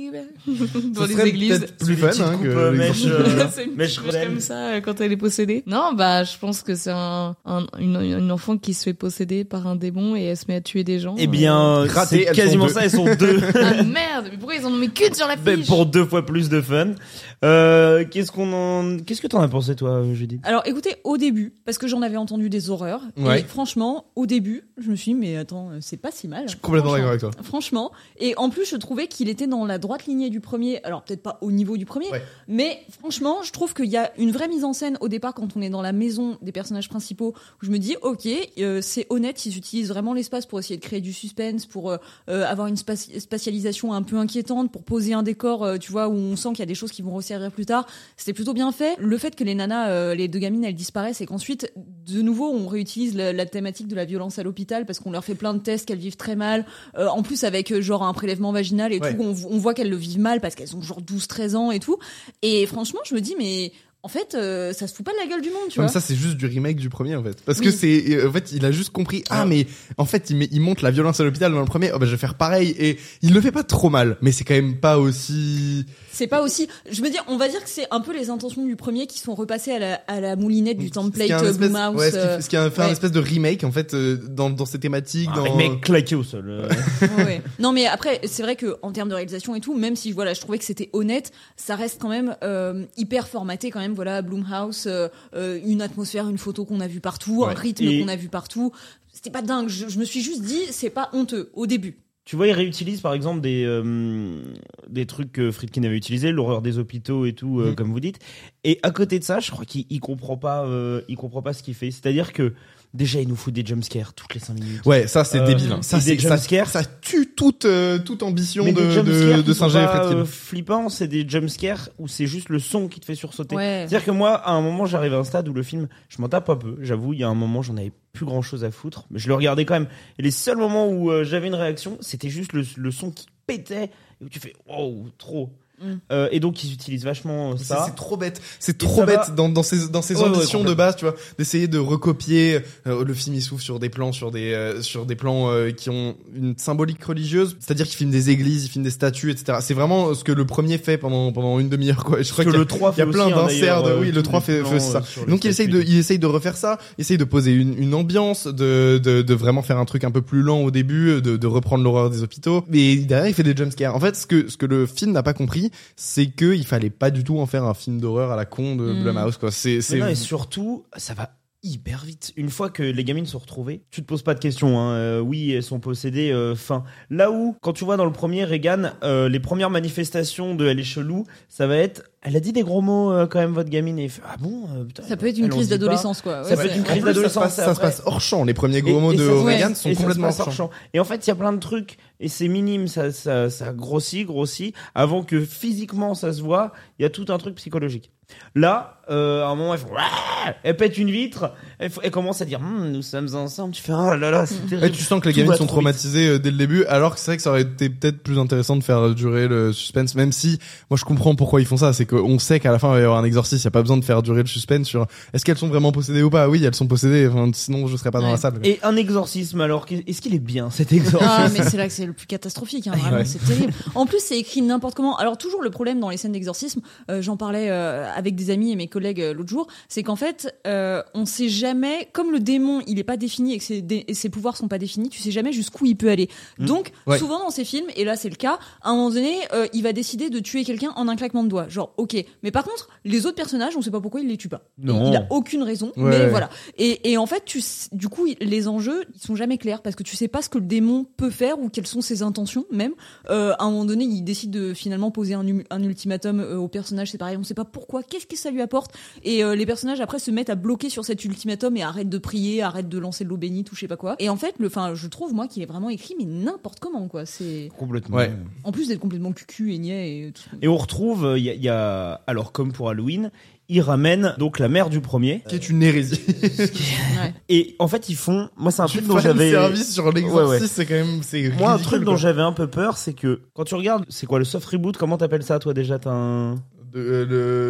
E: dans
B: Ce
E: les
B: serait
E: églises.
B: peut-être plus fun
C: petites
B: hein, que
C: coupes, euh,
B: l'exorcisme.
C: mèche, euh,
E: c'est une
C: mais
E: petite
C: je
E: chose
C: relève.
E: comme ça euh, quand elle est possédée. Non, bah je pense que c'est un, un- une, une enfant qui se fait posséder par un démon et elle se met à tuer des gens.
C: Eh bien,
B: Raté,
C: c'est
B: elles sont
C: quasiment
B: deux.
C: ça, elles sont deux.
E: Ah merde, mais pourquoi ils en ont mis qu'une sur la
C: Ben,
E: fiche
C: pour deux fois plus de fun. Euh, qu'est-ce qu'on en, qu'est-ce que t'en as pensé, toi, Judith?
D: Alors écoutez, au début, parce que j'en avais entendu des horreurs,
B: Ouais.
D: et franchement, au début, je me suis dit, mais attends, euh, c'est pas si mal.
B: Je suis complètement
D: Franchement.
B: d'accord avec toi.
D: Franchement, et en plus je trouvais qu'il était dans la droite lignée du premier, alors peut-être pas au niveau du premier,
B: Ouais.
D: mais franchement je trouve qu'il y a une vraie mise en scène au départ quand on est dans la maison des personnages principaux, où je me dis ok euh, c'est honnête, ils utilisent vraiment l'espace pour essayer de créer du suspense, pour euh, euh, avoir une spaci- spatialisation un peu inquiétante, pour poser un décor, euh, tu vois, où on sent qu'il y a des choses qui vont resservir plus tard, c'était plutôt bien fait. Le fait que les nanas, euh, les deux gamines, elles disparaissent et qu'ensuite, de nouveau, on réutilise la, la thématique de la violence à l'hôpital parce qu'on leur fait plein de tests qu'elles vivent très mal. Euh, en plus, avec euh, genre un prélèvement vaginal et
B: Ouais.
D: tout, on, vo- on voit qu'elles le vivent mal parce qu'elles ont genre 12-13 ans et tout. Et franchement, je me dis, mais en fait, euh, ça se fout pas de la gueule du monde, tu
B: Comme
D: vois.
B: ça, c'est juste du remake du premier en fait. Parce
D: Oui.
B: que c'est, euh, en fait, il a juste compris. Ah, mais en fait, il, met- il monte la violence à l'hôpital dans le premier. Oh, bah, je vais faire pareil. Et il le fait pas trop mal, mais c'est quand même pas aussi.
D: C'est pas aussi. Je veux dire, on va dire que c'est un peu les intentions du premier qui sont repassées à la, à la moulinette du
B: Ce qui
D: template
B: est un
D: euh,
B: espèce-
D: Blumhouse.
B: ouais, ce qui-
D: euh,
B: ce qui a fait un
D: ouais.
B: espèce de remake en fait euh, dans dans ces thématiques.
C: Ah,
B: dans...
C: mec claqué au sol. euh.
D: Ouais, ouais. Non mais après c'est vrai que en termes de réalisation et tout, même si voilà je trouvais que c'était honnête, ça reste quand même euh, hyper formaté quand même même voilà à Bloomhouse euh, euh, une atmosphère, une photo qu'on a vue partout, un
B: Ouais.
D: rythme
C: Et-
D: qu'on a vu partout. C'était pas dingue. Je, je me suis juste dit c'est pas honteux au début.
C: Tu vois, ils réutilisent par exemple des, euh, des trucs que Friedkin avait utilisés, l'horreur des hôpitaux et tout, euh,
B: Mhm.
C: comme vous dites. Et à côté de ça, je crois qu'il il comprend pas, euh, il comprend pas ce qu'il fait. C'est-à-dire que déjà, il nous fout des jumpscares toutes les 5 minutes.
B: Ouais, ça c'est
C: Euh,
B: débile. hein.
C: et
B: Ça
C: des
B: c'est ça,
C: jumpscares.
B: ça tue toute euh, toute ambition
C: Mais
B: de
C: des jumpscares
B: de,
C: qui
B: de
C: sont
B: Singer et
C: pas,
B: Friedkin.
C: euh, flippants, c'est des jumpscares où c'est juste le son qui te fait sursauter.
D: Ouais.
C: C'est-à-dire que moi, à un moment, j'arrive à un stade où le film, je m'en tape un peu. J'avoue, il y a un moment, j'en avais plus grand chose à foutre. Mais je le regardais quand même. Et les seuls moments où euh, j'avais une réaction, c'était juste le, le son qui pétait. Et où tu fais, wow, trop.
D: Mm.
C: Euh, et donc, ils utilisent vachement euh,
B: C'est
C: ça.
B: c'est trop bête, c'est
C: Et
B: trop
C: ça
B: bête
C: va-
B: dans, dans ces dans ces
C: Ouais, ouais,
B: ambitions de
C: complètement.
B: base, tu vois, d'essayer de recopier. euh, le film il s'ouvre sur des plans, sur des euh, sur des plans euh, qui ont une symbolique religieuse, c'est-à-dire qu'il filme des églises, il filme des statues, etc. C'est vraiment ce que le premier fait pendant pendant une demi-heure, quoi. Et Je crois qu'il y
C: Parce que
B: a-
C: le 3
B: il y a
C: fait
B: plein
C: aussi, hein,
B: d'inserts de-
C: d'ailleurs,
B: oui,
C: euh,
B: le
C: tous
B: 3
C: les
B: fait,
C: plans,
B: fait ça.
C: euh, sur les
B: Donc il essaye de,
C: statues.
B: il essaye de refaire ça, il essaye de poser une, une ambiance, de, de, de vraiment faire un truc un peu plus lent au début, de, de reprendre l'horreur des hôpitaux. Mais derrière, il fait des jumpscares. En fait, ce que, ce que le film n'a pas compris, c'est que il fallait pas du tout en faire un film d'horreur à la con de
D: Mm.
B: Blumhouse, quoi. C'est,
C: Hmm. Mais
B: c'est,
C: non, et surtout, ça va hyper vite. Une fois que les gamines sont retrouvées, tu te poses pas de questions. Hein. Euh, oui, elles sont possédées. euh, fin. Là où, quand tu vois dans le premier Regan, euh, les premières manifestations de elle est chelou, ça va être. Elle a dit des gros mots euh, quand même votre gamine. Et fait, ah bon. euh, putain,
D: Ça peut être
C: elle
D: une
C: en
D: crise
C: dit pas.
D: d'adolescence quoi.
C: Ça
D: Ouais,
C: peut
D: c'est-
C: être une
B: en plus, ça
C: crise
B: se
C: d'adolescence,
B: passe, ça se
C: après.
B: passe hors champ. Les premiers gros mots
C: Et- et
B: de
C: ça se
B: Reagan
C: passe-
B: sont
C: et ça se
B: complètement
C: passe
B: hors champ.
C: hors champ. Et en fait, il y a plein de trucs et c'est minime, ça, ça, ça grossit, grossit. Avant que physiquement ça se voit, il y a tout un truc psychologique. Là, euh, à un moment, elle, fait, Ouah elle pète une vitre, elle, f- elle commence à dire Hum, Nous sommes ensemble. Tu fais Oh là là, c'est
B: Ouais,
C: terrible.
B: tu sens que les
C: Tout
B: gamines
C: va
B: sont
C: trop vite.
B: traumatisées euh, dès le début, alors que c'est vrai que ça aurait été peut-être plus intéressant de faire durer le suspense, même si moi je comprends pourquoi ils font ça, c'est qu'on sait qu'à la fin il va y avoir un exorcisme, il n'y a pas besoin de faire durer le suspense sur est-ce qu'elles sont vraiment possédées ou pas, oui elles sont possédées, enfin, sinon je serais pas dans
D: Ouais.
B: la salle.
C: Et un exorcisme, alors, qu'est- est-ce qu'il est bien cet exorcisme
D: Ah mais c'est là que c'est le plus catastrophique, hein, vraiment,
B: Ouais.
D: c'est terrible. En plus c'est écrit n'importe comment. Alors toujours le problème dans les scènes d'exorcisme, euh, j'en parlais euh, avec des amis et mes collègues euh, l'autre jour, c'est qu'en fait euh, on sait jamais, comme le démon il est pas défini et que ses, dé- et ses pouvoirs sont pas définis, tu sais jamais jusqu'où il peut aller.
C: Mhm.
D: Donc
B: Mm. Ouais.
D: souvent dans ces films, et là c'est le cas, à un moment donné euh, il va décider de tuer quelqu'un en un claquement de doigts, genre ok. Mais par contre les autres personnages on sait pas pourquoi il les tue pas.
C: Non.
D: Il a aucune raison,
B: Ouais,
D: mais
B: ouais.
D: voilà. Et, et en fait, tu, s- du coup, il- les enjeux, ils sont jamais clairs parce que tu sais pas ce que le démon peut faire ou quelles sont ses intentions même. Euh, à un moment donné, il décide de finalement poser un, hum- un ultimatum euh, au personnage. C'est pareil, on sait pas pourquoi, qu'est-ce que ça lui apporte. Et euh, les personnages après se mettent à bloquer sur cet ultimatum et arrêtent de prier, arrêtent de lancer de l'eau bénite ou je sais pas quoi. Et en fait, le, enfin, je trouve moi qu'il est vraiment écrit mais n'importe comment quoi. C'est
C: Complètement.
B: Ouais.
D: en plus d'être complètement cucu et niais et tout.
C: Et on retrouve, euh, il y a- il y, a, alors comme pour Halloween, ils ramènent donc la mère du premier.
B: Qui est une hérésie.
D: Ouais.
C: Et en fait, ils font. Moi, c'est un
B: Tu
C: truc dont
B: fais un
C: j'avais.
B: service sur l'exorcisme,
C: Ouais, ouais.
B: c'est quand même, c'est
C: Moi, un
B: ridicule,
C: truc dont
B: quoi.
C: j'avais un peu peur, c'est que quand tu regardes, c'est quoi le soft reboot Comment t'appelles ça, toi déjà T'as un.
B: De, euh,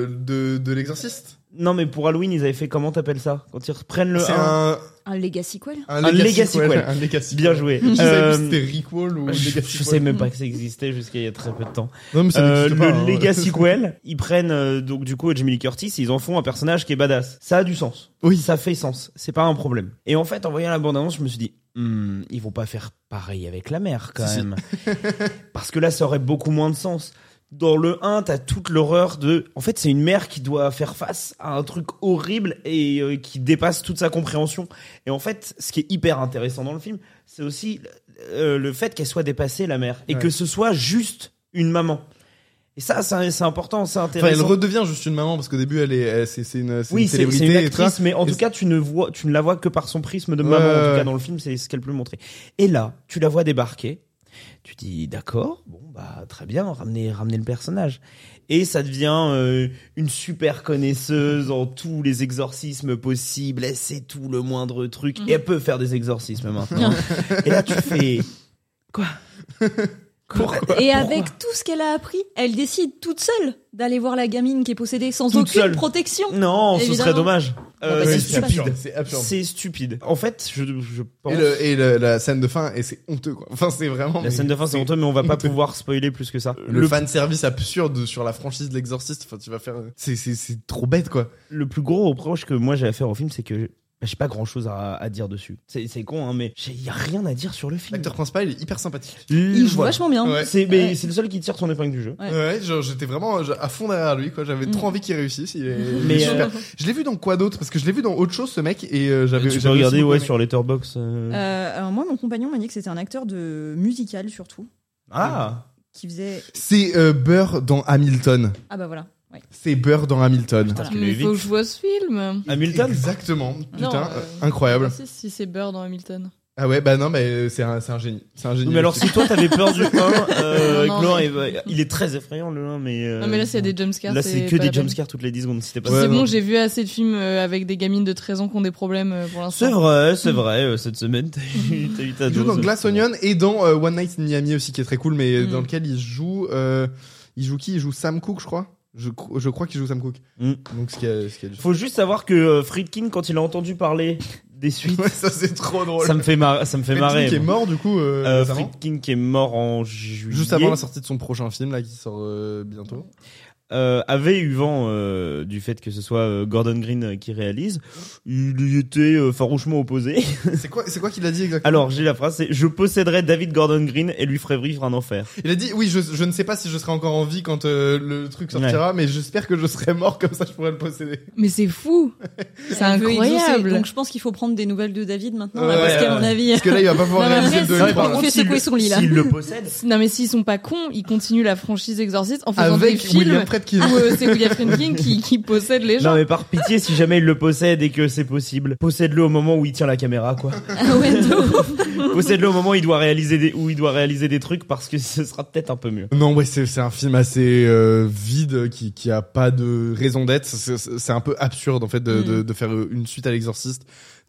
B: le- de, de l'exorciste.
C: Non, mais pour Halloween, ils avaient fait comment t'appelles ça Quand ils reprennent le
B: C'est
C: 1.
B: un,
D: Un legacy sequel.
B: un,
C: legacy
B: sequel,
C: sequel.
B: Un legacy.
C: Bien joué.
B: Je sais
C: Euh,
B: plus si c'était Requel ou
C: je,
B: legacy
C: je sais
B: sequel.
C: même pas que ça existait jusqu'à il y a très peu de temps.
B: Non, mais ça
C: Euh,
B: n'existe
C: le
B: pas, hein.
C: Legacy Quell, ils prennent euh, donc du coup Jamie Lee Curtis, ils en font un personnage qui est badass. Ça a du sens.
B: Oui.
C: ça fait sens. C'est pas un problème. Et en fait, en voyant la bande-annonce, je me suis dit, Hmm, ils vont pas faire pareil avec la mère quand
B: Si, si.
C: même, parce que là, ça aurait beaucoup moins de sens. Dans le 1, t'as toute l'horreur de. En fait, c'est une mère qui doit faire face à un truc horrible et euh, qui dépasse toute sa compréhension. Et en fait, ce qui est hyper intéressant dans le film, c'est aussi euh, le fait qu'elle soit dépassée, la mère, et
B: Ouais.
C: que ce soit juste une maman. Et ça, c'est c'est important, c'est
B: Enfin, elle
C: intéressant.
B: redevient juste une maman parce qu'au début, elle est, elle- c'est c'est une, c'est
C: oui,
B: une
C: c'est c'est
B: célébrité.
C: une
B: et tout ça.
C: actrice, mais en
B: Et
C: tout
B: c'est-
C: cas, tu ne, vois, tu ne la vois que par son prisme de
B: Ouais,
C: maman. en
B: ouais,
C: tout
B: ouais.
C: cas, dans le film, c'est ce qu'elle peut montrer. Et là, tu la vois débarquer. Tu dis d'accord, bon bah très bien, ramenez ramenez le personnage. Et ça devient euh, une super connaisseuse en tous les exorcismes possibles. Elle sait tout le moindre truc
D: Mhm.
C: et elle peut faire des exorcismes maintenant. et là, tu fais quoi Pourquoi
D: Et
C: Pourquoi
D: avec tout ce qu'elle a appris, elle décide toute seule d'aller voir la gamine qui est possédée sans
C: Toute
D: aucune
C: seule.
D: protection.
B: Mmh,
C: Non, ce
D: Évidemment.
C: serait dommage. Euh,
D: bah,
B: Ouais,
C: c'est
D: c'est
C: stupide.
B: C'est absurde.
C: C'est stupide. En fait, je, je pense.
B: Et, le- et le- la scène de fin, et c'est honteux quoi. Enfin, c'est vraiment.
C: La scène de fin, c'est honteux, mais on va pas pouvoir spoiler plus que ça.
B: Le, fan service absurde sur la franchise de l'exorciste. Enfin, tu vas faire. C'est c'est c'est trop bête quoi.
C: le plus gros reproche que moi j'ai à faire au film, c'est que Bah, j'ai pas grand chose à, à dire dessus. C'est c'est con, hein, mais il y a rien à dire sur le film.
B: L'acteur principal est hyper sympathique.
D: Il joue vachement bien.
B: Ouais.
C: C'est mais
D: Ouais.
C: c'est le seul qui tire son épingle du jeu.
D: Ouais.
B: Ouais, genre, j'étais vraiment euh, à fond derrière lui, quoi. J'avais
D: Mm.
B: trop envie qu'il réussisse. Il est, il est
C: Mais,
B: super.
C: euh,
B: Je l'ai vu dans quoi d'autre Parce que je l'ai vu dans autre chose, ce mec, et euh, j'avais.
C: tu peux
B: j'avais aussi
C: regarder
B: beaucoup
C: ouais
B: aimé.
C: sur Letterboxd. euh.
D: Euh, alors moi, mon compagnon m'a dit que c'était un acteur de musical surtout,
C: Ah.
D: qui faisait.
B: C'est euh, Burr dans Hamilton.
D: Ah bah voilà. ouais.
B: C'est Burr dans Hamilton.
D: Voilà.
E: Mais il faut que je vois ce film.
C: Hamilton.
B: Exactement. Putain,
E: euh,
B: euh, incroyable.
E: Je sais si c'est Bird dans Hamilton.
B: Ah ouais, bah non, mais euh, c'est un, c'est un génie. C'est un génie.
C: Oui, mais alors si toi t'avais peur du 1, euh,
E: Non, non,
C: Clore,
E: mais-
C: il va- il est très effrayant le 1, mais... euh,
E: Non, mais là, c'est des jumpscares.
C: Là c'est que
E: pas la
C: des
E: peine.
C: jumpscares toutes les 10 secondes si t'es pas...
E: Puis
B: Ouais,
E: c'est
B: non.
E: bon, j'ai vu assez de films euh, avec des gamines de 13 ans qui ont des problèmes euh, pour
C: C'est
E: l'instant.
C: vrai, c'est vrai, euh, cette semaine t'as eu, t'as eu ta
B: Il joue dans
C: dose.
B: Glass Onion et dans euh, One Night in Miami aussi, qui est très cool, mais euh,
D: Mm.
B: dans lequel il joue. euh, il joue qui Il joue Sam Cooke, je crois. Je, cro- je crois qu'il joue Sam Cooke.
C: Mm.
B: Donc ce qui est, ce qui est-
C: Faut juste savoir que euh, Friedkin quand il a entendu parler des suites,
B: Ouais, ça c'est trop drôle.
C: ça me fait marrer. Ça me fait
B: Friedkin
C: marrer
B: qui est
C: moi.
B: mort du coup. euh,
C: Euh,
B: récemment.
C: Friedkin qui est mort en juillet.
B: Juste avant la sortie de son prochain film là qui sort euh, bientôt.
C: euh, avait eu vent euh, du fait que ce soit euh, Gordon Green euh, qui réalise, il y était euh, farouchement opposé.
B: C'est quoi c'est quoi qu'il a dit exactement
C: Alors j'ai la phrase, c'est je posséderai David Gordon Green et lui ferai vivre un enfer.
B: Il a dit oui je, je ne sais pas si je serai encore en vie quand euh, le truc sortira mais j'espère que je serai mort comme ça je pourrai le posséder.
E: Mais c'est fou C'est
D: Elle veut exaucer.
E: incroyable
D: Donc je pense qu'il faut prendre des nouvelles de David maintenant,
B: Ouais,
D: là, parce qu'à
C: ouais.
D: mon avis.
B: Parce que là il va pas pouvoir
D: Non, mais
B: réaliser
D: après,
B: le
D: c'est-
B: deux,
D: Ouais,
B: trois,
D: par
B: là.
D: contre, fait secouer son lit, là.
C: S'il le possède,
E: Non mais s'ils sont pas cons, ils continuent la franchise Exorcist en faisant des
B: avec
E: films
B: William Friedkin.
E: où euh, c'est William Friedkin qui, qui possède les gens.
C: non mais par pitié, si jamais il le possède et que c'est possible, possède-le au moment où il tient la caméra quoi.
D: Ah Ouais, de ouf.
C: possède-le au moment où il doit réaliser des où il doit réaliser des trucs parce que ce sera peut-être un peu mieux.
B: Non ouais c'est c'est un film assez euh, vide qui qui a pas de raison d'être c'est c'est- c'est un peu absurde en fait de,
D: Mm.
B: de, de faire une suite à l'exorciste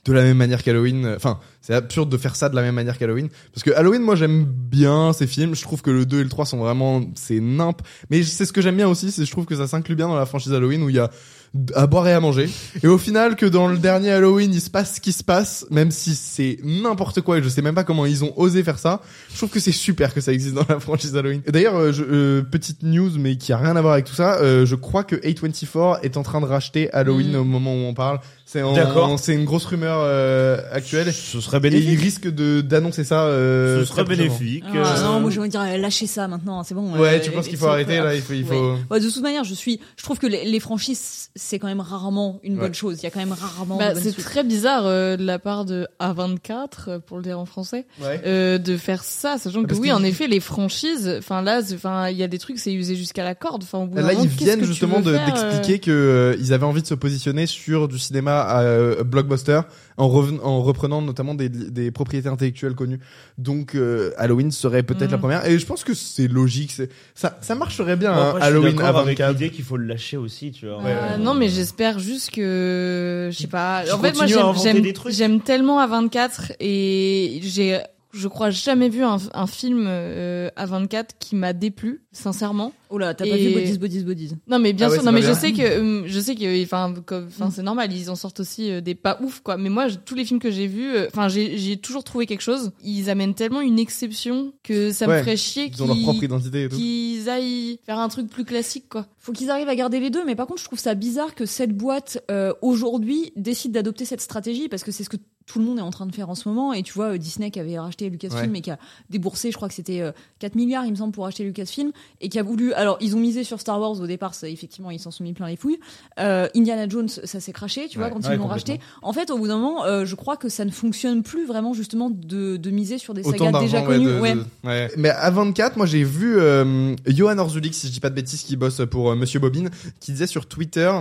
B: de la même manière qu'Halloween euh, enfin c'est absurde de faire ça de la même manière qu'Halloween parce que Halloween moi j'aime bien ces films je trouve que le 2 et le 3 sont vraiment c'est nimp mais c'est ce que j'aime bien aussi c'est je trouve que ça s'inclut bien dans la franchise Halloween où il y a d- à boire et à manger et au final que dans le dernier Halloween il se passe ce qui se passe même si c'est n'importe quoi et je sais même pas comment ils ont osé faire ça je trouve que c'est super que ça existe dans la franchise Halloween. Et D'ailleurs, euh, je- euh, petite news, mais qui a rien à voir avec tout ça. euh, je crois que A24 est en train de racheter Halloween
D: Mm.
B: au moment où on parle. C'est en-
C: D'accord.
B: c'est une grosse rumeur euh, actuelle.
C: Ce serait
B: Et ils
C: bénéfique.
B: risquent de d'annoncer ça. euh,
C: ce serait
B: très prochainement.
C: bénéfique.
D: Ah,
C: euh,
D: Non, moi j'ai envie de dire, euh, lâchez ça maintenant, c'est bon.
B: Ouais,
D: euh,
B: tu penses qu'il
D: et-
B: faut
D: et-
B: arrêter là Il faut. Il faut...
D: Ouais, de toute manière, je suis. Je trouve que les, les franchises, c'est quand même rarement une
B: Ouais.
D: bonne chose. Il y a quand même rarement.
E: Bah,
D: une bonne
E: c'est
D: suite.
E: très bizarre euh, de la part de A24, euh, pour le dire en français, euh, de faire ça, sachant que
B: Ah, Parce
E: oui,
B: qu'ils-
E: en effet, les franchises, enfin là, c'est- enfin il y a des trucs, c'est usé jusqu'à la corde. Enfin, au bout d'un
B: Là,
E: moment,
B: ils
E: qu'est-ce
B: viennent
E: que tu
B: justement
E: veux
B: de-
E: faire, euh,
B: d'expliquer que euh, ils avaient envie de se positionner sur du cinéma euh, blockbuster en, reven- en reprenant notamment des, des propriétés intellectuelles connues. Donc euh, Halloween serait peut-être
E: Mhm.
B: la première. Et je pense que c'est logique. c'est- Ça, ça marcherait bien.
C: Moi,
B: hein,
C: après, je suis
B: Halloween
C: d'accord
B: à
C: avec
B: 24.
C: l'idée qu'il faut le lâcher aussi, tu vois.
E: Ah, Non, mais j'espère juste que, je sais pas.
C: Qui
E: En fait, moi,
C: continue à
E: j'aime-
C: inventer des
E: j'aime
C: trucs.
E: j'aime tellement A24 et j'ai, je crois, jamais vu un, un film euh, A24 qui m'a déplu, sincèrement.
D: Oh là, t'as pas
E: Et-
D: vu Bodies, Bodies, Bodies.
E: Non, mais bien
B: Ah ouais,
E: sûr.
B: c'est
E: Non,
B: pas
E: mais je
B: bien.
E: sais que, euh, je sais que, enfin, comme- enfin, c'est normal. Ils en sortent aussi euh, des pas ouf, quoi. Mais moi, je- tous les films que j'ai vus, euh, enfin, j'ai j'ai toujours trouvé quelque chose. Ils amènent tellement une exception que ça
B: Ouais.
E: me ferait chier
B: Ils ont leur propre
E: qu'ils
B: identité et tout.
E: qu'ils aillent faire un truc plus classique, quoi.
D: Faut qu'ils arrivent à garder les deux, mais par contre, je trouve ça bizarre que cette boîte euh, aujourd'hui décide d'adopter cette stratégie parce que c'est ce que tout le monde est en train de faire en ce moment. Et tu vois, euh, Disney qui avait racheté Lucasfilm et qui a déboursé, je crois que c'était euh, 4 milliards, il me semble, pour acheter Lucasfilm et qui a voulu. Alors, ils ont misé sur Star Wars au départ, ça, effectivement, ils s'en sont mis plein les fouilles. Euh, Indiana Jones, ça s'est craché, tu vois,
B: Ouais.
D: quand
B: Ouais,
D: ils l'ont
B: complètement.
D: racheté. En fait, au bout d'un moment, euh, je crois que ça ne fonctionne plus vraiment, justement, de, de miser sur des
B: Autant
D: sagas déjà
B: d'argent, ouais,
D: connues.
B: de-
D: Ouais.
B: de- ouais. Mais à 24, moi j'ai vu euh, Johan Orzulik, si je dis pas de bêtises, qui bosse pour euh, Monsieur Bobine, qui disait sur Twitter,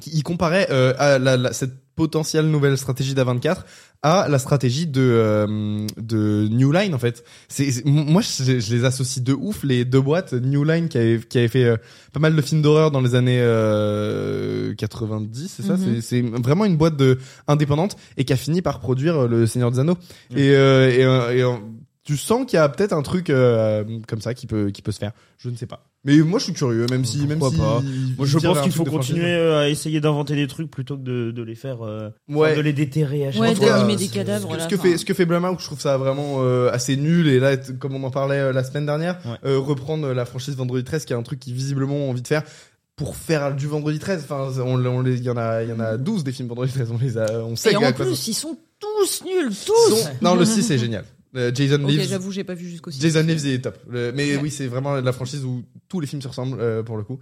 B: qui- il comparait euh, à la, la- cette potentielle nouvelle stratégie d'A24 à la stratégie de euh, de New Line en fait. C'est c'est- moi je, je les associe de ouf les deux boîtes New Line qui avait qui avait fait euh, pas mal de films d'horreur dans les années euh, 90, c'est ça C'est-
D: Mhm.
B: C'est vraiment une boîte de indépendante et qui a fini par produire euh, le Seigneur des Anneaux et, euh, et, euh, et, euh, tu sens qu'il y a peut-être un truc euh, comme ça qui peut qui peut se faire. Je ne sais pas. Mais moi je suis curieux, même si même
C: Pourquoi
B: si.
C: pas Moi, je
B: il tire
C: pense
B: vers un truc
C: qu'il faut
B: de franchise.
C: continuer euh, à essayer d'inventer des trucs plutôt que de, de les faire, euh,
B: Ouais.
C: de les déterrer à chaque
D: Ouais,
B: En tout cas,
D: d'animer
B: euh,
D: des cadavres.
B: Ce
D: là,
B: que
D: enfin.
B: fait ce que fait Blumhouse, je trouve ça vraiment euh, assez nul. Et là, t- comme on en parlait euh, la semaine dernière,
C: Ouais.
B: euh, reprendre la franchise Vendredi 13, qui est un truc qui visiblement ont envie de faire. pour faire du vendredi 13. Enfin, on, on les- il y en a, il y en a 12 des films vendredi 13. On les a, on sait
D: Et
B: à
D: en
B: quoi ça-
D: plus, ils sont tous nuls,
B: Son-
D: tous.
B: Non, le 6 est génial. Euh, Jason
D: Ok,
B: Leaves.
D: j'avoue, j'ai pas vu jusqu'au six.
B: Jason Leaves est top. Le- mais
D: Ouais.
B: oui, c'est vraiment la franchise où tous les films se ressemblent euh, pour le coup.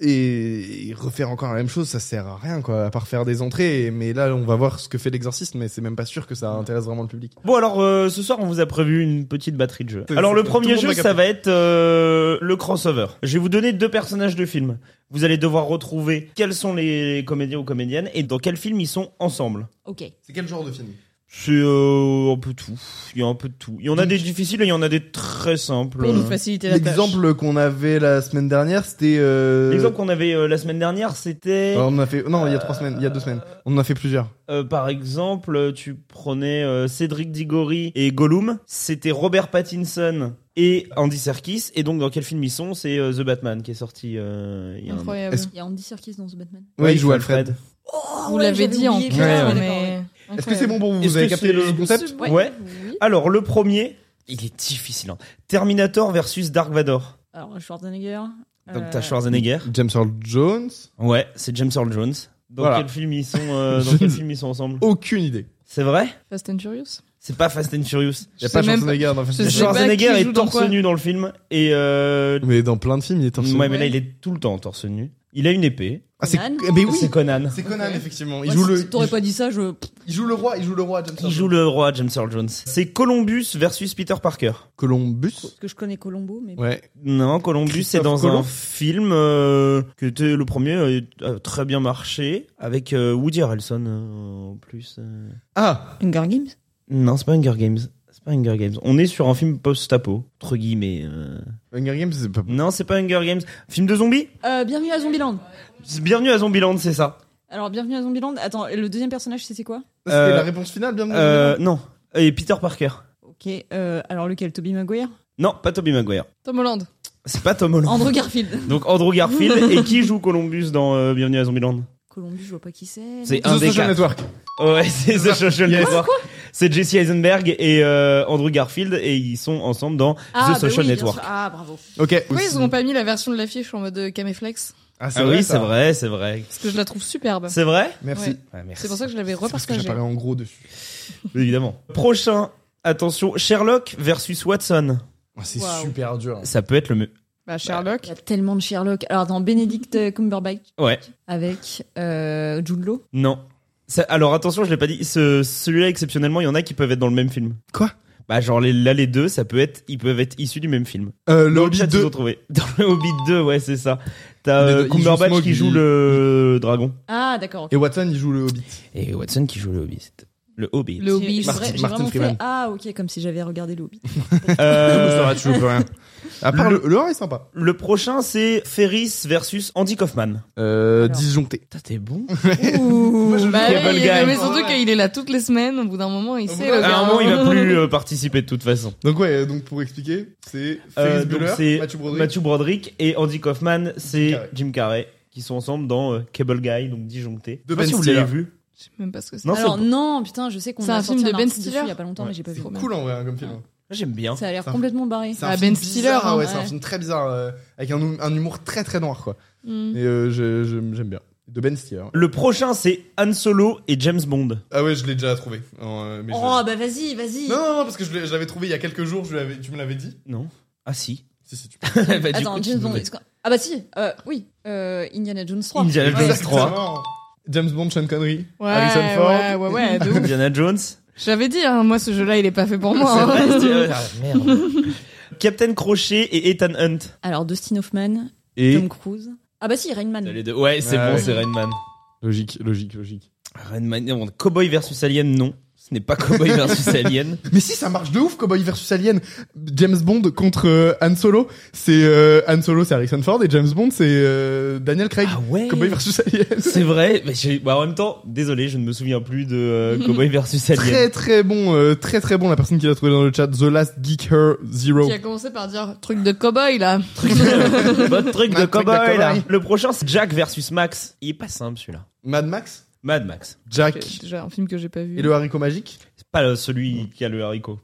B: Et, et refaire encore la même chose, ça sert à rien, quoi, à part faire des entrées. Et- Mais là, on va voir ce que fait l'exorciste, mais c'est même pas sûr que ça intéresse vraiment le public.
C: Bon alors euh, ce soir on vous a prévu une petite batterie de jeux.
B: C'est-
C: Alors
B: c'est-
C: le
B: tout
C: premier
B: le monde
C: jeu
B: va
C: ça
B: capter.
C: va être euh, le crossover. Je vais vous donner deux personnages de films. Vous allez devoir retrouver quels sont les comédiens ou comédiennes et dans quel film ils sont ensemble.
D: Ok.
B: C'est quel genre de film
C: C'est euh, un peu tout. Il y a un peu de tout. Il y en a des difficiles et il y en a des très simples. Euh,
E: Pour nous faciliter la tâche.
B: L'exemple qu'on avait la semaine dernière, c'était. euh,
C: L'exemple qu'on avait euh, la semaine dernière c'était
B: on en a fait. Non, il y a trois semaines, il y a deux semaines. On en a fait plusieurs.
C: euh, par exemple tu prenais euh, Cédric Diggory et Gollum. C'était Robert Pattinson. Et Andy Serkis, et donc dans quel film ils sont C'est euh, The Batman qui est sorti euh, il y a un an.
E: Incroyable. Ah
B: Est-ce-
D: Il y a Andy Serkis dans The Batman.
B: Ouais, il joue Alfred.
D: Oh,
E: Vous
D: ouais,
E: l'avez
D: j'avais
E: dit en
D: oublié que-
E: plus,
B: Ouais, ouais.
E: mais.
B: Est-ce que c'est bon pour vous
C: Est-ce
B: Vous avez
C: que
B: capté le
C: c'est-
B: concept
E: Incroyable.
C: Ouais.
E: Oui.
C: Alors, le premier, il est difficile. hein. Terminator versus Dark Vador.
D: Alors, Schwarzenegger.
C: Donc,
D: euh,
C: t'as Schwarzenegger.
B: James Earl Jones
C: Ouais, c'est James Earl Jones. Dans
B: Voilà.
C: quel film ils sont euh, Dans
B: Je
C: quel
B: ne-
C: film ils sont ensemble
B: Aucune idée.
C: C'est vrai
E: Fast and Furious.
C: C'est pas Fast and Furious.
B: Il y a
E: Je
B: pas
E: sais même
B: Schwarzenegger dans Fast and
E: Je sais
B: Furious.
E: pas qui
C: Schwarzenegger
E: joue
C: est
E: dans
C: torse
E: quoi.
C: nu dans le film et euh,
B: Mais dans plein de films, il est torse nu.
C: ouais, mais là
E: Ouais.
C: il est tout le temps en torse nu. Il a une épée.
B: Ah, c'est-
D: Conan.
B: Mais
C: C'est
B: oui,
C: Conan.
B: c'est Conan effectivement. Il
D: ouais,
B: joue
D: si
B: le,
D: T'aurais
B: il,
D: pas dit ça, je.
B: il joue le roi, il joue le roi. James
C: Il
B: Earl
C: joue
B: Jones.
C: le roi James Earl Jones. C'est Columbus versus Peter Parker.
B: Columbus.
D: Parce que je connais Colombo, mais.
B: Ouais.
C: Non, Columbus, c'est
B: Christophe
C: dans un
B: Colomb.
C: film euh, que t'es- le premier euh, a très bien marché avec euh, Woody Harrelson euh, en plus. euh.
B: Ah,
D: Hunger Games
C: Non, c'est pas Hunger Games. C'est pas Hunger Games. On est sur un film post-apo, entre guillemets. euh.
B: Hunger Games. C'est pas...
C: Non, c'est pas Hunger Games. Film de zombies
D: euh, Bienvenue à Zombieland.
C: C'est Bienvenue à Zombieland, c'est ça.
D: Alors, bienvenue à Zombieland. Attends, et le deuxième personnage, c'était quoi
B: C'était
C: Euh,
B: la réponse finale, bien
C: Euh, non. Et Peter Parker.
D: Ok, euh, alors lequel Toby Maguire
C: Non, pas Tobey Maguire.
E: Tom Holland.
C: C'est pas Tom Holland.
D: Andrew Garfield.
C: Donc Andrew Garfield. et qui joue Columbus dans euh, Bienvenue à Zombieland
D: Colombo, je vois pas qui c'est.
C: C'est
D: mais-
B: The
C: un des
B: Social
C: quatre.
B: Network.
C: Ouais, c'est The Social
B: Yes.
C: Network. C'est Jesse Eisenberg et euh, Andrew Garfield et ils sont ensemble dans
D: Ah,
C: The
D: bah
C: Social
D: oui, bien
C: Network.
D: sûr. Ah, bravo.
B: Ok.
E: Pourquoi ils ont pas mis la version de l'affiche en mode caméflex
B: Ah,
C: Ah oui, c'est vrai, c'est vrai.
E: Parce que je la trouve superbe.
C: C'est vrai
B: Ah, Merci.
E: Ouais.
C: Ouais, merci.
E: C'est pour ça que je l'avais
B: C'est parce que
E: repartagée.
B: j'apparais en gros dessus.
C: Évidemment. Prochain, attention, Sherlock versus Watson.
B: Ah, c'est
D: Waouh.
B: super dur.
C: Ça peut être le mieux.
E: Bah,
D: Il
E: Sherlock.
D: y a tellement de Sherlock. Alors, dans Benedict euh, Cumberbatch
C: Ouais.
D: avec euh, Jude Law.
C: Non. Ça- alors attention, je l'ai pas dit. Ce- Celui-là, exceptionnellement, il y en a qui peuvent être dans le même film.
B: Quoi
C: Bah genre les, là les deux, ça peut être, ils peuvent être issus du même film.
B: Euh, le
C: Dans
B: Hobbit
C: chat, ils ont
B: 2.
C: trouvé. Dans le Hobbit 2, ouais, c'est ça. T'as
B: Les
C: euh,
B: deux, ils jouent
C: Cumberbatch
B: Smaug,
C: qui joue
B: il-
C: le dragon.
D: Ah, d'accord. ok.
B: Et Watson, il joue le Hobbit.
C: Et Watson qui joue le Hobbit. Le Hobbit.
E: Le Hobbit.
D: J'ai- j'ai
B: Martin-
D: vra- j'ai
B: Martin
D: vraiment
B: Freeman.
D: fait, Ah, ok, comme si j'avais regardé le Hobbit.
C: Euh,
B: tu joues rien. À part le, le 1 est sympa.
C: le prochain, c'est Ferris versus Andy Kaufman.
B: Euh,
D: Alors.
B: disjoncté.
C: Putain, t'es bon.
E: Bah,
C: Cable
E: oui,
C: Guy.
E: mais surtout qu'il est là toutes les semaines. Au bout d'un moment, il sait.
B: bout
E: le
C: À
E: gars.
C: un moment, il va plus euh, participer de toute façon.
B: Donc ouais, donc pour expliquer, c'est
C: Euh,
B: Ferris
C: donc
B: Bueller,
C: c'est
B: Mathieu Broderick.
C: Matthew Broderick et Andy Kaufman, c'est
B: Jim Carrey.
C: Jim Carrey, qui sont ensemble dans euh, Cable Guy, donc disjoncté.
B: De
C: Je sais pas
B: Ben
C: si vous
B: Stiller.
C: l'avez vu.
E: Je sais même pas ce que c'est.
C: Non,
D: Alors,
C: c'est-
D: non, putain, je sais qu'on
E: C'est
D: a
E: un
D: sorti
E: film de Ben
D: article dessus
E: Stiller
D: il y a pas longtemps,
C: Ouais,
D: mais j'ai pas
B: C'est
D: vu. Ah.
B: cool en vrai hein, comme film.
C: J'aime bien.
D: Ça a l'air
B: Ça-
D: complètement barré.
B: C'est
E: Ah,
B: un
E: Ben
B: film
E: Stiller,
B: bizarre,
E: hein,
B: ouais, c'est un
D: ouais.
B: film très bizarre euh, avec un, hum- un humour très très noir quoi.
E: Hmm.
B: Et euh, je- je- j'aime bien. De Ben Stiller.
C: Le prochain, c'est Han Solo et James Bond.
B: Ah ouais, je l'ai déjà trouvé. En, euh, mais je-
D: Oh, bah vas-y, vas-y.
B: Non, non, non, parce que je l'ai- je l'avais trouvé il y a quelques jours, je lui avais- tu me l'avais dit.
C: Non Ah si.
B: Si, si, tu
C: Bah, du
D: Attends,
C: coup, tu
D: James Bond.
C: devais.
D: est-ce qu'on- Ah, bah si, euh, oui, euh, Indiana Jones 3.
C: Indiana
B: Ah,
C: Jones
B: Exactement.
C: 3.
B: James Bond, Sean Connery,
E: Ouais,
B: Harrison Ford.
E: ouais, ouais, ouais, de ouf.
C: Indiana Jones.
E: J'avais dit, hein, moi, ce jeu-là, il est pas fait pour moi. hein.
C: C'est vrai, c'est- ah, merde. Captain Crochet et Ethan Hunt.
D: Alors, Dustin Hoffman,
C: Et
D: Tom Cruise. Ah, bah si, Rain Man.
C: T'as les deux. Ouais, c'est
B: Ouais.
C: bon, c'est Rainman.
B: Logique, logique, logique.
C: Rainman, non, Cowboy versus Alien, non. Ce n'est pas Cowboy versus Alien.
B: Mais si, ça marche de ouf, Cowboy versus Alien. James Bond contre euh, Han Solo, c'est euh, Han Solo, c'est Harrison Ford et James Bond, c'est euh, Daniel Craig.
C: Ah ouais
B: Cowboy versus Alien.
C: C'est vrai, mais j'ai- bah, en même temps, désolé, je ne me souviens plus de euh, Cowboy versus Alien.
B: Très très bon, euh, très très bon la personne qui l'a trouvé dans le chat. The Last Geek Her Zero.
E: Qui a commencé par dire truc de cow-boy, là.
C: Votre truc de
B: Notre truc de
C: cowboy là.
B: cowboy.
C: Le prochain c'est Jack versus Max. Il est pas simple celui-là.
B: Mad Max,
C: Mad Max.
B: Jack
E: C'est déjà un film que j'ai pas vu.
B: et le haricot magique.
C: C'est pas euh, celui qui a le haricot.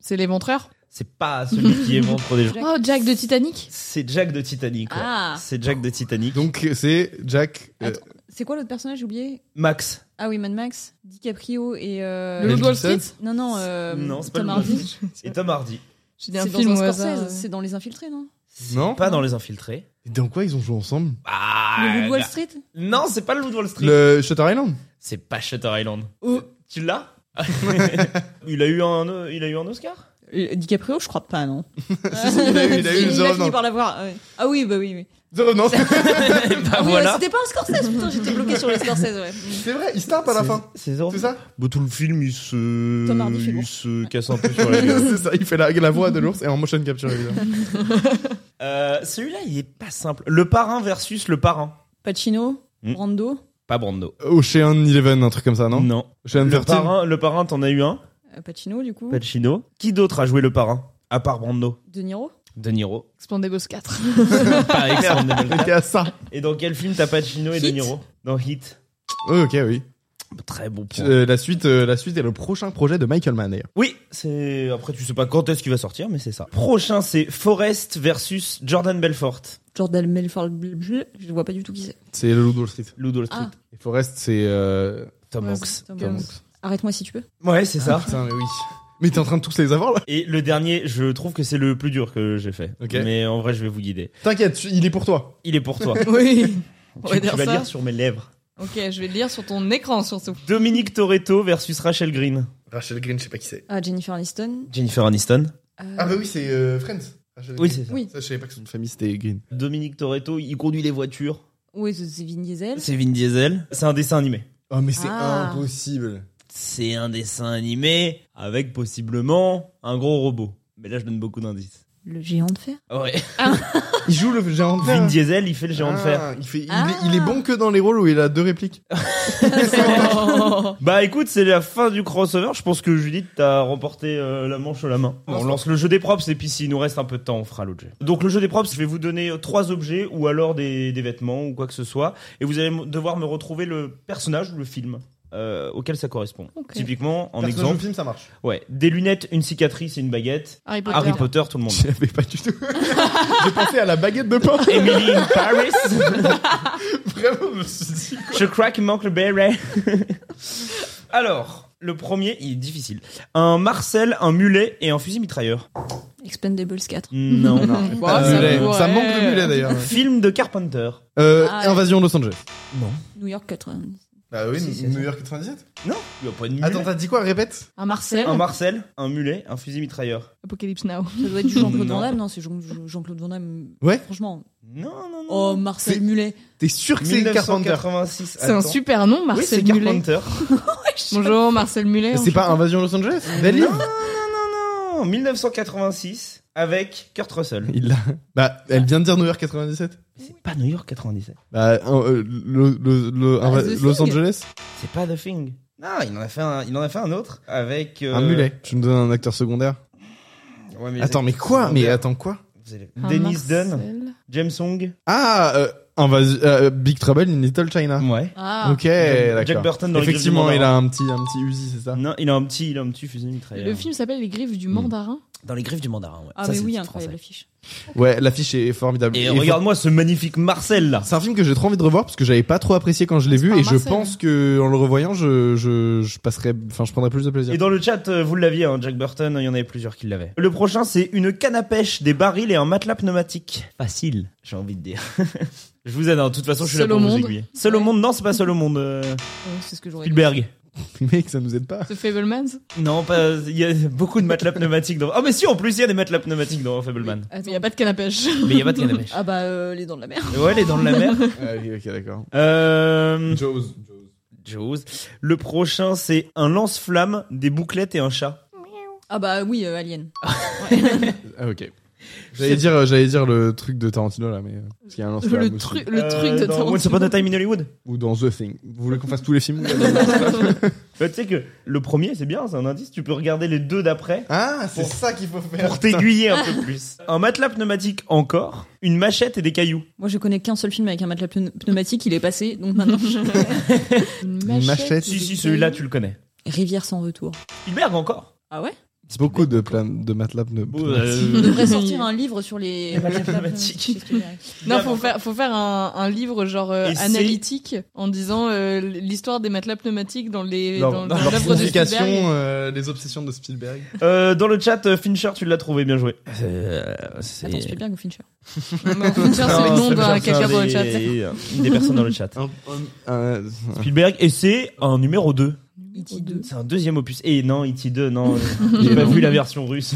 E: C'est l'éventreur
C: C'est pas celui qui est mort pour des gens.
E: Oh, Jack de Titanic
C: C'est Jack de Titanic. ouais.
D: Ah.
C: C'est Jack de Titanic.
B: Donc c'est Jack. euh,
D: Attends. C'est quoi l'autre personnage J'ai oublié
C: Max.
D: Ah oui, Mad Max, DiCaprio et. euh,
E: Le loup de Wall Street
B: Gibson
D: Non, non, euh,
C: Non, c'est pas
D: Tom
C: le
D: Hardy.
C: Et Tom Hardy.
E: J'ai dit un
D: C'est
E: film
D: dans
E: au
D: un
E: hasard.
D: Scorsese, c'est dans Les Infiltrés, non
C: C'est
B: Non.
C: Pas dans les infiltrés.
B: Dans quoi ils ont joué ensemble
C: Ah,
D: Le Loup de Wall
C: là.
D: Street
C: Non, c'est pas le Loup de Wall Street.
B: Le Shutter Island
C: C'est pas Shutter Island.
D: Oh.
C: Tu l'as Il a eu un, euh, il a eu un Oscar.
D: Euh, DiCaprio, je crois pas, non.
B: il a eu- il a eu le
D: fini
B: Revenant.
D: par l'avoir. ouais. Ah oui, bah oui, oui.
B: The Revenant.
C: bah
D: Ah oui, ouais,
C: voilà.
D: c'était pas un Scorsese, putain, j'étais bloqué sur le Scorsese, ouais. Mm.
B: C'est vrai, il start à la fin.
C: C'est
B: C'est ça
C: Tout le film, il se,
D: Tom Hardy fait lourd.
C: se casse un peu sur la gueule.
B: C'est ça, il fait la, la voix de l'ours et en motion capture évidemment.
C: Euh, Celui-là, il est pas simple. Le parrain versus le parrain.
D: Pacino,
C: Mm.
D: Brando,
C: Pas Brando.
B: Ocean Eleven, un truc comme ça, non Ocean
C: Le
B: 13
C: parrain, le parrain, t'en as eu un.
D: euh, Pacino du coup,
C: Pacino. Qui d'autre a joué le parrain À part Brando.
D: De Niro.
C: De Niro.
E: Expendables 4.
C: Par exemple.
B: On était à ça.
C: Et dans quel film t'as Pacino et De
D: Hit.
C: Niro Dans Hit.
B: Oh, ok, oui.
C: Très bon point.
B: Euh, la suite, euh, la suite est le prochain projet de Michael Mann d'ailleurs.
C: Oui, c'est après tu sais pas quand est-ce qu'il va sortir, mais c'est ça. Prochain, c'est Forrest versus Jordan Belfort.
D: Jordan Belfort, bleu, bleu, je vois pas du tout qui c'est.
B: C'est le Loup de Wall Street.
C: Lou de Wall Street.
D: Ah.
B: Et Forrest, c'est. euh,
C: Tom
E: Ouais,
C: Hanks.
D: Tom Hanks. Arrête-moi si tu peux.
C: Ouais, c'est ça.
B: Putain, mais oui. Mais t'es en train de tous les avoir là
C: Et le dernier, je trouve que c'est le plus dur que j'ai fait.
B: Ok.
C: Mais en vrai, je vais vous guider.
B: T'inquiète, tu- il est pour toi.
C: Il est pour toi.
E: Oui. On
C: tu
E: va
C: tu
E: dire
C: vas
E: ça.
C: lire sur mes lèvres.
E: Ok, je vais le lire sur ton écran surtout.
C: Dominique Toretto versus Rachel Green.
B: Rachel Green, je sais pas qui c'est.
D: Ah, Jennifer Aniston.
C: Jennifer Aniston.
D: euh,
B: Ah bah oui, c'est Friends.
C: Oui, c'est ça.
D: Oui.
B: Ça, je savais pas que son famille c'était Green.
C: Dominique Toretto, il conduit les voitures.
D: Oui, c'est- c'est Vin Diesel.
C: C'est Vin Diesel. C'est un dessin animé.
B: Oh, mais c'est
D: Ah.
B: impossible.
C: C'est un dessin animé avec possiblement un gros robot. Mais là, je donne beaucoup d'indices.
D: Le géant de fer.
C: Ah Ouais.
B: Il joue le géant de fer.
C: Vin Diesel, il fait le géant de fer.
B: Ah, Il, fait, il,
D: Ah.
B: est, il est bon que dans les rôles où il a deux répliques.
D: Oh.
C: Bah écoute, c'est la fin du crossover. Je pense que Judith t'as remporté euh, la manche à la main. On lance le jeu des props et puis s'il nous reste un peu de temps, on fera l'autre jeu. Donc le jeu des props, je vais vous donner euh, trois objets ou alors des, des vêtements ou quoi que ce soit. Et vous allez m- devoir me retrouver le personnage ou le film euh, auquel ça correspond.
E: Ok.
C: Typiquement, en
B: Personnage au
C: exemple,
B: film, ça marche.
C: ouais, des lunettes, une cicatrice et une baguette.
E: Harry Potter.
C: Harry Potter, tout le monde.
B: J'y avais pas du tout. J'ai pensé à la baguette de pain.
C: Emily in Paris.
B: Vraiment, je me suis dit.
C: Je crois qu'il manque le béret. Alors, le premier, il est difficile. Un Marcel, un mulet et un fusil mitrailleur.
D: Expendables 4.
C: Non.
E: Ouais,
B: Ah,
C: Euh,
E: ça
B: mulet.
E: pourrait.
B: Ça manque de mulet d'ailleurs.
C: Film de Carpenter.
B: Euh,
D: Ah, ouais.
B: Invasion Los Angeles.
C: Non.
D: New York 90.
B: Ah oui,
C: Si, si, si.
B: York 97.
C: Non. Il n'y a pas de mulet.
B: Attends, t'as dit quoi Répète.
E: Un Marcel.
C: un Marcel, un mulet, un fusil mitrailleur.
E: Apocalypse Now.
D: Ça doit être du Jean-Claude
C: Non.
D: Van Damme, non C'est Jean- Jean-Claude Van Damme.
B: Ouais.
D: Franchement.
C: Non, non, non.
D: Oh, Marcel
B: C'est-
D: Mulet.
B: T'es sûr que c'est Carpenter
C: 1986.
E: C'est un
C: Attends.
E: super nom,
C: Oui,
E: Marcel
C: c'est
E: Mulet.
C: Carpenter.
E: Bonjour, Marcel Mulet.
B: C'est pas Invasion Los Angeles Dali
C: Non, non, non, non. 1986 avec Kurt Russell.
B: Il l'a. Bah, elle vient de dire New York 97.
C: C'est pas New York 97.
B: Bah, un- euh, le, le, le-
D: Ah,
B: Inva-
D: The
B: Los
D: Thing.
B: Angeles
C: C'est pas The Thing. Non, il en a fait un, il en a fait un autre avec. euh,
B: Un mulet. Tu me donnes un acteur secondaire
C: Ouais, mais les
B: Attends, mais
C: acteurs
B: quoi Mais
C: secondaires,
B: attends, quoi
C: vous allez-
E: Un
C: Dennis
E: Ah, Marcel.
C: Dunn, James Hong.
B: Ah, euh, Invas- euh, Big Trouble in Little China.
E: Mm.
C: Ouais.
D: Ah.
B: Ok,
C: Jack
B: d'accord.
C: Burton dans les
B: Effectivement,
C: Griffes du
B: il a un petit, un petit Uzi, c'est ça
C: Non, il a un petit, il a un petit fusil mitrailleur.
E: Le film s'appelle Les Griffes
C: Hmm.
E: du Mandarin.
C: Dans les griffes du mandarin, ouais.
D: Ah,
C: Ça,
D: mais
C: c'est
D: oui,
C: le titre
D: incroyable
C: français.
D: affiche.
B: Ouais, l'affiche est formidable.
C: Mm. Et
B: faut-
C: regarde-moi ce magnifique Marcel là.
B: C'est un film que j'ai trop envie de revoir parce que j'avais pas trop apprécié quand je l'ai
E: C'est
B: vu
E: pas hein.
B: et je
E: Marcel.
B: pense que en le revoyant, je, je, je passerais, enfin, je prendrais plus de plaisir.
C: Et dans le chat, euh, vous l'aviez, hein, Jack Burton, il y en avait plusieurs qui l'avaient. Le prochain, c'est une canne à pêche, des barils et un matelas pneumatique. Facile, j'ai envie de dire. je vous aide, hein, de toute façon, je suis
E: Seul
C: là
E: au
C: pour vous
E: monde.
C: aiguiller. Seul au monde, non, c'est pas seul au monde. euh,
D: Ouais, C'est ce que j'aurais dit.
C: Spielberg.
B: Mec, ça nous aide pas.
E: The Fablemans.
C: Non, pas. Il y a beaucoup de matelas pneumatiques dans. Oh, mais si, en plus, il y a des matelas pneumatiques dans Fableman.
E: Mais
D: Attends.
E: il n'y a pas de canne à pêche.
C: Mais il y a pas de canne à pêche.
D: Ah bah, euh, les dents de la mer.
C: Ouais, elle est dans la mer.
B: ah oui, ok, d'accord.
C: Euh.
B: Jaws.
C: Jaws. Le prochain, c'est un lance-flamme, des bouclettes et un chat.
D: Ah bah oui, euh, Alien.
B: Ah ok. J'allais dire, euh, j'allais dire le truc de Tarantino là, mais euh, parce qu'il y a un lance
E: Le, truc le
C: Euh,
E: truc de
C: dans Once
E: Tarantino.
C: Upon a Time in Hollywood.
B: ou dans The Thing. Vous voulez qu'on fasse tous les films
C: Bah, tu sais que le premier, c'est bien, c'est un indice. Tu peux regarder les deux d'après
B: Ah, c'est
C: Pour-
B: ça qu'il faut faire.
C: pour t'aiguiller un peu plus. Un matelas pneumatique encore, une machette et des cailloux.
D: Moi, je connais qu'un seul film avec un matelas pneum- pneumatique, il est passé, donc maintenant je...
E: Une
B: Machette.
E: des
C: Si, si,
E: cailloux.
C: celui-là, tu le connais.
D: Rivière sans retour.
C: Spielberg encore.
D: Ah ouais
B: C'est beaucoup de, plan- de MATLAB. De...
C: Bon, euh,
D: On devrait sortir un livre sur les.
C: Les mathématiques.
E: Non,
C: D'accord.
E: faut faire, faut faire un, un livre genre euh,
C: Et c'est-
E: analytique en disant euh, l'histoire des matelas pneumatiques dans les
B: Leur,
E: dans,
B: leur
E: dans l'œuvre de
B: signification,
E: Spielberg.
B: euh, les obsessions de Spielberg.
C: Euh, dans le chat, euh, Fincher, tu l'as trouvé, bien joué. Euh,
D: Attends, Spielberg ou Fincher
E: Non, tiens, c'est le nom d'un caca dans le chat.
C: Une des personnes dans le chat.
B: Euh,
C: Spielberg, et c'est un numéro 2.
D: E.T. 2.
C: C'est un deuxième opus. Et non, E.T. 2, non. euh, J'ai pas vu la version russe.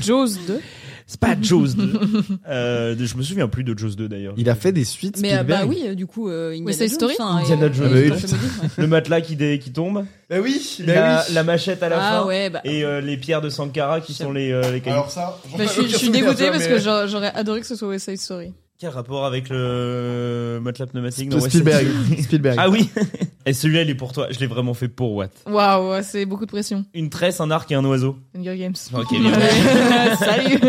E: Jaws 2.
C: c'est pas Jaws 2. Euh, je me souviens plus de Jaws 2 d'ailleurs.
B: il a fait des suites
D: Mais euh,
B: Spielberg.
D: bah oui, euh, du coup, euh, Indiana
E: West Side
D: Jones,
E: Story
D: enfin,
C: Indiana
D: et-
C: Jones. Ah
D: et-
B: Bah oui,
D: Tom Hanks, ouais.
C: Le matelas qui, dé- qui tombe,
B: Bah oui,
C: la, la machette à la
D: Ah
C: fin,
D: ouais, bah.
C: et euh, les pierres de Sankara qui sont les, euh, les cailloux.
B: ça,
E: Bah, je suis, je suis dégoûtée parce que j'a- j'aurais adoré que ce soit West Side Story.
C: Quel rapport avec le matelas pneumatique dans West
B: Spielberg.
C: End
B: Spielberg.
C: Ah oui Et celui-là, il est pour toi. Je l'ai vraiment fait pour Watt.
E: Waouh, ouais, c'est beaucoup de pression.
C: Une tresse, un arc et un oiseau.
E: Hunger Games.
C: Ok, bien.
E: Ouais. Salut.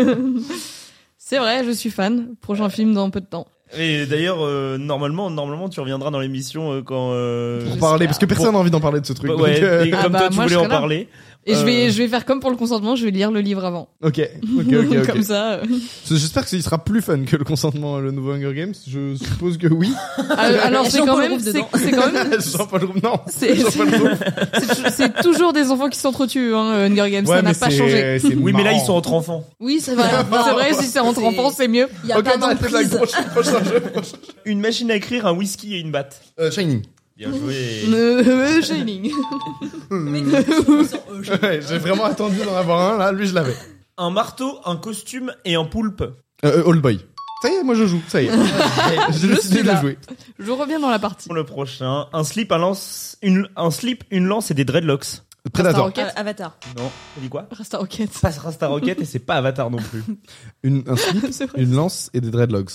E: C'est vrai, je suis fan. Prochain film dans peu de temps.
C: Et d'ailleurs, euh, normalement, normalement, tu reviendras dans l'émission euh, quand... euh,
B: Pour parler, parce que personne n'a envie d'en parler de ce truc.
C: bah, ouais,
B: donc, euh,
C: et
E: Ah
C: comme
E: bah,
C: toi, tu
E: moi,
C: voulais
E: je serai
C: en
E: là.
C: parler.
E: Et je vais,
C: Euh.
E: je vais faire comme pour le consentement, je vais lire le livre avant.
B: Ok, ok, ok. ok.
E: comme ça. euh.
B: C'est- J'espère que ce sera plus fun que le consentement, le nouveau Hunger Games. Je suppose que oui.
E: Alors, Euh, alors, c'est
D: Jean-Paul
E: quand même,
D: Rouve
E: c'est
D: dedans.
E: c'est quand même,
B: Jean-Paul Rouve, non.
E: c'est-
B: Jean-Paul Rouve.
E: c'est- c'est toujours des enfants qui s'entretuent, hein, Hunger Games, ça n'a pas changé.
B: c'est
C: Oui, mais là,
B: marrant.
C: ils sont entre enfants.
E: Oui, c'est vrai.
B: Voilà.
E: c'est vrai, si c'est entre
D: C'est-
E: enfants, c'est mieux.
D: Il y a
B: Ok,
D: pas
B: on arrête la
D: d'emprise.
B: prochaine- prochain jeu.
C: Une machine à écrire, un whisky et une batte.
B: Euh, Shining.
C: Bien joué.
E: Euh, Shining.
B: Ouais, J'ai vraiment attendu d'en avoir un, là, lui je l'avais.
C: Un marteau, un costume et un poulpe.
B: Euh, euh, Old Boy. Ça y est, moi je joue, ça y est. J'ai décidé
E: suis
B: de
E: là.
B: jouer.
E: Je reviens dans la partie.
C: Pour le prochain, un slip, un lance, une, un slip, une lance et des dreadlocks.
E: Rasta
B: Predator.
E: Rocket.
D: Avatar.
C: Non, t'as dit quoi
E: Rasta Rocket.
C: Pas Rasta Rocket et c'est pas Avatar non plus.
B: Une, un slip,
E: C'est vrai.
B: une lance et des dreadlocks.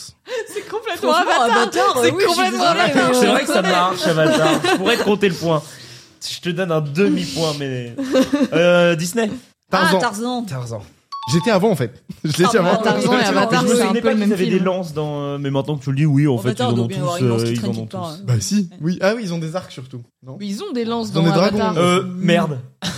E: C'est complètement
D: Franchement, Avatar,
E: C'est
D: euh, oui, je suis
E: complètement
D: désolée,
E: Avatar.
D: mais,
C: C'est
D: euh,
C: vrai que ça marche, Avatar. Je pourrais te compter le point. Je te donne un demi-point, mais. Euh, Disney.
D: Ah,
B: Tarzan.
D: Tarzan.
C: Tarzan.
B: J'étais avant en fait. Je l'ai dit
D: Tarzan,
B: avant.
E: Ah, Tarzan et
C: Je
E: Avatar,
C: me
E: c'est un
C: souvenais
E: peu
C: pas qu'ils
E: le même
C: avaient des
E: film.
C: lances dans. euh, Mais maintenant que tu le dis, oui, en fait, ils
D: Avatar
C: en
D: doit
C: ont
D: bien avoir une lance
C: tous. euh,
D: qui
C: Ils
D: traîne
C: en ont
D: quelque part.
E: hein.
C: tous.
B: Bah si, oui. Ah oui, ils ont des arcs surtout. Non
E: Ils ont des lances
B: Ils ont
E: dans,
B: des dragons.
E: Avatar.
C: Euh, merde.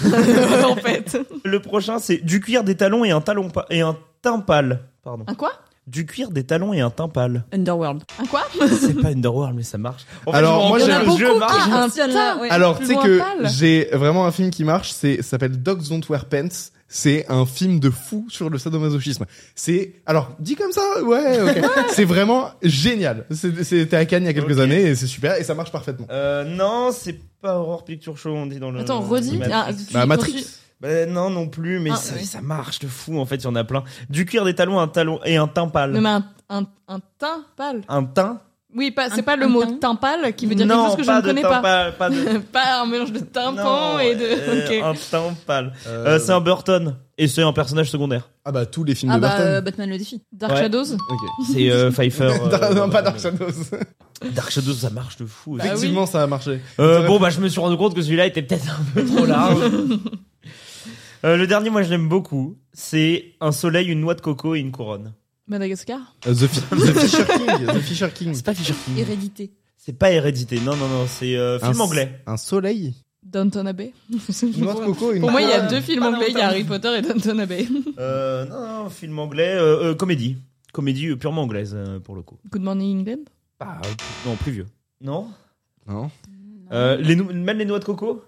E: en fait.
C: Le prochain, c'est du cuir, des talons et un talon pa- et un teint pâle. Pardon.
E: Un quoi
C: Du cuir, des talons et un teint pâle.
D: Underworld.
E: Un quoi
C: C'est pas Underworld, mais ça marche. En fait,
B: Alors,
C: je me
B: moi, j'ai
C: rends compte
B: un
C: que le jeu marche.
E: un
D: Tiens-là, Ah, ouais.
B: Alors, tu sais
E: plus loin
B: que
E: pâle.
B: j'ai vraiment un film qui marche, c'est ça s'appelle Dogs Don't Wear Pants. C'est un film de fou sur le sadomasochisme. C'est alors dit comme ça, ouais, ok. c'est vraiment génial. C'est- C'était à Cannes il y a quelques
C: Ok.
B: années et c'est super et ça marche parfaitement.
C: Euh, non, c'est pas Horror Picture Show, on dit dans le.
E: Attends, redis.
C: Matrix.
E: Ah, tu-
B: Bah,
E: quand
B: Euh, Matrix.
E: tu-
C: Bah, non, non plus, mais
E: Ah,
C: ça,
E: oui.
C: ça marche de fou, en fait, il y en a plein. Du cuir, des talons, un talon et un teint pâle.
E: Non, mais un, un, un teint pâle.
C: Un teint
E: Oui, pas, c'est
D: Un-
E: pas le
D: un
E: mot
D: teint.
E: teint pâle qui veut dire quelque
C: Non,
E: chose que je
C: pas
E: ne
C: de
E: connais
C: teint
E: pas.
C: pâle, pas de.
E: Pas un mélange de tympan
C: Non,
E: et de.
C: euh,
E: ok.
C: Un teint pâle. Euh, c'est un Burton, et c'est un personnage secondaire.
B: Ah bah tous les films
D: Ah
B: de
D: bah,
B: Burton.
D: euh, Batman le défi.
E: Dark
C: Ouais.
E: Shadows
B: Ok.
C: C'est euh, Pfeiffer. euh,
B: non, pas Dark Bah, Shadows.
C: Dark Shadows, ça marche de fou. aussi.
E: oui.
B: Effectivement, ça a marché.
C: Euh, bon, bah, je me suis rendu compte que celui-là était peut-être un peu trop large. Euh, le dernier, moi, je l'aime beaucoup. C'est un soleil, une noix de coco et une couronne.
E: Madagascar
B: Euh, The, Fi- The Fisher King. The Fisher King.
C: C'est pas Fisher King.
D: Hérédité.
C: C'est pas hérédité. Non, non, non. C'est euh, film
B: Un-
C: anglais.
B: Un soleil.
E: Downton Abbey
B: Une noix de coco. et Une
E: Pour moi, il y a
C: Ah,
E: deux films
C: pas
E: anglais, il y
C: longtemps.
E: a Harry Potter et Downton Abbey.
C: Euh, non, non, film anglais. euh, euh, comédie. Comédie euh, purement anglaise, euh, pour le coup.
E: Good Morning England
C: Pas, non, plus vieux. Non.
B: Non.
C: Euh, les nou- même les noix de coco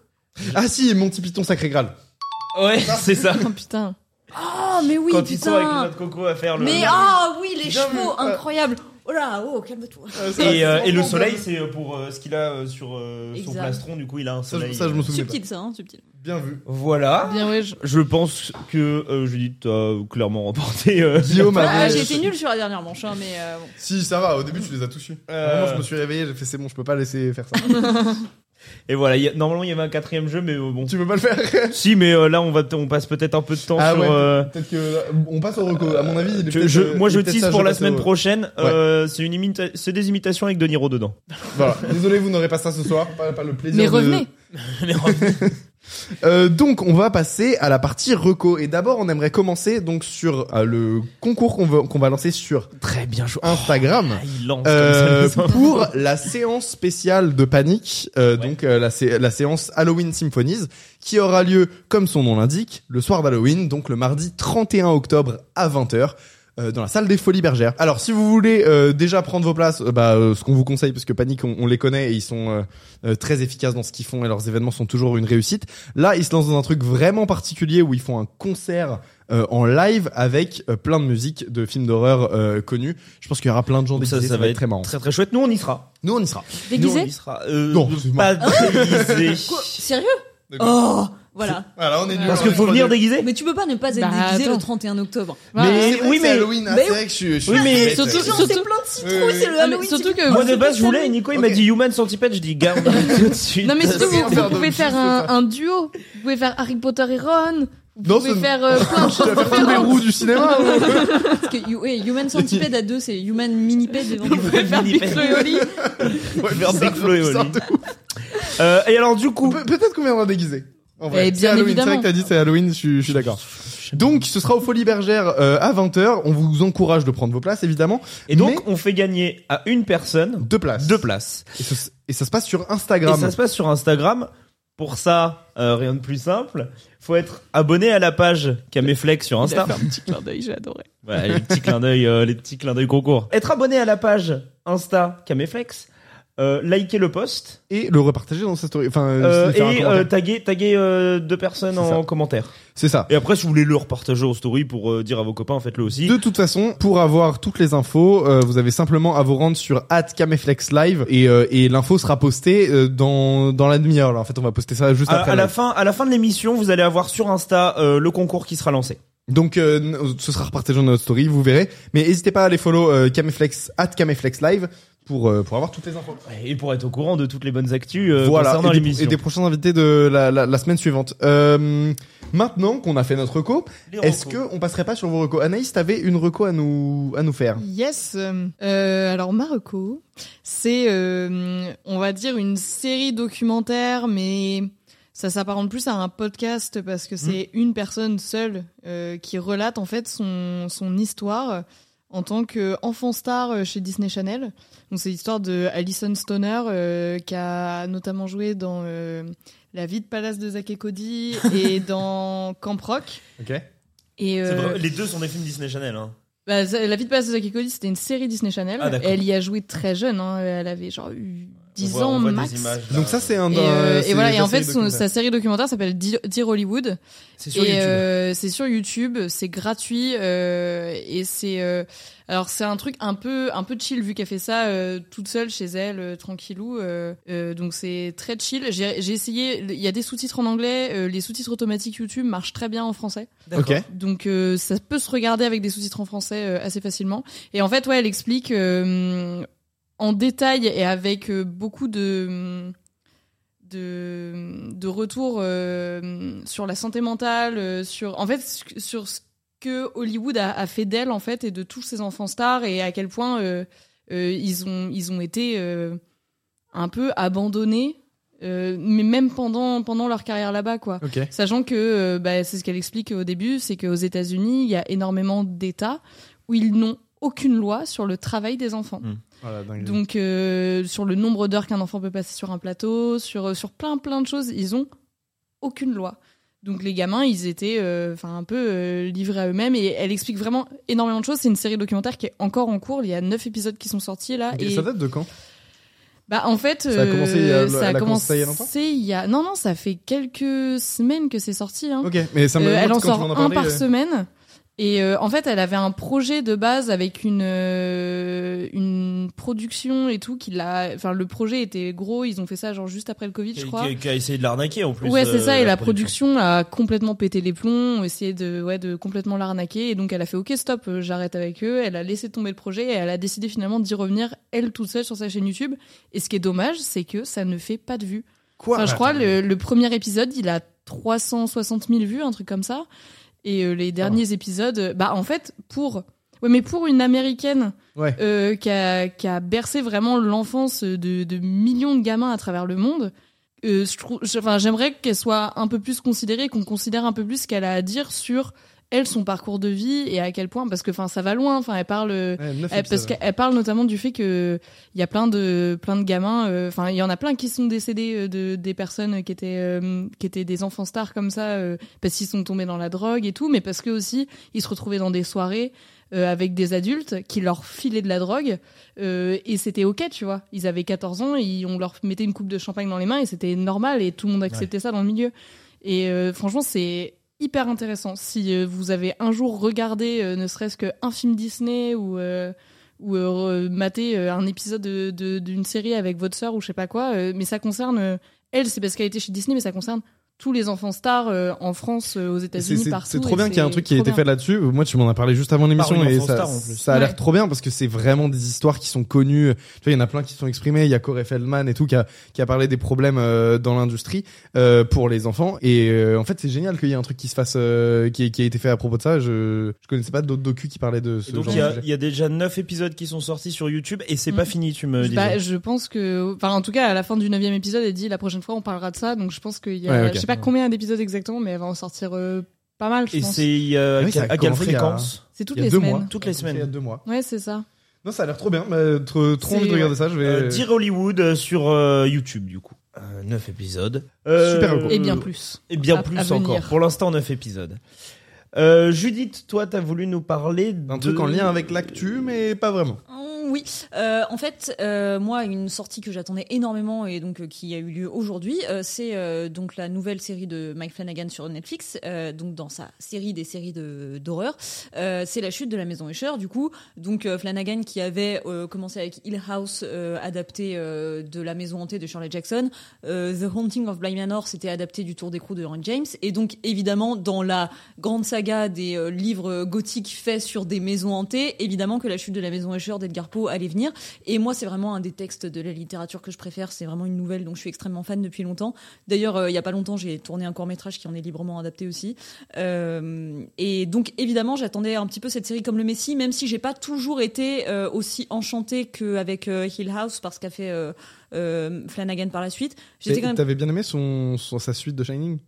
B: Ah si, et mon petit python sacré Graal.
C: Ouais, c'est ça.
E: Oh putain
D: Oh, mais oui,
C: Quand ils sont avec les noix
D: putain.
C: de coco à faire le.
D: Mais ah oui, les
B: Bien
D: chevaux,
B: vu, ouais.
D: incroyable. Oh là, oh,
E: Ah,
D: calme-toi.
C: et, euh, et le soleil, c'est euh, pour euh, ce qu'il a euh, sur euh, son
D: Exact.
C: plastron. Du coup, il a un
B: Ça, je-
C: soleil.
B: ça, je
C: euh,
B: me souviens.
D: Subtil ça, hein, subtil.
B: Bien vu.
C: Voilà.
E: Bien ouais, je-
C: Je pense que euh, Judith a clairement remporté. euh,
B: Guillaume
D: Ah,
B: avait-
D: J'ai été nulle sur la dernière manche, hein, mais euh, bon.
B: Si, ça va, au début tu les as tous eus.
C: Euh.
B: Vraiment, je me suis réveillé, j'ai fait c'est bon, je peux pas laisser faire ça.
C: Et voilà, il y a- normalement il y avait un quatrième jeu, mais euh, bon.
B: tu peux pas le faire
C: Si, mais euh, là on va, t- on passe peut-être un peu de temps
B: Ah
C: sur.
B: ouais.
C: euh,
B: Peut-être que. euh, On passe au reco, à mon avis. il est
C: je-
B: peut-être,
C: je-
B: euh,
C: moi
B: il
C: je
B: est peut-être
C: tease
B: sage
C: pour
B: de
C: la
B: passer
C: semaine
B: au-
C: prochaine. euh, c'est une imita- c'est des imitations avec De Niro dedans.
B: Voilà, désolé, vous n'aurez pas ça ce soir, pas, pas le plaisir.
E: Mais
B: de-
E: revenez
C: Mais revenez.
B: Euh, donc, on va passer à la partie reco. Et d'abord, on aimerait commencer donc sur euh, le concours qu'on va, qu'on va lancer sur
C: Très bien joué.
B: Instagram.
C: Ah, il lance
B: Euh,
C: comme ça les enfants.
B: pour la séance spéciale de panique, euh, donc euh, la, sé- la séance Halloween Symphonies, qui aura lieu, comme son nom l'indique, le soir d'Halloween, donc le mardi 31 octobre à 20h. euh, dans la salle des Folies Bergères. Alors, si vous voulez euh, déjà prendre vos places, euh, bah, euh, ce qu'on vous conseille, parce que Panique, on, on les connaît et ils sont euh, euh, très efficaces dans ce qu'ils font et leurs événements sont toujours une réussite. Là, ils se lancent dans un truc vraiment particulier où ils font un concert euh, en live avec euh, plein de musique de films d'horreur euh, connus. Je pense qu'il y aura plein de gens
C: Donc
B: déguisés,
C: ça, ça va être
B: très marrant.
C: Très très chouette. Nous on y sera.
B: Nous, on y sera.
C: Nous, on
D: Déguisé
C: y sera. Euh,
B: Non, excuse-moi.
C: pas déguisé.
D: Quoi Sérieux
B: D'accord.
D: Oh Voilà.
B: Voilà, on est nuls.
C: Parce que
B: On est
C: faut venir
B: nuls.
C: déguisé.
D: Mais tu peux pas ne pas être
E: Bah,
D: déguisé le
E: attends.
D: 31 octobre.
E: Voilà.
B: C'est vrai
C: oui,
B: que
C: mais-
B: c'est Halloween, hein,
D: mais-
B: c'est vrai que je suis. je suis
C: Oui, mais-
B: bête.
E: surtout-
D: Genre,
E: surtout-
D: c'est plein de
B: Oui,
D: citrouilles,
B: oui.
D: c'est le
E: Ah, mais
D: Halloween.
E: surtout
D: c'est-
C: Moi
E: que- vous
C: de
E: faites
C: base je
E: ça,
C: voulais
E: mais-
C: Nico il
B: Ok.
C: m'a dit human centipede je dis garde tout de suite.
E: Non mais
B: Ça,
E: surtout
B: c'est
E: vous, vous
B: faire de-
E: pouvez
B: je
E: faire
B: sais
E: un,
B: pas.
E: un duo, vous pouvez faire Harry Potter et Ron, vous
B: Non,
E: pouvez
B: ça-
E: faire euh, plein de
B: Tu
E: choses.
B: vas faire tous les roues du cinéma. ou-
D: Parce que you- ouais, Human Centipede à deux, c'est Human Minipede éventuellement.
C: Mini- Ouais, faire des Chloé,
B: Bizarre
C: Oli.
B: de ouf.
C: Euh, et alors du coup,
B: Pe- Peut-être qu'on viendra déguisé. En
E: Eh
B: vrai,
E: bien,
B: c'est Halloween. C'est vrai
E: évidemment.
B: que t'as dit c'est Halloween, je suis, je suis d'accord. Donc, ce sera aux Folies Bergères euh, à 20h. On vous encourage de prendre vos places, évidemment.
C: et donc
B: Mais-
C: on fait gagner à une personne
B: Deux places.
C: deux places.
B: Et, ce- et ça se passe sur
C: Et
B: Instagram.
C: ça se passe sur Instagram. Pour ça, euh, rien de plus simple. Faut être abonné à la page Caméflex sur Insta.
E: un petit clin d'œil, j'ai adoré.
C: Voilà, les petits clins d'œil, euh, les petits clins d'œil concours. Être abonné à la page Insta Caméflex, euh, liker le post
B: Et le repartager dans sa story. Enfin,
C: euh,
B: euh, faire un
C: et
B: commentaire.
C: euh, taguer, taguer euh, deux personnes
B: C'est
C: en commentaire.
B: c'est ça.
C: Et après, si vous voulez le repartager en story pour euh, dire à vos copains, faites-le aussi.
B: De toute façon, pour avoir toutes les infos, euh, vous avez simplement à vous rendre sur @cameflexlive et, euh, et l'info sera postée euh, dans dans la demi-heure. là. En fait, on va poster ça juste
C: À,
B: après.
C: à
B: le
C: la
B: live.
C: fin, à la fin de l'émission, vous allez avoir sur Insta euh, le concours qui sera lancé.
B: Donc, euh, n- ce sera repartagé dans notre story, vous verrez. Mais n'hésitez pas à aller follow euh, Cameflex @cameflexlive pour euh, pour avoir toutes les infos.
C: Et pour être au courant de toutes les bonnes actus euh,
B: voilà.
C: concernant
B: Et des,
C: l'émission.
B: et des prochains invités de la la, la semaine suivante. Euh, maintenant qu'on a fait notre reco,
C: Les
B: est-ce
C: recos.
B: que on passerait pas sur vos recos Anaïs, t'avais une reco à nous à nous faire.
E: Yes. Euh, alors Marocco, c'est euh, on va dire une série documentaire, mais ça s'apparente plus à un podcast parce que c'est
C: Hmm.
E: une personne seule euh, qui relate en fait son son histoire en tant qu'enfant star euh, chez Disney Channel. Donc c'est l'histoire de Alison Stoner euh, qui a notamment joué dans euh, La vie de palace de Zack et Cody et dans Camp Rock.
B: Ok.
E: Et
C: C'est
E: euh,
C: vrai, Les deux sont des films Disney Channel. Hein.
E: bah, ça- la vie de Palace de Zack et Cody, c'était une série Disney Channel.
C: Ah, d'accord.
E: elle y a joué très jeune, hein. elle avait genre eu 10
C: On voit-
E: ans
C: on voit des
E: max.
C: images, là.
B: Donc ça c'est un.
E: Et,
B: d'un-
E: euh, et
B: c'est
E: voilà,
B: la
E: et en fait,
B: série
E: son-
B: documentaire.
E: sa série documentaire s'appelle Dear Dear Hollywood.
C: c'est sur
E: Et
C: YouTube.
E: euh, c'est sur YouTube, c'est gratuit euh, et c'est euh, alors c'est un truc un peu un peu chill vu qu'elle fait ça euh, toute seule chez elle euh, tranquillou euh, euh, donc c'est très chill. J'ai j'ai essayé, il y a des sous-titres en anglais, euh, les sous-titres automatiques YouTube marchent très bien en français.
C: D'accord.
B: Ok.
E: Donc euh, ça peut se regarder avec des sous-titres en français euh, assez facilement. Et en fait, ouais, elle explique euh, en détail et avec euh, beaucoup de de, de retours euh, sur la santé mentale, euh, sur en fait ce que- sur ce que Hollywood a, a fait d'elle en fait et de tous ses enfants stars et à quel point euh, euh, ils ont ils ont été euh, un peu abandonnés, euh, mais même pendant pendant leur carrière là-bas quoi.
B: Ok.
E: Sachant que euh, bah, c'est ce qu'elle explique au début, c'est qu'aux États-Unis, il y a énormément d'États où ils n'ont aucune loi sur le travail des enfants.
B: Voilà, dingue.
E: Donc euh, sur le nombre d'heures qu'un enfant peut passer sur un plateau, sur euh, sur plein plein de choses, ils ont aucune loi. Donc les gamins, ils étaient euh, enfin un peu euh, livrés à eux-mêmes et elle explique vraiment énormément de choses. C'est une série documentaire qui est encore en cours. Il y a neuf épisodes qui sont sortis là.
B: Ok,
E: et
B: Ça date de quand
E: bah en fait,
B: Ça a commencé il y a-
E: euh,
B: elle
E: ça
B: a
E: a
B: commencé il y a longtemps
E: commencé il y a non non ça fait quelques semaines que c'est sorti. Hein.
B: Ok, mais ça me.
E: Euh, elle en
B: quand tu
E: sort
B: m'en as
E: un
B: parlé,
E: par
B: euh,
E: semaine. Et euh, en fait, elle avait un projet de base avec une euh, une production et tout qui l'a. Enfin, le projet était gros. Ils ont fait ça genre juste après le Covid, je
C: Qui-
E: crois.
C: Qui, qui a essayé de l'arnaquer en plus.
E: ouais, c'est
C: euh,
E: ça. Et la production. a complètement pété les plombs, essayé de ouais de complètement l'arnaquer. Et donc, elle a fait OK, stop, euh, j'arrête avec eux. Elle a laissé tomber le projet et elle a décidé finalement d'y revenir elle toute seule sur sa chaîne YouTube. Et ce qui est dommage, c'est que ça ne fait pas de vues.
B: Quoi
E: Enfin, je crois le, le premier épisode, il a 360 000 vues, un truc comme ça. Et euh, les derniers épisodes, euh, bah en fait pour, ouais, mais pour une américaine
B: Ouais.
E: euh, qui, a, qui a bercé vraiment l'enfance de, de millions de gamins à travers le monde, euh, je trouve, je- enfin, j'aimerais qu'elle soit un peu plus considérée, qu'on considère un peu plus ce qu'elle a à dire sur elle, son parcours de vie et à quel point, parce que enfin, ça va loin. Enfin, elle parle. euh,
B: Ouais, neuf
E: elle- parce
B: épisodes.
E: qu'elle parle notamment du fait que il y a plein de plein de gamins, euh, enfin il y en a plein qui sont décédés euh, de des personnes qui étaient euh, qui étaient des enfants stars comme ça euh, parce qu'ils sont tombés dans la drogue et tout, mais parce que aussi ils se retrouvaient dans des soirées euh, avec des adultes qui leur filaient de la drogue euh, et c'était ok tu vois. Ils avaient 14 ans, et on leur mettait une coupe de champagne dans les mains et c'était normal et tout le monde acceptait ça dans le milieu. Et euh, franchement c'est hyper intéressant. Si euh, vous avez un jour regardé euh, ne serait-ce qu'un film Disney ou euh, ou euh, re- mater euh, un épisode de- de- d'une série avec votre sœur ou je sais pas quoi. euh, mais ça concerne euh, elle, c'est parce qu'elle était chez Disney, mais ça concerne tous les enfants stars euh, en France, euh, aux
B: C'est-
E: États-Unis,
B: C'est
E: partout.
B: c'est trop
E: et
B: bien qu'il y ait un truc qui a
E: trop
B: été
E: bien.
B: fait là-dessus. Moi, tu m'en as parlé juste avant l'émission
C: Par une
B: et
C: enfant
B: ça,
C: star, en plus.
B: ça a l'air
E: Ouais.
B: trop bien parce que c'est vraiment des histoires qui sont connues. Tu vois, il y en a plein qui se sont exprimés. Il y a Corey Feldman et tout qui a, qui a parlé des problèmes euh, dans l'industrie euh, pour les enfants. Et euh, en fait, c'est génial qu'il y ait un truc qui se fasse, euh, qui, qui a été fait à propos de ça. Je, je connaissais pas d'autres docus qui parlaient de ce
C: Et donc
B: genre
C: il y,
B: de
C: a,
B: sujet.
C: il y a déjà 9 épisodes qui sont sortis sur YouTube et c'est
E: Mm.
C: pas fini, tu me
E: Je-
C: disais.
E: bah, je pense que, enfin, en tout cas, à la fin du 9 épisode, elle dit la prochaine fois on parlera de ça. Donc je pense qu'il y a,
B: Ouais, ok.
E: je sais pas combien d'épisodes exactement, mais elle va en sortir euh, pas mal, je
C: et
E: pense.
C: c'est euh,
B: Ah oui, ça
C: à
B: a
C: quelle
B: commencé il y a-
C: fréquence
E: C'est toutes
B: il y a
E: les
B: deux
E: semaines.
B: mois.
C: Toutes les
B: Il y a
C: semaines.
B: deux mois.
E: Ouais, c'est ça.
B: Non, ça a l'air trop bien. Bah, trop trop envie de
E: C'est-
B: regarder ça. Je vais.
C: Euh, Dire Hollywood euh, sur euh, YouTube, du coup. 9 épisodes. Euh,
B: Super recours.
E: Et bien plus.
C: Et bien
E: à-
C: plus
E: à venir.
C: encore. Pour l'instant, 9 épisodes. Euh, Judith, toi, t'as voulu nous parler
B: un
C: de- Ah,
B: truc en lien avec l'actu, mais pas vraiment.
D: Oh, Oui, Euh, en fait, euh, moi, une sortie que j'attendais énormément et donc euh, qui a eu lieu aujourd'hui, euh, c'est euh, donc la nouvelle série de Mike Flanagan sur Netflix, euh, donc dans sa série des séries de- d'horreur. Euh, c'est la chute de la maison Usher, du coup. Donc euh, Flanagan qui avait euh, commencé avec Hill House, euh, adapté euh, de La maison hantée de Shirley Jackson. Euh, The Haunting of Bly Manor, c'était adapté du Tour d'écrou de Henry James. Et donc, évidemment, dans la grande saga des euh, livres gothiques faits sur des maisons hantées, évidemment que la chute de la maison Usher d'Edgar Poe allait venir. Et moi, c'est vraiment un des textes de la littérature que je préfère. C'est vraiment une nouvelle dont je suis extrêmement fan depuis longtemps. D'ailleurs, euh, il y a pas longtemps, j'ai tourné un court métrage qui en est librement adapté aussi. Euh, et donc, évidemment, j'attendais un petit peu cette série comme le Messie, même si j'ai pas toujours été euh, aussi enchantée qu'avec euh, Hill House, parce qu'a fait euh, euh, Flanagan par la suite. J'étais
B: Et
D: quand même
B: T'avais bien aimé son, son- sa suite de Shining.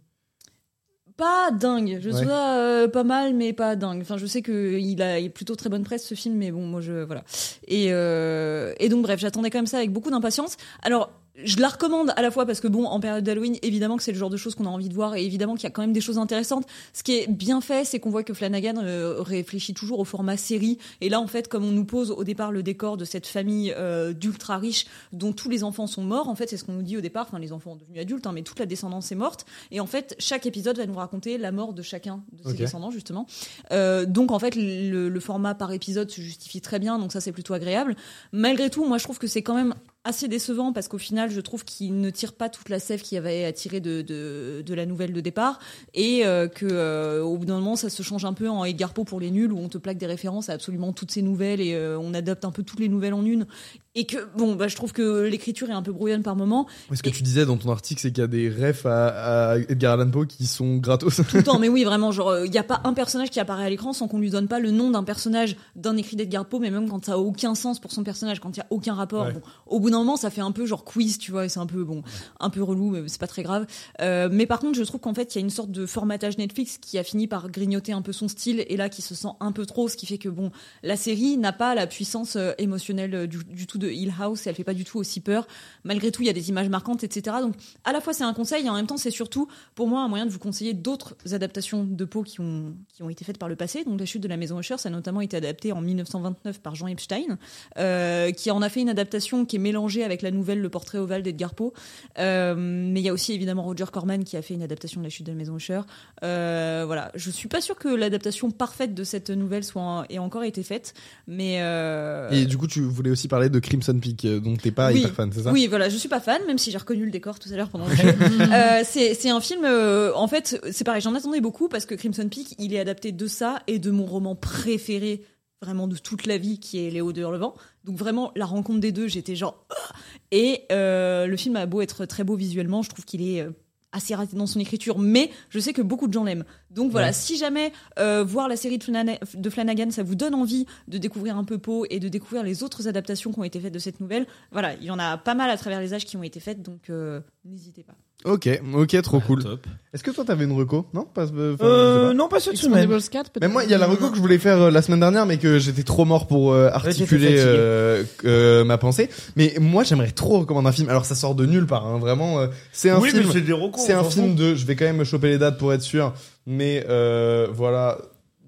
D: pas dingue. Je
B: Ouais.
D: trouve ça euh, pas mal, mais pas dingue. Enfin, je sais que il a il est plutôt très bonne presse ce film, mais bon, moi je voilà. Et euh, et donc bref, j'attendais quand même ça avec beaucoup d'impatience. Alors. Je la recommande à la fois parce que bon, en période d'Halloween, évidemment que c'est le genre de choses qu'on a envie de voir et évidemment qu'il y a quand même des choses intéressantes. Ce qui est bien fait, c'est qu'on voit que Flanagan euh, réfléchit toujours au format série. Et là, en fait, comme on nous pose au départ le décor de cette famille euh, d'ultra riches dont tous les enfants sont morts, en fait, c'est ce qu'on nous dit au départ. Enfin, les enfants sont devenus adultes, hein, mais toute la descendance est morte. Et en fait, chaque épisode va nous raconter la mort de chacun de ses
B: Ok.
D: descendants, justement. Euh, donc, en fait, le, le format par épisode se justifie très bien, donc ça, c'est plutôt agréable. Malgré tout, moi, je trouve que c'est quand même assez décevant parce qu'au final, je trouve qu'il ne tire pas toute la sève qu'il avait attirée de, de, de la nouvelle de départ et euh, que euh, au bout d'un moment, ça se change un peu en Edgar Poe pour les nuls où on te plaque des références à absolument toutes ces nouvelles et euh, on adapte un peu toutes les nouvelles en une. Et que, bon, bah, je trouve que l'écriture est un peu brouillonne par moment.
B: Ouais, Ce que tu disais dans ton article, c'est qu'il y a des refs à, à Edgar Allan Poe qui sont gratos.
D: tout le temps, mais oui, vraiment, genre, il n'y a pas un personnage qui apparaît à l'écran sans qu'on lui donne pas le nom d'un personnage d'un écrit d'Edgar Poe, mais même quand ça a aucun sens pour son personnage, quand il y a aucun rapport,
B: Ouais.
D: bon, au bout d'un moment, ça fait un peu genre quiz, tu vois, et c'est un peu, bon, un peu relou, mais c'est pas très grave. Euh, mais par contre, je trouve qu'en fait, il y a une sorte de formatage Netflix qui a fini par grignoter un peu son style, et là, qui se sent un peu trop, ce qui fait que, bon, la série n'a pas la puissance euh, émotionnelle euh, du, du tout de Hill House, et elle fait pas du tout aussi peur. Malgré tout, il y a des images marquantes, etc. Donc, à la fois, c'est un conseil, et en même temps, c'est surtout pour moi un moyen de vous conseiller d'autres adaptations de Poe qui ont, qui ont été faites par le passé. Donc la chute de la maison Usher, ça a notamment été adapté en 1929 par Jean Epstein, euh, qui en a fait une adaptation qui est mélangée avec la nouvelle Le portrait ovale d'Edgar Poe. Euh, mais il y a aussi évidemment Roger Corman qui a fait une adaptation de la chute de la maison Usher. Euh, voilà, je suis pas sûre que l'adaptation parfaite de cette nouvelle soit en- ait encore été faite, mais euh,
B: Et du coup, tu voulais aussi parler de Crimson Peak, euh, dont t'es pas
D: Oui.
B: hyper fan, c'est ça Mm.
D: Oui, voilà, je suis pas fan, même si j'ai reconnu le décor tout à l'heure pendant le jeu. Euh, c'est c'est un film, euh, en fait, c'est pareil, j'en attendais beaucoup parce que Crimson Peak, il est adapté de ça et de mon roman préféré vraiment de toute la vie qui est Léo de Hurlevent. Donc vraiment, la rencontre des deux, j'étais genre... Ah Et euh, le film a beau être très beau visuellement, je trouve qu'il est... euh, assez raté dans son écriture, mais je sais que beaucoup de gens l'aiment. Donc voilà, si jamais euh, voir la série de, Flana- de Flanagan, ça vous donne envie de découvrir un peu Poe et de découvrir les autres adaptations qui ont été faites de cette nouvelle, voilà, il y en a pas mal à travers les âges qui ont été faites, donc euh, n'hésitez pas.
B: Ok, ok,
C: Ah,
B: trop cool.
F: Top.
B: Est-ce que toi t'avais une reco Non, pas. euh, enfin, je sais
C: Euh,
B: pas.
C: non, pas cette semaine.
E: Expendables 4, peut-être.
B: Mais moi, il y a la reco que je voulais faire euh, la semaine dernière, mais que j'étais trop mort pour euh, articuler
C: t'étais fatigué.
B: euh, euh, ma pensée. Mais moi, j'aimerais trop recommander un film. Alors, ça sort de nulle part, hein, vraiment. euh, c'est un
C: oui,
B: film.
C: mais c'est des recours.
B: C'est un
C: franchement.
B: film de. Je vais quand même me choper les dates pour être sûr. Mais euh, voilà.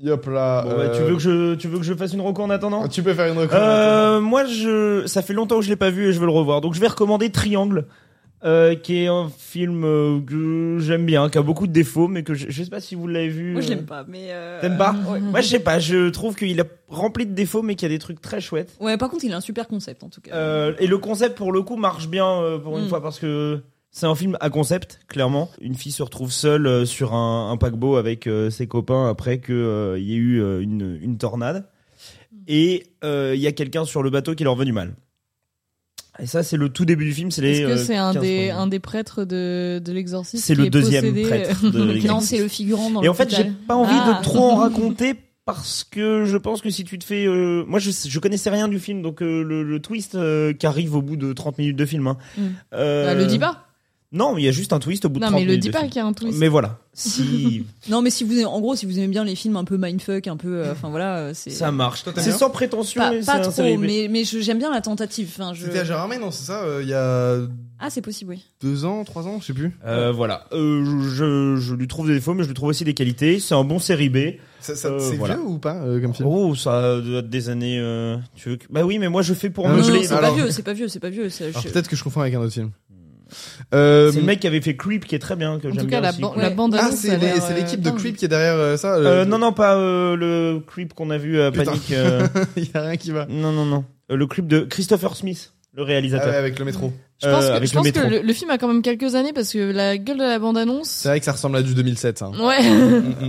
B: Yop là.
C: Bon, bah, tu,
B: euh, Ah,
C: veux que je, tu veux que je fasse une reco en attendant
B: tu peux faire une reco
C: Euh, moi, je, ça fait longtemps que je l'ai pas vu et je veux le revoir. Donc, je vais recommander Triangle, euh, qui est un film euh, que j'aime bien, qui a beaucoup de défauts, mais que je, je sais pas si vous l'avez vu.
D: Moi, je
C: euh.
D: l'aime pas, mais. euh,
C: T'aimes pas
D: ouais.
C: Moi, je sais pas. Je trouve qu'il a rempli de défauts, mais qu'il y a des trucs très chouettes.
D: Ouais, par contre, il a un super concept en tout cas.
C: Euh, et le concept, pour le coup, marche bien euh, pour une
D: Mm.
C: fois parce que. C'est un film à concept, clairement. Une fille se retrouve seule euh, sur un, un paquebot avec euh, ses copains après qu'il y ait eu euh, une, une tornade.
E: Mm.
C: Et euh, il y a quelqu'un sur le bateau qui leur veut du mal. Et ça, c'est le tout début du film. C'est les.
E: Est-ce que
C: euh,
E: c'est un
C: 15
E: des,
C: premiers.
E: un des prêtres de, de l'exorciste
C: C'est
E: qui
C: le
E: est
C: deuxième
E: possédé,
C: prêtre
E: euh,
C: de l'Église.
D: non, c'est le figurant dans
C: Et en fait, j'ai
D: l'hôpital.
C: pas envie
D: Ah.
C: de trop en raconter parce que je pense que si tu te fais, euh, moi je je connaissais rien du film, donc euh, le, le twist euh, qui arrive au bout de 30 minutes de film. Hein.
D: Mm.
C: Euh,
E: Bah, le dis pas.
C: Non, mais il y a juste un twist Euh, au bout de
E: Non,
C: 30
E: mais le
C: minutes.
E: dis
C: de
E: pas
C: film.
E: qu'il y a un twist.
C: Mais voilà, si
D: Non, mais si vous aimez, en gros, si vous aimez bien les films un peu mindfuck, un peu, euh, enfin voilà, euh, c'est
C: ça marche.
B: Toi, t'aimes
C: C'est
B: bien
C: sans prétention.
D: pas,
C: mais
D: pas
C: c'est un
D: trop,
C: série B.
D: mais mais je- j'aime bien la tentative. Enfin, je...
B: C'était à Gérardmer, non, c'est ça euh, Il y a
D: Ah, c'est possible, oui.
B: deux ans, trois ans, je sais plus.
C: Euh, voilà, Euh, je, je- je lui trouve des défauts, mais je lui trouve aussi des qualités. C'est un bon série B.
B: Ça, ça-
C: euh,
B: c'est
C: voilà.
B: vieux ou pas euh, comme film
C: Oh, ça doit être des années. euh, tu veux que- Bah oui, mais moi je fais pour
B: Ah,
D: Non,
C: me
D: non,
B: l'ai-
D: c'est pas
B: alors-
D: vieux, c'est pas vieux, c'est pas vieux. c'est-
B: Alors,
D: je-
B: Peut-être que je confonds avec un autre film. Euh,
C: C'est le mec qui avait fait Creep qui est très bien, que
E: En
C: j'aime
E: tout
C: bien
E: cas, la,
C: aussi.
E: ban-
D: quoi.
E: la
D: Ouais.
E: bande
B: Ah,
E: annonce,
B: c'est
E: elle
B: les-
E: a
B: c'est
E: l'air,
B: l'équipe de
E: euh,
B: Creep qui est derrière euh, ça. euh,
C: Euh, non, non, pas euh, le creep qu'on a vu à
B: Putain.
C: Panique. euh,
B: Il y a rien qui va.
C: non, non, non. Euh, le creep de Christopher Smith,
B: Ah
C: le
B: ouais,
C: réalisateur.
B: avec le métro.
E: Je pense
C: Euh,
E: que,
C: avec
E: je pense
C: le
E: que
C: métro.
E: le, le film a quand même quelques années parce que la gueule de la bande annonce.
B: C'est vrai que ça ressemble à du 2007. Ça.
E: Ouais.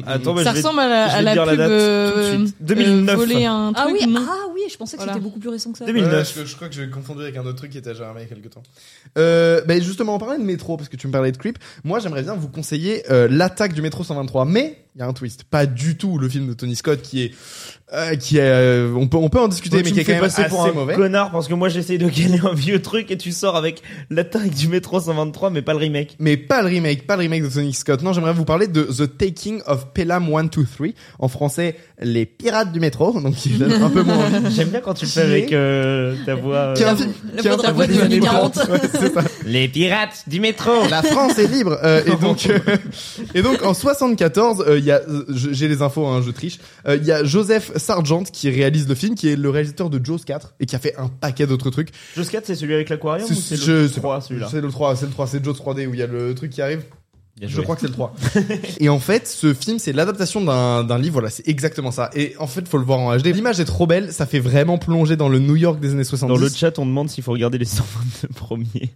B: Ah
C: Attends, bah,
E: ça
C: je vais,
E: ressemble à la,
C: je vais
E: à la
C: te dire
E: pub.
C: la date
E: euh,
C: tout de suite.
E: euh,
C: 2009.
E: voler un truc.
D: Ah oui,
E: non.
D: ah oui, je pensais que
E: Voilà.
D: c'était beaucoup plus récent que ça.
C: 2009.
B: je, je crois que j'ai confondu avec un autre truc qui était à Gérardmer il y a quelques temps. Euh, ben justement, on parlait de métro, parce que tu me parlais de Creep. Moi, j'aimerais bien vous conseiller euh, l'attaque du métro 123. Mais il y a un twist. Pas du tout le film de Tony Scott qui est... euh, qui est euh, on, peut, on peut en discuter,
C: Toi,
B: mais
C: tu
B: qui
C: me
B: est quand même
C: fais passer
B: assez
C: pour un
B: mauvais.
C: connard parce que moi j'essaye de caler un vieux truc et tu sors avec l'attaque du métro 123 mais pas le remake.
B: mais pas le remake, pas le remake de Tony Scott. Non, j'aimerais vous parler de The Taking of Pelham 123. En français, les pirates du métro. Donc, qui donne un peu moins envie.
C: J'aime bien quand tu le fais
B: Qui
C: avec
B: est-
C: euh, ta voix. euh,
B: Qui est un film-
D: La
B: qui est un
D: voix- la
B: film
D: voix des années 40.
B: Ouais, c'est ça.
C: Les pirates du métro.
B: La France est libre euh, et donc euh, et donc en 74 euh, il y a euh, je- j'ai les infos hein, je triche Euh, il y a Joseph Sargent qui réalise le film qui est le réalisateur de Jaws 4 et qui a fait un paquet d'autres trucs
C: Joscat c'est celui avec l'aquarium ou c'est
B: je
C: le
B: sais
C: 3
B: pas.
C: celui-là
B: c'est le 3 c'est le 3 c'est Jaws 3D où il y a le truc qui arrive je crois que c'est le 3 et en fait ce film c'est l'adaptation d'un d'un livre voilà c'est exactement ça et en fait faut le voir en HD l'image est trop belle ça fait vraiment plonger dans le New York des années 70
C: Dans le chat on demande s'il faut regarder les 122 premiers.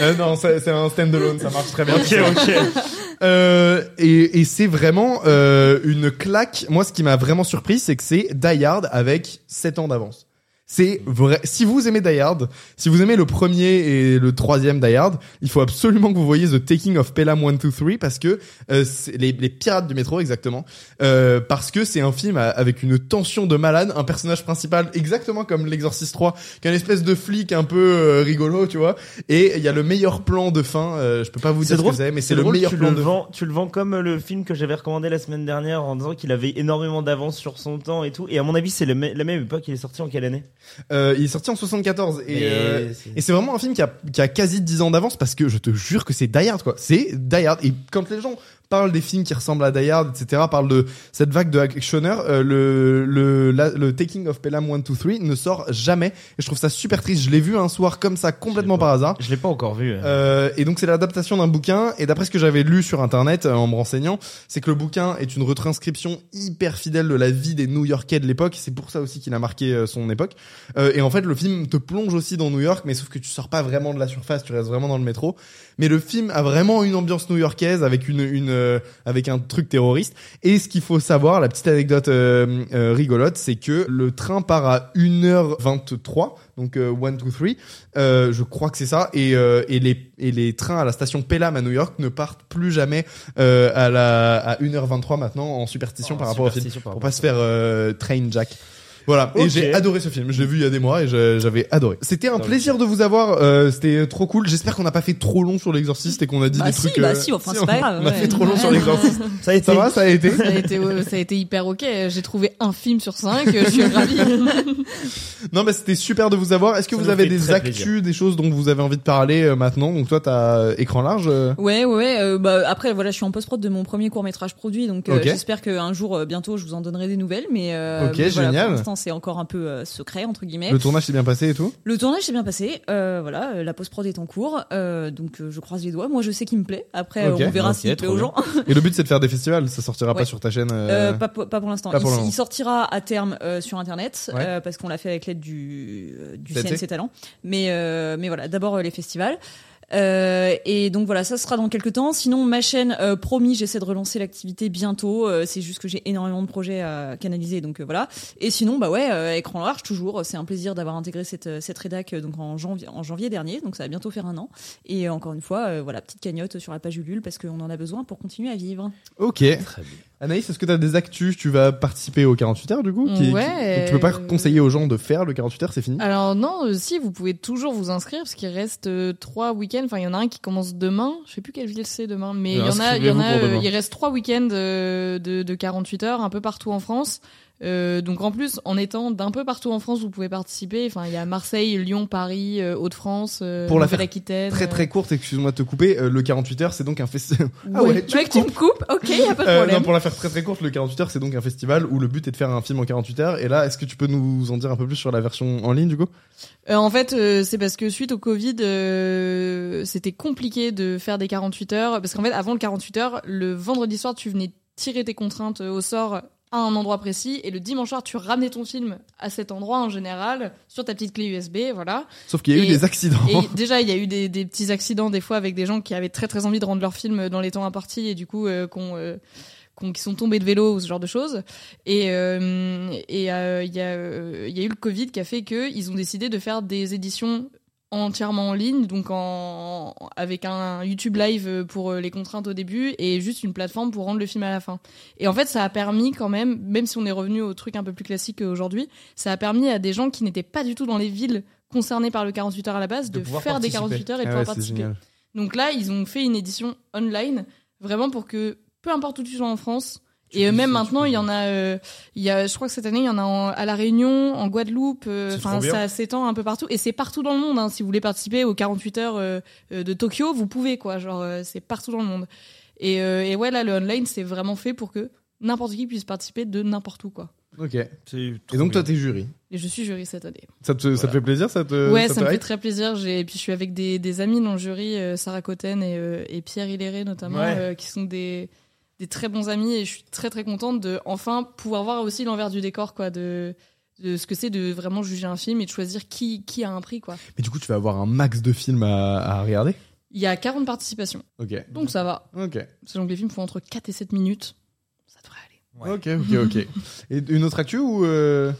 B: Euh, non c'est c'est un stand-alone ça marche très bien
C: ok.
B: Euh, et et c'est vraiment euh, une claque. Moi, ce qui m'a vraiment surpris, c'est que c'est Die Hard avec 7 ans d'avance. C'est vrai. Si vous aimez Die Hard, si vous aimez le premier et le troisième Die Hard, il faut absolument que vous voyez The Taking of Pelham 123 parce que euh, c'est les, les pirates du métro exactement. Euh, parce que c'est un film à- avec une tension de malade, un personnage principal exactement comme l'Exorciste 3, qui est une espèce de flic un peu euh, rigolo, tu vois. Et il y a le meilleur plan de fin. euh, je peux pas vous
C: C'est
B: dire
C: drôle,
B: ce que c'est, mais c'est le
C: drôle,
B: meilleur
C: tu
B: plan
C: le
B: de
C: vends, Tu le vends comme le film que j'avais recommandé la semaine dernière en disant qu'il avait énormément d'avance sur son temps et tout. Et à mon avis, c'est le mê- la même époque. Il est sorti en quelle année
B: Euh, il est sorti en 74 et,
C: Mais
B: euh,
C: c'est-
B: et c'est vraiment un film qui a, qui a quasi 10 ans d'avance parce que je te jure que c'est Die Hard quoi. C'est Die Hard et quand les gens parlent des films qui ressemblent à Die Hard etc parlent de cette vague de actionneurs euh, le le, la- le Taking of Pelham 123 ne sort jamais et je trouve ça super triste. Je l'ai vu un soir comme ça complètement
C: pas.
B: par hasard.
C: Je l'ai pas encore vu.
B: Euh, et donc c'est l'adaptation d'un bouquin et d'après ce que j'avais lu sur internet euh, en me renseignant, c'est que le bouquin est une retranscription hyper fidèle de la vie des New-Yorkais de l'époque, c'est pour ça aussi qu'il a marqué euh, son époque. Euh, et en fait le film te plonge aussi dans New York mais sauf que tu sors pas vraiment de la surface, tu restes vraiment dans le métro. Mais le film a vraiment une ambiance new-yorkaise avec une une euh, avec un truc terroriste et ce qu'il faut savoir, la petite anecdote euh, euh, rigolote, c'est que le train part à 1h23 donc 1 2 3 euh, je crois que c'est ça. Et, euh, et, les, et les trains à la station Pelham à New York ne partent plus jamais euh, à, la, à 1h23 maintenant en superstition par rapport au film. Pour pas se faire euh, train jack. Voilà. Et
C: Ok.
B: j'ai adoré ce film. Je l'ai vu il y a des mois et je- j'avais adoré. C'était un
C: Dans le
B: plaisir de vous avoir. euh, C'était trop cool. J'espère qu'on n'a pas fait trop long sur l'exorciste et qu'on a dit
D: Bah
B: des
D: si,
B: trucs. euh,
D: bah si, enfin, c'est
B: on-
D: pas grave,
B: On a
D: ouais.
B: fait trop long sur l'exorciste.
C: Ça a été.
B: Ça va, ça a été.
E: Ça a, été, ouais, ça a été hyper ok. J'ai trouvé un film sur cinq. Je suis ravie.
B: Non, mais c'était super de vous avoir. Est-ce que
C: Ça
B: vous
C: nous
B: avez
C: fait
B: des
C: très
B: actus,
C: plaisir.
B: des choses dont vous avez envie de parler euh, maintenant Donc toi, t'as euh, écran large. euh,
D: Ouais, ouais, ouais, euh, bah, après, voilà, je suis en post-prod de mon premier court-métrage produit, donc euh,
B: Ok.
D: j'espère qu'un jour, euh, bientôt, je vous en donnerai des nouvelles, mais euh,
B: Ok,
D: mais voilà,
B: génial.
D: pour l'instant, c'est encore un peu euh, secret, entre guillemets.
B: Le tournage s'est bien passé et tout.
D: Le tournage s'est bien passé, euh, voilà, euh, la post-prod est en cours, euh, donc euh, je croise les doigts. Moi, je sais qu'il me plaît, après,
B: Ok,
D: euh, on verra
F: ok,
D: s'il plaît
F: trop
D: aux
F: bien.
D: gens.
B: Et le but, c'est de faire des festivals. Ça sortira pas
D: Ouais.
B: sur ta chaîne. euh,
D: Euh, pas, pour- pas pour l'instant.
B: pas
D: Il,
B: pour le
D: s-
B: moment.
D: il sortira à terme euh, sur Internet,
B: Ouais.
D: euh, parce qu'on l'a fait avec l'aide du, euh, du
B: Cet été.
D: CNC Talent. Mais, euh, mais voilà, d'abord euh, les festivals. Euh, et donc voilà, ça sera dans quelques temps. Sinon, ma chaîne, euh, promis, j'essaie de relancer l'activité bientôt. Euh, c'est juste que j'ai énormément de projets à canaliser, donc euh, voilà. Et sinon, bah ouais, euh, écran large toujours. C'est un plaisir d'avoir intégré cette, euh, cette rédac euh, donc en janvier, en janvier dernier, donc ça va bientôt faire un an. Et euh, encore une fois, euh, voilà, petite cagnotte sur la page Ulule parce qu'on en a besoin pour continuer à vivre.
B: Ok.
F: Très bien.
B: Anaïs, est-ce que t'as des actus Tu vas participer au 48 heures du coup qui- qui-
E: Ouais.
B: Tu peux pas conseiller aux gens de faire le 48 heures, c'est fini.
E: Alors non, euh, si vous pouvez toujours vous inscrire parce qu'il reste euh, trois week-ends. Enfin, il y en a un qui commence demain. Je sais plus quelle ville c'est demain, mais il y en a, il y en
B: Inscrivez-vous
E: a.
B: pour
E: euh,
B: demain.
E: il reste trois week-ends euh, de, de 48 heures un peu partout en France. Euh, donc en plus, en étant d'un peu partout en France, vous pouvez participer. Enfin, il y a Marseille, Lyon, Paris, euh, Hauts-de-France, euh,
B: Pour la faire
E: Nouvelle-Aquitaine.
B: Très très courte, excuse-moi de te couper. euh, le 48 heures, c'est donc un festival. Ah ouais, tu
E: tu, euh, tu me coupes. Ok, il y a pas de
B: Euh,
E: problème.
B: non, pour la faire très très courte, le 48 heures, c'est donc un festival où le but est de faire un film en 48 heures. Et là, est-ce que tu peux nous en dire un peu plus sur la version en ligne du coup
E: Euh, en fait, euh, c'est parce que suite au Covid, euh, c'était compliqué de faire des 48 heures. Parce qu'en fait, avant le 48 heures, le vendredi soir, tu venais tirer tes contraintes euh, au sort à un endroit précis. Et le dimanche soir, tu ramenais ton film à cet endroit en général, sur ta petite clé USB, voilà.
B: Sauf qu'il y a eu
E: Et-
B: des accidents.
E: Et déjà, il y a eu des, des petits accidents des fois avec des gens qui avaient très très envie de rendre leur film dans les temps impartis et du coup euh, qu'on, euh, qu'on- qui sont tombés de vélo ou ce genre de choses. Et euh, et euh, il y, a, euh, il y a eu le Covid qui a fait que ils ont décidé de faire des éditions entièrement en ligne, donc en, avec un YouTube live pour euh, les contraintes au début et juste une plateforme pour rendre le film à la fin. Et en fait, ça a permis quand même, même si on est revenu au truc un peu plus classique aujourd'hui, ça a permis à des gens qui n'étaient pas du tout dans les villes concernées par le 48 heures à la base de,
B: pouvoir
E: faire des
B: participer.
E: 48 heures et de
B: Ah ouais,
E: pouvoir
B: c'est
E: participer.
B: génial.
E: Donc là, ils ont fait une édition online, vraiment pour que peu importe où tu sois en France.
B: Tu
E: et
B: puisses-
E: même
B: tu
E: maintenant, il y
B: puisses-
E: en a, euh, il y a, je crois que cette année, il y en a en- à la Réunion, en Guadeloupe. euh,
B: C'est
E: Enfin,
B: trop bien.
E: ça s'étend un peu partout, et c'est partout dans le monde. hein. Si vous voulez participer aux 48 heures euh, euh, de Tokyo, vous pouvez quoi. Genre, euh, c'est partout dans le monde. Et, euh, et ouais, là, le online, c'est vraiment fait pour que n'importe qui puisse participer de n'importe où quoi.
B: Ok. Et donc toi, t'es jury.
E: Et je suis jury cette année.
B: Ça te, ça te fait plaisir ça te,
E: ouais,
B: Euh, ça
E: ça,
B: te
E: me fait
B: hype
E: très plaisir. J'ai et puis je suis avec des, des amis dans le jury, euh, Sarah Cotten et, euh, et Pierre Hiléré notamment,
C: Ouais.
E: euh, qui sont des des très bons amis et je suis très très contente de enfin pouvoir voir aussi l'envers du décor quoi de de ce que c'est de vraiment juger un film et de choisir qui qui a un prix quoi.
B: Mais du coup, tu vas avoir un max de films à, à regarder.
E: Il y a 40 participations.
B: Ok.
E: Donc ça va.
B: Ok.
E: Selon que les films font entre 4 et 7 minutes. Ça devrait aller.
F: Ouais.
B: Ok. Ok. Ok. et une autre actu ou euh...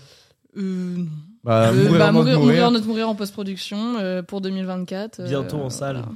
E: Euh,
B: bah,
E: euh, bah,
B: avant de
E: mourir, mourir, notre mourir en post-production euh, pour 2024. euh,
C: Bientôt en salle.
E: voilà.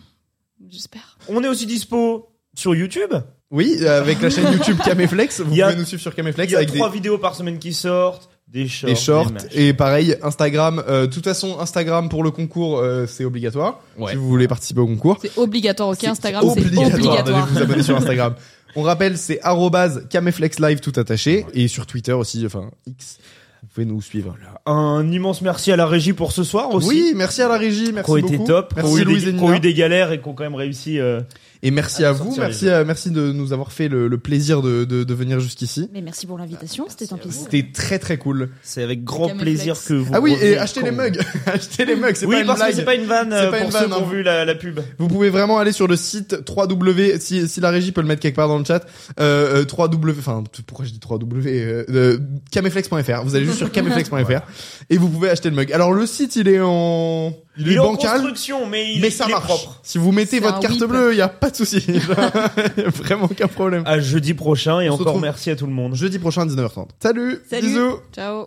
E: J'espère.
C: On est aussi dispo sur YouTube.
B: Oui, euh, avec la chaîne YouTube Caméflex. Vous
C: Il y a-
B: pouvez nous suivre sur
C: Il
B: Caméflex
C: y a
B: avec des,
C: trois vidéos par semaine qui sortent, des shorts,
B: des shorts
C: des machins.
B: et pareil Instagram. Euh, de toute façon, Instagram pour le concours, euh, c'est obligatoire.
F: Ouais.
B: Si vous voulez participer au concours,
E: C'est obligatoire, ok
B: C'est
E: Instagram, c'est
B: obligatoire d'aller
E: obligatoire.
B: vous abonner sur Instagram. On rappelle, c'est arrobase cameflexlive tout attaché et sur Twitter aussi, enfin X. Vous pouvez nous suivre.
C: Un immense merci à la régie pour ce soir aussi.
B: Oui, merci à la régie, merci
C: qui ont été
B: beaucoup.
C: top, qui ont
B: merci
C: eu,
B: Louise et
C: des, qui ont
B: Nina.
C: eu des galères et qui ont quand même réussi. euh,
B: Et merci
C: À
B: à,
C: sortir
B: vous,
C: les
B: merci,
C: jeux.
B: à- merci de nous avoir fait le, le plaisir de, de, de venir jusqu'ici.
D: Mais merci pour
B: Bah,
D: l'invitation, c'était un plaisir.
B: C'était très très cool.
C: C'est avec grand
E: Caméflex.
C: plaisir que vous.
B: Ah oui,
C: revenez
B: et achetez
C: quand
B: les
C: vous-
B: mugs, achetez les mugs, c'est
C: Oui,
B: pas une
C: parce que c'est
B: blague.
C: pas une vanne
B: C'est
C: euh,
B: pas
C: pour
B: une
C: ceux
B: vanne,
C: qui ont
B: hein.
C: vu la, la pub.
B: Vous pouvez vraiment aller sur le site www si, si la régie peut le mettre quelque part dans le chat euh, euh, www enfin t- pourquoi je dis 3w euh, euh, cameflex.fr vous allez juste sur cameflex.fr et vous pouvez acheter le mug. Alors le site il est en il, est
C: en
B: bancal
C: construction, mais il,
B: mais ça
C: il est
B: marche.
C: propre.
B: Si vous mettez
E: C'est
B: votre
E: un
B: carte
E: whip.
B: bleue, il y a pas de souci. Il y a vraiment
C: Ah.
B: aucun problème.
C: À jeudi prochain et
B: On se
C: encore
B: retrouve-
C: merci à tout le monde.
B: Jeudi prochain 19h30. Salut,
D: Salut.
B: bisous.
E: Ciao.